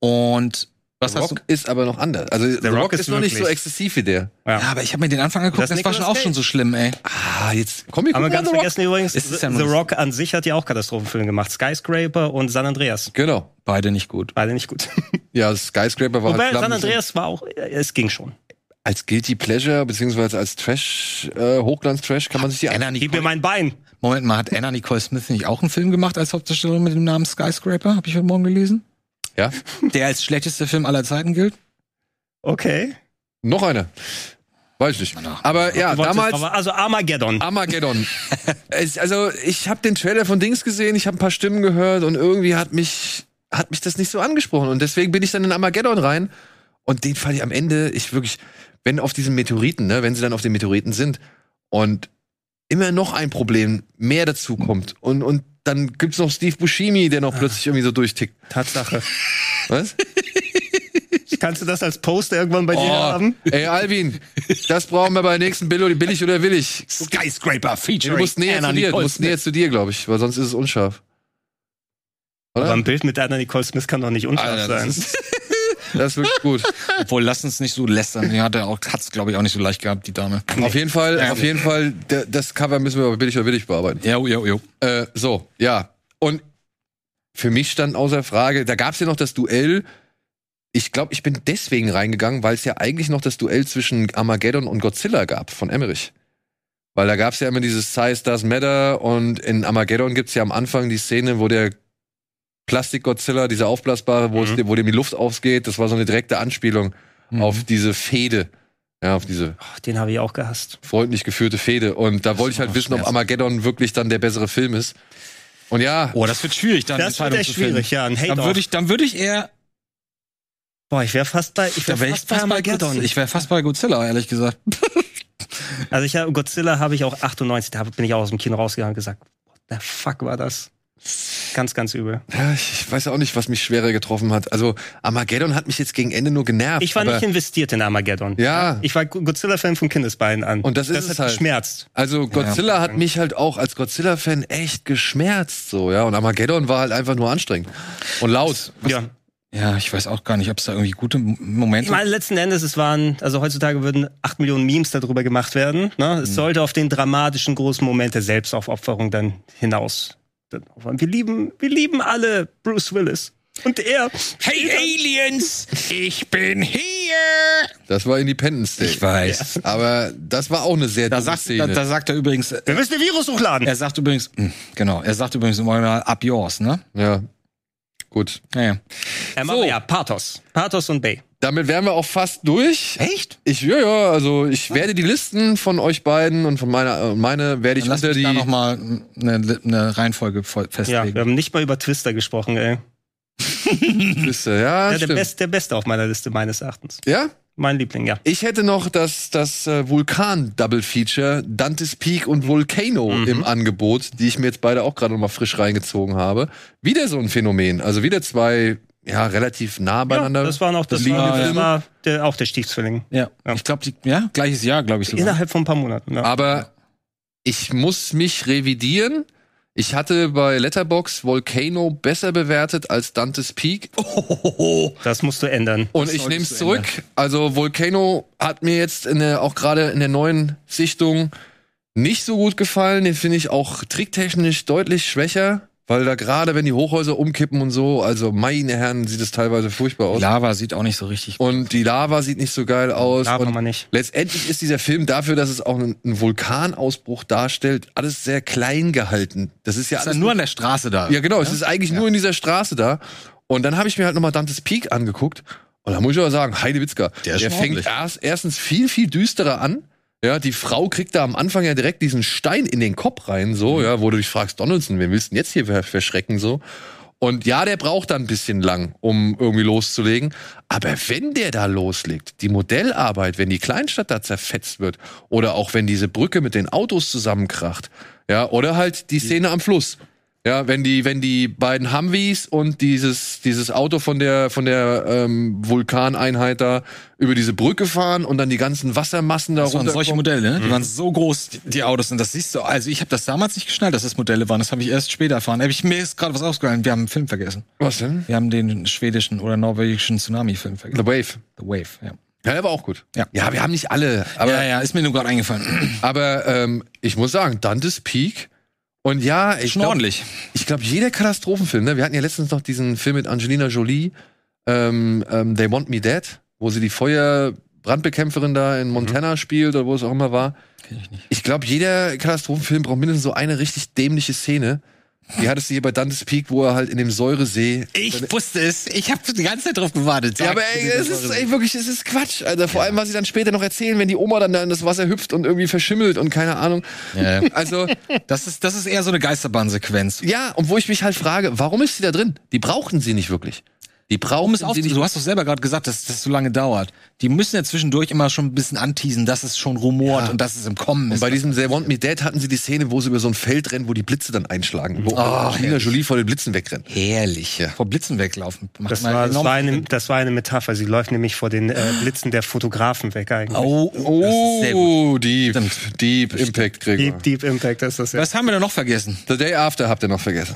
Speaker 3: und was
Speaker 1: The
Speaker 3: hast
Speaker 1: Rock ist aber noch anders. Also The,
Speaker 2: Rock
Speaker 1: Rock,
Speaker 2: ist
Speaker 1: ist noch nicht
Speaker 2: wirklich-
Speaker 1: so exzessiv wie der.
Speaker 3: du? Ja, aber ich habe mir den Anfang angeguckt, das,
Speaker 2: Das
Speaker 3: war schon
Speaker 2: Nicolas
Speaker 3: auch
Speaker 2: Cage.
Speaker 3: schon so schlimm, ey.
Speaker 1: Ah, jetzt komm, ich
Speaker 2: Haben wir ganz vergessen übrigens,
Speaker 3: Es ist
Speaker 2: The
Speaker 3: ja nur
Speaker 2: The
Speaker 3: das-
Speaker 2: Rock an sich hat ja auch Katastrophenfilme gemacht. Skyscraper und San Andreas.
Speaker 1: Genau.
Speaker 3: Beide nicht gut.
Speaker 2: Beide nicht gut.
Speaker 1: Ja, Skyscraper war
Speaker 2: Wobei
Speaker 1: halt
Speaker 2: San
Speaker 1: klar-
Speaker 2: Andreas war auch, äh, es ging schon.
Speaker 1: als Guilty Pleasure beziehungsweise als Trash, äh, Hochglanz-Trash kann man sich die
Speaker 3: Anna
Speaker 2: Gib mir
Speaker 3: Nicole,
Speaker 2: mein Bein.
Speaker 3: Moment mal, hat Anna Nicole Smith nicht auch einen Film gemacht als Hauptdarstellerin mit dem Namen Skyscraper? Habe ich heute Morgen gelesen.
Speaker 1: Ja.
Speaker 3: Der als schlechtester Film aller Zeiten gilt.
Speaker 2: Okay.
Speaker 1: Noch eine. Weiß ich nicht. Aber ja,
Speaker 2: Du wolltest-
Speaker 1: damals
Speaker 2: aber- Also Armageddon.
Speaker 1: Armageddon. es, also ich habe den Trailer von Dings gesehen, ich habe ein paar Stimmen gehört und irgendwie hat mich hat mich das nicht so angesprochen und deswegen bin ich dann in Armageddon rein und den fand ich am Ende ich wirklich, wenn auf diesen Meteoriten, ne, wenn sie dann auf den Meteoriten sind und immer noch ein Problem mehr dazu kommt und und dann gibt's noch Steve Buscemi, der noch
Speaker 3: Ah.
Speaker 1: plötzlich irgendwie so durchtickt.
Speaker 2: Tatsache.
Speaker 3: *laughs*
Speaker 1: Was?
Speaker 2: Kannst du das als Poster irgendwann bei
Speaker 3: Oh.
Speaker 2: dir haben?
Speaker 1: ey Alvin, das brauchen wir bei der nächsten Billo, billig oder willig.
Speaker 3: Skyscraper
Speaker 1: Nee, du
Speaker 3: featuring
Speaker 1: musst näher
Speaker 3: Anna
Speaker 1: zu dir, du
Speaker 3: Nicole
Speaker 1: musst
Speaker 3: Smith.
Speaker 1: näher zu dir, glaube ich, weil sonst ist es unscharf.
Speaker 2: Aber
Speaker 1: Oder?
Speaker 2: ein Bild mit Anna Nicole Smith kann doch nicht unscharf
Speaker 1: Alter, das
Speaker 2: sein.
Speaker 1: ist, das ist wirklich gut.
Speaker 3: Obwohl, lass uns nicht so lästern. Die hat auch, hat's glaube ich auch nicht so leicht gehabt, die Dame.
Speaker 1: Auf jeden Fall, auf jeden Fall, d- das Cover müssen wir aber billig oder billig bearbeiten.
Speaker 3: Ja, jo, jo.
Speaker 1: Äh, so, ja. Und für mich stand außer Frage, da gab es ja noch das Duell. Ich glaube, ich bin deswegen reingegangen, weil es ja eigentlich noch das Duell zwischen Armageddon und Godzilla gab von Emmerich. Weil da gab es ja immer dieses Size Does Matter und in Armageddon gibt es ja am Anfang die Szene, wo der Plastik-Godzilla, dieser aufblasbare, wo, es, wo dem die Luft ausgeht, das war so eine direkte Anspielung auf diese Fehde. Ja, auf diese
Speaker 2: Ach, Oh, den habe ich auch gehasst.
Speaker 1: freundlich geführte Fehde. Und da wollte ich halt wissen, ob Armageddon wirklich dann der bessere Film ist. Und ja,
Speaker 3: Oh, das wird schwierig, dann
Speaker 2: Das wird
Speaker 3: Entscheidung
Speaker 2: echt
Speaker 3: zu finden.
Speaker 2: schwierig, ja. Ein
Speaker 3: Dann
Speaker 2: Hate-Off.
Speaker 3: würde ich, dann würde ich eher
Speaker 2: Boah, ich wäre fast bei, ich wäre
Speaker 3: Da wäre ich
Speaker 2: fast bei
Speaker 3: fast bei
Speaker 2: Armageddon.
Speaker 3: Godzilla. Ich wäre fast bei Godzilla, ehrlich gesagt.
Speaker 2: also ich hab, Godzilla habe ich auch 98, da hab- bin ich auch aus dem Kino rausgegangen und gesagt, what the fuck war das? Ganz, ganz übel.
Speaker 1: ja, ich ich weiß auch nicht, was mich schwerer getroffen hat. Also Armageddon hat mich jetzt gegen Ende nur genervt.
Speaker 2: Ich war
Speaker 1: aber-
Speaker 2: nicht investiert in Armageddon.
Speaker 1: Ja.
Speaker 2: Ich war Go- Godzilla-Fan von Kindesbeinen an.
Speaker 1: Und das ist
Speaker 2: das
Speaker 1: es
Speaker 2: hat
Speaker 1: halt.
Speaker 2: geschmerzt.
Speaker 1: Also Godzilla hat mich halt auch als Godzilla-Fan echt geschmerzt, so ja. Und Armageddon war halt einfach nur anstrengend und laut.
Speaker 2: Ja.
Speaker 3: Ja, ich weiß auch gar nicht, ob es da irgendwie gute M- Momente
Speaker 2: Ich meine, letzten Endes, es waren, also heutzutage würden acht Millionen Memes darüber gemacht werden. Ne? Es sollte auf den dramatischen großen Moment der Selbstaufopferung dann hinaus. Dann- Wir lieben, wir lieben alle Bruce Willis. Und er,
Speaker 3: Hey Aliens, ich bin hier!
Speaker 1: Das war Independence Day.
Speaker 3: Ich weiß.
Speaker 1: Aber das war auch eine sehr
Speaker 3: Da
Speaker 1: dumme
Speaker 3: sagt, da,
Speaker 1: Szene.
Speaker 3: da sagt er übrigens,
Speaker 2: Wir müssen den Virus hochladen.
Speaker 3: er sagt übrigens, mh, genau, er sagt übrigens im Original up yours, ne?
Speaker 1: ja. Gut.
Speaker 3: Naja.
Speaker 2: Ähm, ja, Pathos. Pathos und Bay.
Speaker 1: Damit wären wir auch fast durch.
Speaker 3: Echt?
Speaker 1: Ich, ja, ja, also ich werde die Listen von euch beiden und von meiner, äh, meine werde ich
Speaker 3: Dann lass
Speaker 1: unter
Speaker 3: mich
Speaker 1: die.
Speaker 3: da nochmal eine, eine Reihenfolge voll-
Speaker 2: Ja,
Speaker 3: festlegen.
Speaker 2: wir haben nicht mal über Twister gesprochen, ey.
Speaker 1: Liste. Ja,
Speaker 2: Ja, der,
Speaker 1: stimmt.
Speaker 2: Best, der Beste auf meiner Liste, meines Erachtens.
Speaker 1: ja?
Speaker 2: Mein Liebling, ja.
Speaker 1: Ich hätte noch das, das äh, Vulkan-Double-Feature, Dantes Peak und Volcano
Speaker 2: Mhm.
Speaker 1: im Angebot, die ich mir jetzt beide auch gerade nochmal frisch reingezogen habe. Wieder so ein Phänomen. Also wieder zwei, ja, relativ nah
Speaker 2: ja
Speaker 1: beieinander.
Speaker 2: das war noch das
Speaker 1: liegende
Speaker 2: war, das
Speaker 1: Filme.
Speaker 2: war der, auch der Stiefzwilling.
Speaker 3: Ja.
Speaker 2: Ja.
Speaker 3: Ich glaube, ja, gleiches Jahr, glaube ich sogar.
Speaker 2: Innerhalb von ein paar Monaten. Ja.
Speaker 1: Aber ich muss mich revidieren. Ich hatte bei Letterbox Volcano besser bewertet als Dantes Peak.
Speaker 2: Das musst du ändern.
Speaker 1: Und ich nehme es zurück. Also Volcano hat mir jetzt in der, auch gerade in der neuen Sichtung nicht so gut gefallen. Den finde ich auch tricktechnisch deutlich schwächer, weil da gerade, wenn die Hochhäuser umkippen und so, also meine Herren, sieht es teilweise furchtbar aus.
Speaker 3: Lava sieht auch nicht so richtig
Speaker 1: Und die Lava sieht nicht so geil aus.
Speaker 2: Darf
Speaker 1: und
Speaker 2: man nicht.
Speaker 1: Letztendlich ist dieser Film dafür, dass es auch einen einen Vulkanausbruch darstellt, alles sehr klein gehalten. Das ist ja
Speaker 3: Ist
Speaker 1: alles
Speaker 3: dann nur an der Straße da.
Speaker 1: ja, genau. Es ist eigentlich nur in dieser Straße da. Und dann habe ich mir halt nochmal Dantes Peak angeguckt. Und da muss ich aber sagen, Heide Witzka,
Speaker 4: Der
Speaker 1: der,
Speaker 4: ist schon
Speaker 1: fängt
Speaker 4: ordentlich.
Speaker 1: erst, erstens viel, viel düsterer an. Ja, die Frau kriegt da am Anfang ja direkt diesen Stein in den Kopf rein, so, ja, wo du dich fragst, Donaldson, wen willst du denn jetzt hier ver- verschrecken, so. Und ja, der braucht dann ein bisschen lang, um irgendwie loszulegen. Aber wenn der da loslegt, die Modellarbeit, wenn die Kleinstadt da zerfetzt wird, oder auch wenn diese Brücke mit den Autos zusammenkracht, ja, oder halt die Szene am Fluss. Ja, wenn die, wenn die beiden Humvees und dieses, dieses Auto von der, von der ähm, Vulkaneinheit da über diese Brücke fahren und dann die ganzen Wassermassen da
Speaker 3: Das waren
Speaker 1: runter.
Speaker 3: solche Modelle, ne? Die waren so groß, die- die Autos. Und das siehst du, also ich habe das damals nicht geschnallt, dass das Modelle waren. Das habe ich erst später erfahren. Hab ich, mir ist gerade was ausgefallen. Wir haben einen Film vergessen.
Speaker 1: Was denn?
Speaker 3: Wir haben den schwedischen oder norwegischen Tsunami-Film vergessen.
Speaker 1: The Wave.
Speaker 3: The Wave, ja.
Speaker 1: Ja, der war auch gut.
Speaker 3: Ja.
Speaker 1: ja wir haben nicht alle, aber
Speaker 3: ja, ja, ist mir nur gerade *clears throat* eingefallen.
Speaker 1: Aber ähm, ich muss sagen, Dantes Peak. Und ja, ich
Speaker 3: Schon
Speaker 1: glaube,
Speaker 3: ordentlich.
Speaker 1: glaub, jeder Katastrophenfilm, ne? wir hatten ja letztens noch diesen Film mit Angelina Jolie, ähm, ähm, They Want Me Dead, wo sie die Feuerbrandbekämpferin da in Montana spielt oder wo es auch immer war.
Speaker 3: Kenn ich nicht.
Speaker 1: Mhm. Ich glaube, jeder Katastrophenfilm braucht mindestens so eine richtig dämliche Szene. Die hattest du hier bei Dantes Peak, wo er halt in dem Säuresee
Speaker 3: Ich wusste es. Ich habe die ganze Zeit drauf gewartet.
Speaker 1: ja, aber ey, es ist ey, wirklich, es ist Quatsch. Also vor allem, was sie dann später noch erzählen, wenn die Oma dann da in das Wasser hüpft und irgendwie verschimmelt und keine Ahnung.
Speaker 3: Ja.
Speaker 1: Also,
Speaker 3: das, ist, das ist eher so eine Geisterbahnsequenz.
Speaker 1: ja, und wo ich mich halt frage, warum ist sie da drin? Die brauchten sie nicht wirklich. Die brauchen
Speaker 3: Ist auf,
Speaker 1: sie nicht.
Speaker 3: du hast doch selber gerade gesagt, dass das so lange dauert. Die müssen ja zwischendurch immer schon ein bisschen anteasen, dass es schon rumort und dass es im Kommen
Speaker 1: Und
Speaker 3: ist.
Speaker 1: bei diesem They Want Me Dead hatten sie die Szene, wo sie über so ein Feld rennen, wo die Blitze dann einschlagen. Wo Angelina Jolie vor den Blitzen wegrennt.
Speaker 3: Herrlich. Vor Blitzen weglaufen. Macht
Speaker 2: Das
Speaker 3: mal
Speaker 2: war, das,
Speaker 3: enorm
Speaker 2: war eine, das war eine Metapher. Sie läuft nämlich vor den äh, Blitzen der Fotografen weg eigentlich.
Speaker 3: Oh, das ist sehr gut.
Speaker 1: Oh, Deep,
Speaker 3: Stimmt.
Speaker 1: Deep Impact, Gregor.
Speaker 2: Deep, Deep Impact ist das ja.
Speaker 3: Was haben wir denn noch vergessen?
Speaker 1: The Day After habt ihr noch vergessen.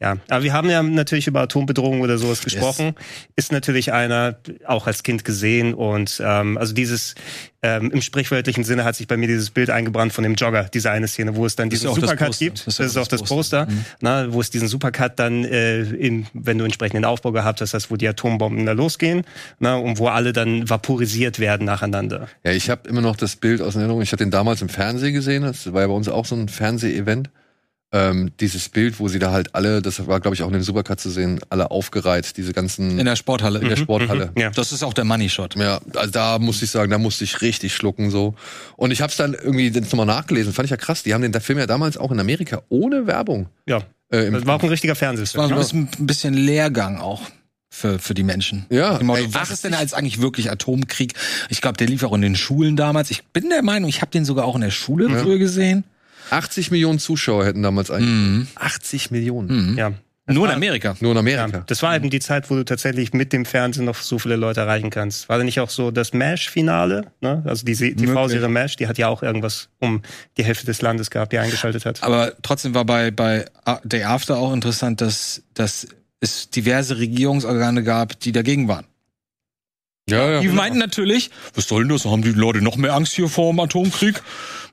Speaker 2: ja. Aber wir haben ja natürlich über Atombedrohung oder sowas gesprochen. Ist natürlich einer auch als Kind gesehen und ähm, also dieses ähm, im sprichwörtlichen Sinne hat sich bei mir dieses Bild eingebrannt von dem Jogger, diese eine Szene, wo es dann
Speaker 3: ja
Speaker 2: diesen
Speaker 3: auch das Mhm.
Speaker 2: Supercut
Speaker 3: Poster.
Speaker 2: gibt. Das ist, auch das Poster, na, wo es diesen Supercut dann, äh, in, wenn du entsprechenden Aufbau gehabt hast, das, wo die Atombomben da losgehen na, und wo alle dann vaporisiert werden nacheinander.
Speaker 1: Ja, ich habe immer noch das Bild aus Erinnerung. Ich hatte den damals im Fernsehen gesehen. Das war ja bei uns auch so ein Fernseh-Event. Ähm, dieses Bild, wo sie da halt alle, das war glaube ich auch in dem Supercut zu sehen, alle aufgereiht, diese ganzen
Speaker 3: In der Sporthalle.
Speaker 1: in der Mhm, Sporthalle.
Speaker 2: Ja.
Speaker 3: Das ist auch der Money Shot.
Speaker 1: Ja, also da musste ich sagen, da musste ich richtig schlucken so. Und ich habe es dann irgendwie jetzt nochmal nachgelesen, fand ich ja krass. Die haben den Film ja damals auch in Amerika ohne Werbung.
Speaker 2: Ja.
Speaker 1: Äh, im
Speaker 2: Das war auch ein richtiger
Speaker 3: War
Speaker 2: Fernsehfilm.
Speaker 3: so ein
Speaker 2: ne?
Speaker 3: bisschen, ein bisschen Lehrgang auch für, für die Menschen.
Speaker 1: Ja,
Speaker 3: Nach dem Motto,
Speaker 1: ey,
Speaker 3: was ist denn als eigentlich wirklich Atomkrieg? Ich glaube, der lief auch in den Schulen damals. Ich bin der Meinung, ich habe den sogar auch in der Schule früher gesehen.
Speaker 1: 80 Millionen Zuschauer hätten damals eigentlich. 80 Millionen.
Speaker 2: Ja.
Speaker 3: Nur in Amerika.
Speaker 1: Nur in
Speaker 2: Ja,
Speaker 1: Amerika.
Speaker 2: das war eben die Zeit, wo du tatsächlich mit dem Fernsehen noch so viele Leute erreichen kannst. War da nicht auch so das MASH-Finale? Ne? Also die Se- TV-Serie MASH, die hat ja auch irgendwas um die Hälfte des Landes gehabt, die eingeschaltet hat.
Speaker 3: Aber trotzdem war bei, bei A- Day After auch interessant, dass, dass es diverse Regierungsorgane gab, die dagegen waren.
Speaker 1: Ja, ja.
Speaker 3: Die meinten natürlich, was soll denn das? Haben die Leute noch mehr Angst hier vor dem Atomkrieg?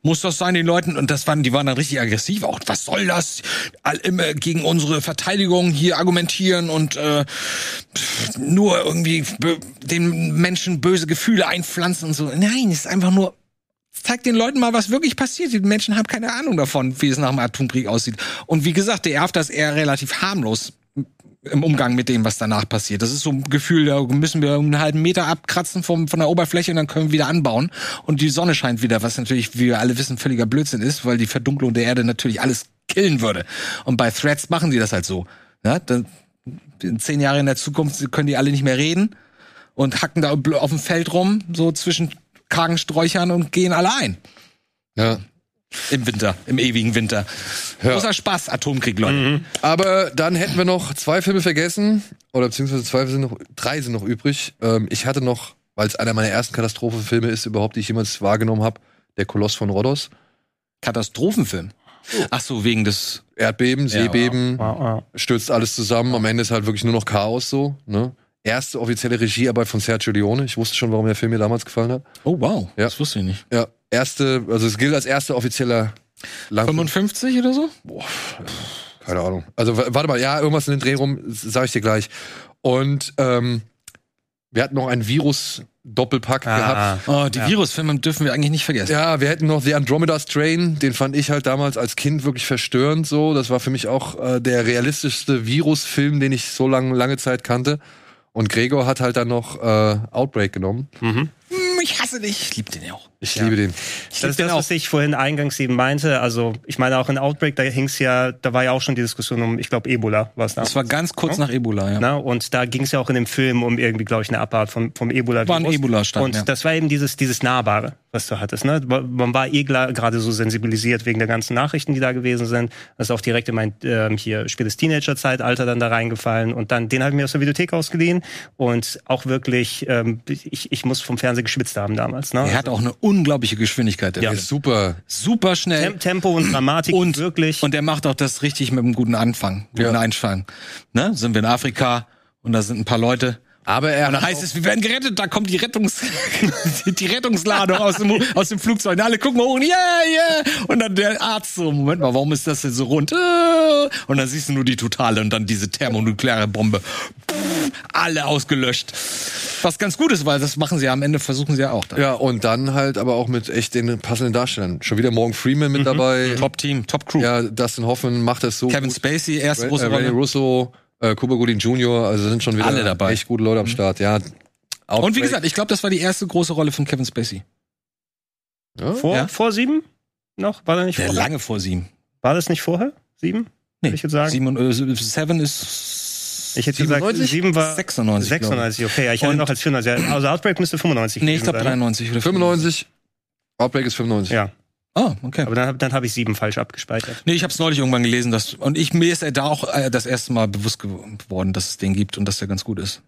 Speaker 3: Muss das sein, den Leuten? Und das waren, die waren dann richtig aggressiv auch. Was soll das? All, immer gegen unsere Verteidigung hier argumentieren und äh, pff, nur irgendwie bö- den Menschen böse Gefühle einpflanzen und so. Nein, es ist einfach nur. Zeig den Leuten mal, was wirklich passiert. Die Menschen haben keine Ahnung davon, wie es nach dem Atomkrieg aussieht. Und wie gesagt, der ERF ist eher relativ harmlos im Umgang mit dem, was danach passiert. Das ist so ein Gefühl, da müssen wir einen halben Meter abkratzen vom, von der Oberfläche und dann können wir wieder anbauen. Und die Sonne scheint wieder, was natürlich, wie wir alle wissen, völliger Blödsinn ist, weil die Verdunklung der Erde natürlich alles killen würde. Und bei Threads machen die das halt so. Ja, dann, in zehn Jahre in der Zukunft können die alle nicht mehr reden und hacken da bl- auf dem Feld rum, so zwischen Kragensträuchern und gehen alle ein.
Speaker 1: ja.
Speaker 3: Im Winter, im ewigen Winter. Großer Spaß, Atomkrieg, Leute.
Speaker 1: Aber dann hätten wir noch zwei Filme vergessen. Oder beziehungsweise zwei sind noch, drei sind noch übrig. Ähm, ich hatte noch, weil es einer meiner ersten Katastrophenfilme ist, überhaupt, die ich jemals wahrgenommen habe, Der Koloss von Rhodos.
Speaker 3: Katastrophenfilm. Ach so, wegen des
Speaker 1: Erdbeben,
Speaker 3: Ja,
Speaker 1: Seebeben,
Speaker 2: Wow, wow.
Speaker 1: stürzt alles zusammen. Am Ende ist halt wirklich nur noch Chaos so. Ne? Erste offizielle Regiearbeit von Sergio Leone. Ich wusste schon, warum der Film mir damals gefallen hat.
Speaker 3: Oh wow,
Speaker 1: Ja.
Speaker 3: das wusste ich nicht.
Speaker 1: Ja, erste, also es gilt als erster offizieller Langfilm.
Speaker 3: 55 oder so?
Speaker 1: Keine Ahnung. Also w- warte mal, ja, irgendwas in den Dreh rum, s- sag ich dir gleich. Und ähm, wir hatten noch einen Virus-Doppelpack
Speaker 2: Ah.
Speaker 1: gehabt.
Speaker 3: Oh, die Virusfilme dürfen wir eigentlich nicht vergessen.
Speaker 1: Ja, wir hätten noch The Andromeda Strain, den fand ich halt damals als Kind wirklich verstörend so. Das war für mich auch äh, der realistischste Virusfilm, den ich so lang, lange Zeit kannte. Und Gregor hat halt dann noch äh, Outbreak genommen.
Speaker 3: Hm, Ich hasse dich. Ich liebe den ja auch.
Speaker 1: Ich liebe den.
Speaker 2: Das ist das, was ich vorhin eingangs eben meinte. Also, ich meine, auch in Outbreak, da hing's ja, da war ja auch schon die Diskussion um, ich glaube, Ebola war es da.
Speaker 3: Das war ganz kurz nach Ebola, ja.
Speaker 2: Ne? Und da ging es ja auch in dem Film um irgendwie, glaube ich, eine Abart vom, vom Ebola.
Speaker 3: War ein Ebola-Stand,
Speaker 2: Und
Speaker 3: ja.
Speaker 2: das war eben dieses, dieses Nahbare, was du hattest. Ne? Man war eh gra- gerade so sensibilisiert wegen der ganzen Nachrichten, die da gewesen sind. Das ist auch direkt in mein ähm, hier spätes Teenager-Zeitalter dann da reingefallen. Und dann, den habe ich mir aus der Videothek ausgeliehen. Und auch wirklich, ähm, ich, ich muss vom Fernseher geschwitzt haben damals. Ne?
Speaker 3: Er hat auch eine unglaubliche Geschwindigkeit. Der
Speaker 2: Ja.
Speaker 3: Film.
Speaker 1: Ist super.
Speaker 3: Super schnell.
Speaker 2: Tem- Tempo und Dramatik
Speaker 3: *clears throat* und
Speaker 2: wirklich.
Speaker 3: Und er macht auch das richtig mit einem guten Anfang, guten
Speaker 1: Ja.
Speaker 3: Einschlag. Ne? Sind wir in Afrika und da sind ein paar Leute.
Speaker 1: Aber er
Speaker 3: Und da heißt es, wir werden gerettet, da kommt die, Rettungs *laughs* die Rettungsladung aus dem, aus dem Flugzeug. Und alle gucken hoch, und yeah, yeah. Und dann der Arzt so, Moment mal, warum ist das denn so rund? Äh. Und dann siehst du nur die totale und dann diese thermonukleare Bombe. Pff, Alle ausgelöscht. Was ganz gut ist, weil das machen sie ja am Ende, versuchen sie ja auch. dann.
Speaker 1: ja, und dann halt aber auch mit echt den passenden Darstellern. Schon wieder Morgan Freeman
Speaker 3: Mhm.
Speaker 1: mit dabei.
Speaker 3: Top-Team, Top-Crew.
Speaker 1: Ja, Dustin Hoffman macht das so
Speaker 3: Kevin
Speaker 1: gut.
Speaker 3: Spacey, erste
Speaker 1: Ra-
Speaker 3: große
Speaker 1: äh, Ray
Speaker 3: Rolle.
Speaker 1: Russo, äh, Cuba Gooding Jr., also sind schon wieder
Speaker 3: Alle dabei. Mhm.
Speaker 1: echt gute Leute am Start, ja.
Speaker 3: Und wie
Speaker 1: Outbreak.
Speaker 3: gesagt, ich glaube, das war die erste große Rolle von Kevin Spacey.
Speaker 1: ja?
Speaker 2: vor,
Speaker 3: Ja.
Speaker 2: vor sieben? Noch? War das nicht vorher?
Speaker 3: lange vor sieben.
Speaker 2: War das nicht vorher? Sieben?
Speaker 3: Nee,
Speaker 2: Würde ich jetzt sagen.
Speaker 3: Sieben, äh, Seven ist
Speaker 2: Ich hätte gesagt,
Speaker 1: 97?
Speaker 2: sieben war
Speaker 3: 96, glaub ich.
Speaker 2: 96, okay. Ja, ich hatte
Speaker 3: Und-
Speaker 2: noch als 94. Also Outbreak müsste 95
Speaker 3: Nee, ich
Speaker 2: gewesen
Speaker 3: glaube
Speaker 2: sein, ne?
Speaker 3: 93 oder
Speaker 1: 95, Outbreak ist 95.
Speaker 2: Ja,
Speaker 3: Ah, okay.
Speaker 2: aber dann, hab- dann habe ich sieben falsch abgespeichert.
Speaker 3: Nee, ich habe es neulich irgendwann gelesen, dass und ich mir ist er da auch äh, das erste Mal bewusst geworden, dass es den gibt und dass der ganz gut ist.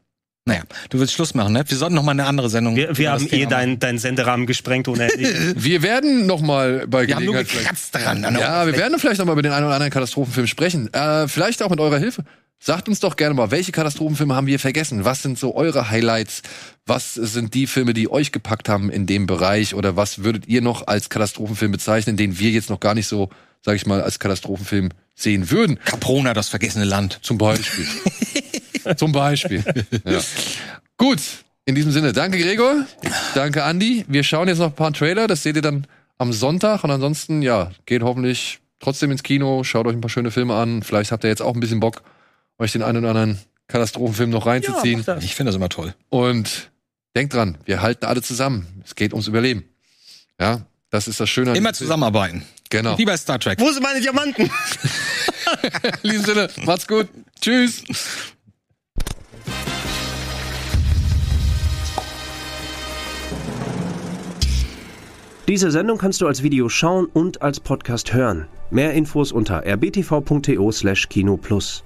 Speaker 3: Naja, du willst Schluss machen, ne? Wir sollten noch mal eine andere Sendung.
Speaker 2: Wir, wir
Speaker 3: über das
Speaker 2: haben eh
Speaker 3: Thema machen.
Speaker 2: deinen deinen Senderahmen gesprengt ohne
Speaker 3: *laughs*
Speaker 2: Ende.
Speaker 1: Wir werden noch mal bei
Speaker 3: Wir haben nur
Speaker 1: Gelegenheit vielleicht-
Speaker 3: gekratzt daran. an der
Speaker 1: Ja, wir werden vielleicht noch mal über den einen oder anderen Katastrophenfilm sprechen. Äh, vielleicht auch mit eurer Hilfe. Sagt uns doch gerne mal, welche Katastrophenfilme haben wir vergessen? Was sind so eure Highlights? Was sind die Filme, die euch gepackt haben in dem Bereich? Oder was würdet ihr noch als Katastrophenfilm bezeichnen, den wir jetzt noch gar nicht so, sag ich mal, als Katastrophenfilm sehen würden?
Speaker 3: Caprona, das vergessene Land.
Speaker 1: Zum
Speaker 3: *laughs*
Speaker 1: Beispiel. Zum Beispiel. Ja. Gut, in diesem Sinne, danke Gregor, danke Andi. Wir schauen jetzt noch ein paar Trailer, das seht ihr dann am Sonntag und ansonsten, ja, geht hoffentlich trotzdem ins Kino, schaut euch ein paar schöne Filme an. Vielleicht habt ihr jetzt auch ein bisschen Bock, euch den einen oder anderen Katastrophenfilm noch reinzuziehen.
Speaker 3: Ich finde das immer toll.
Speaker 1: und denkt dran, wir halten alle zusammen. Es geht ums Überleben. Ja, das ist das Schöne. an
Speaker 3: Immer
Speaker 1: diesem
Speaker 3: zusammenarbeiten.
Speaker 1: Film. Genau.
Speaker 3: Wie bei Star Trek.
Speaker 2: Wo sind meine Diamanten?
Speaker 1: In diesem Sinne, macht's gut. Tschüss.
Speaker 8: Diese Sendung kannst du als Video schauen und als Podcast hören. Mehr Infos unter rbtv.to/kinoplus.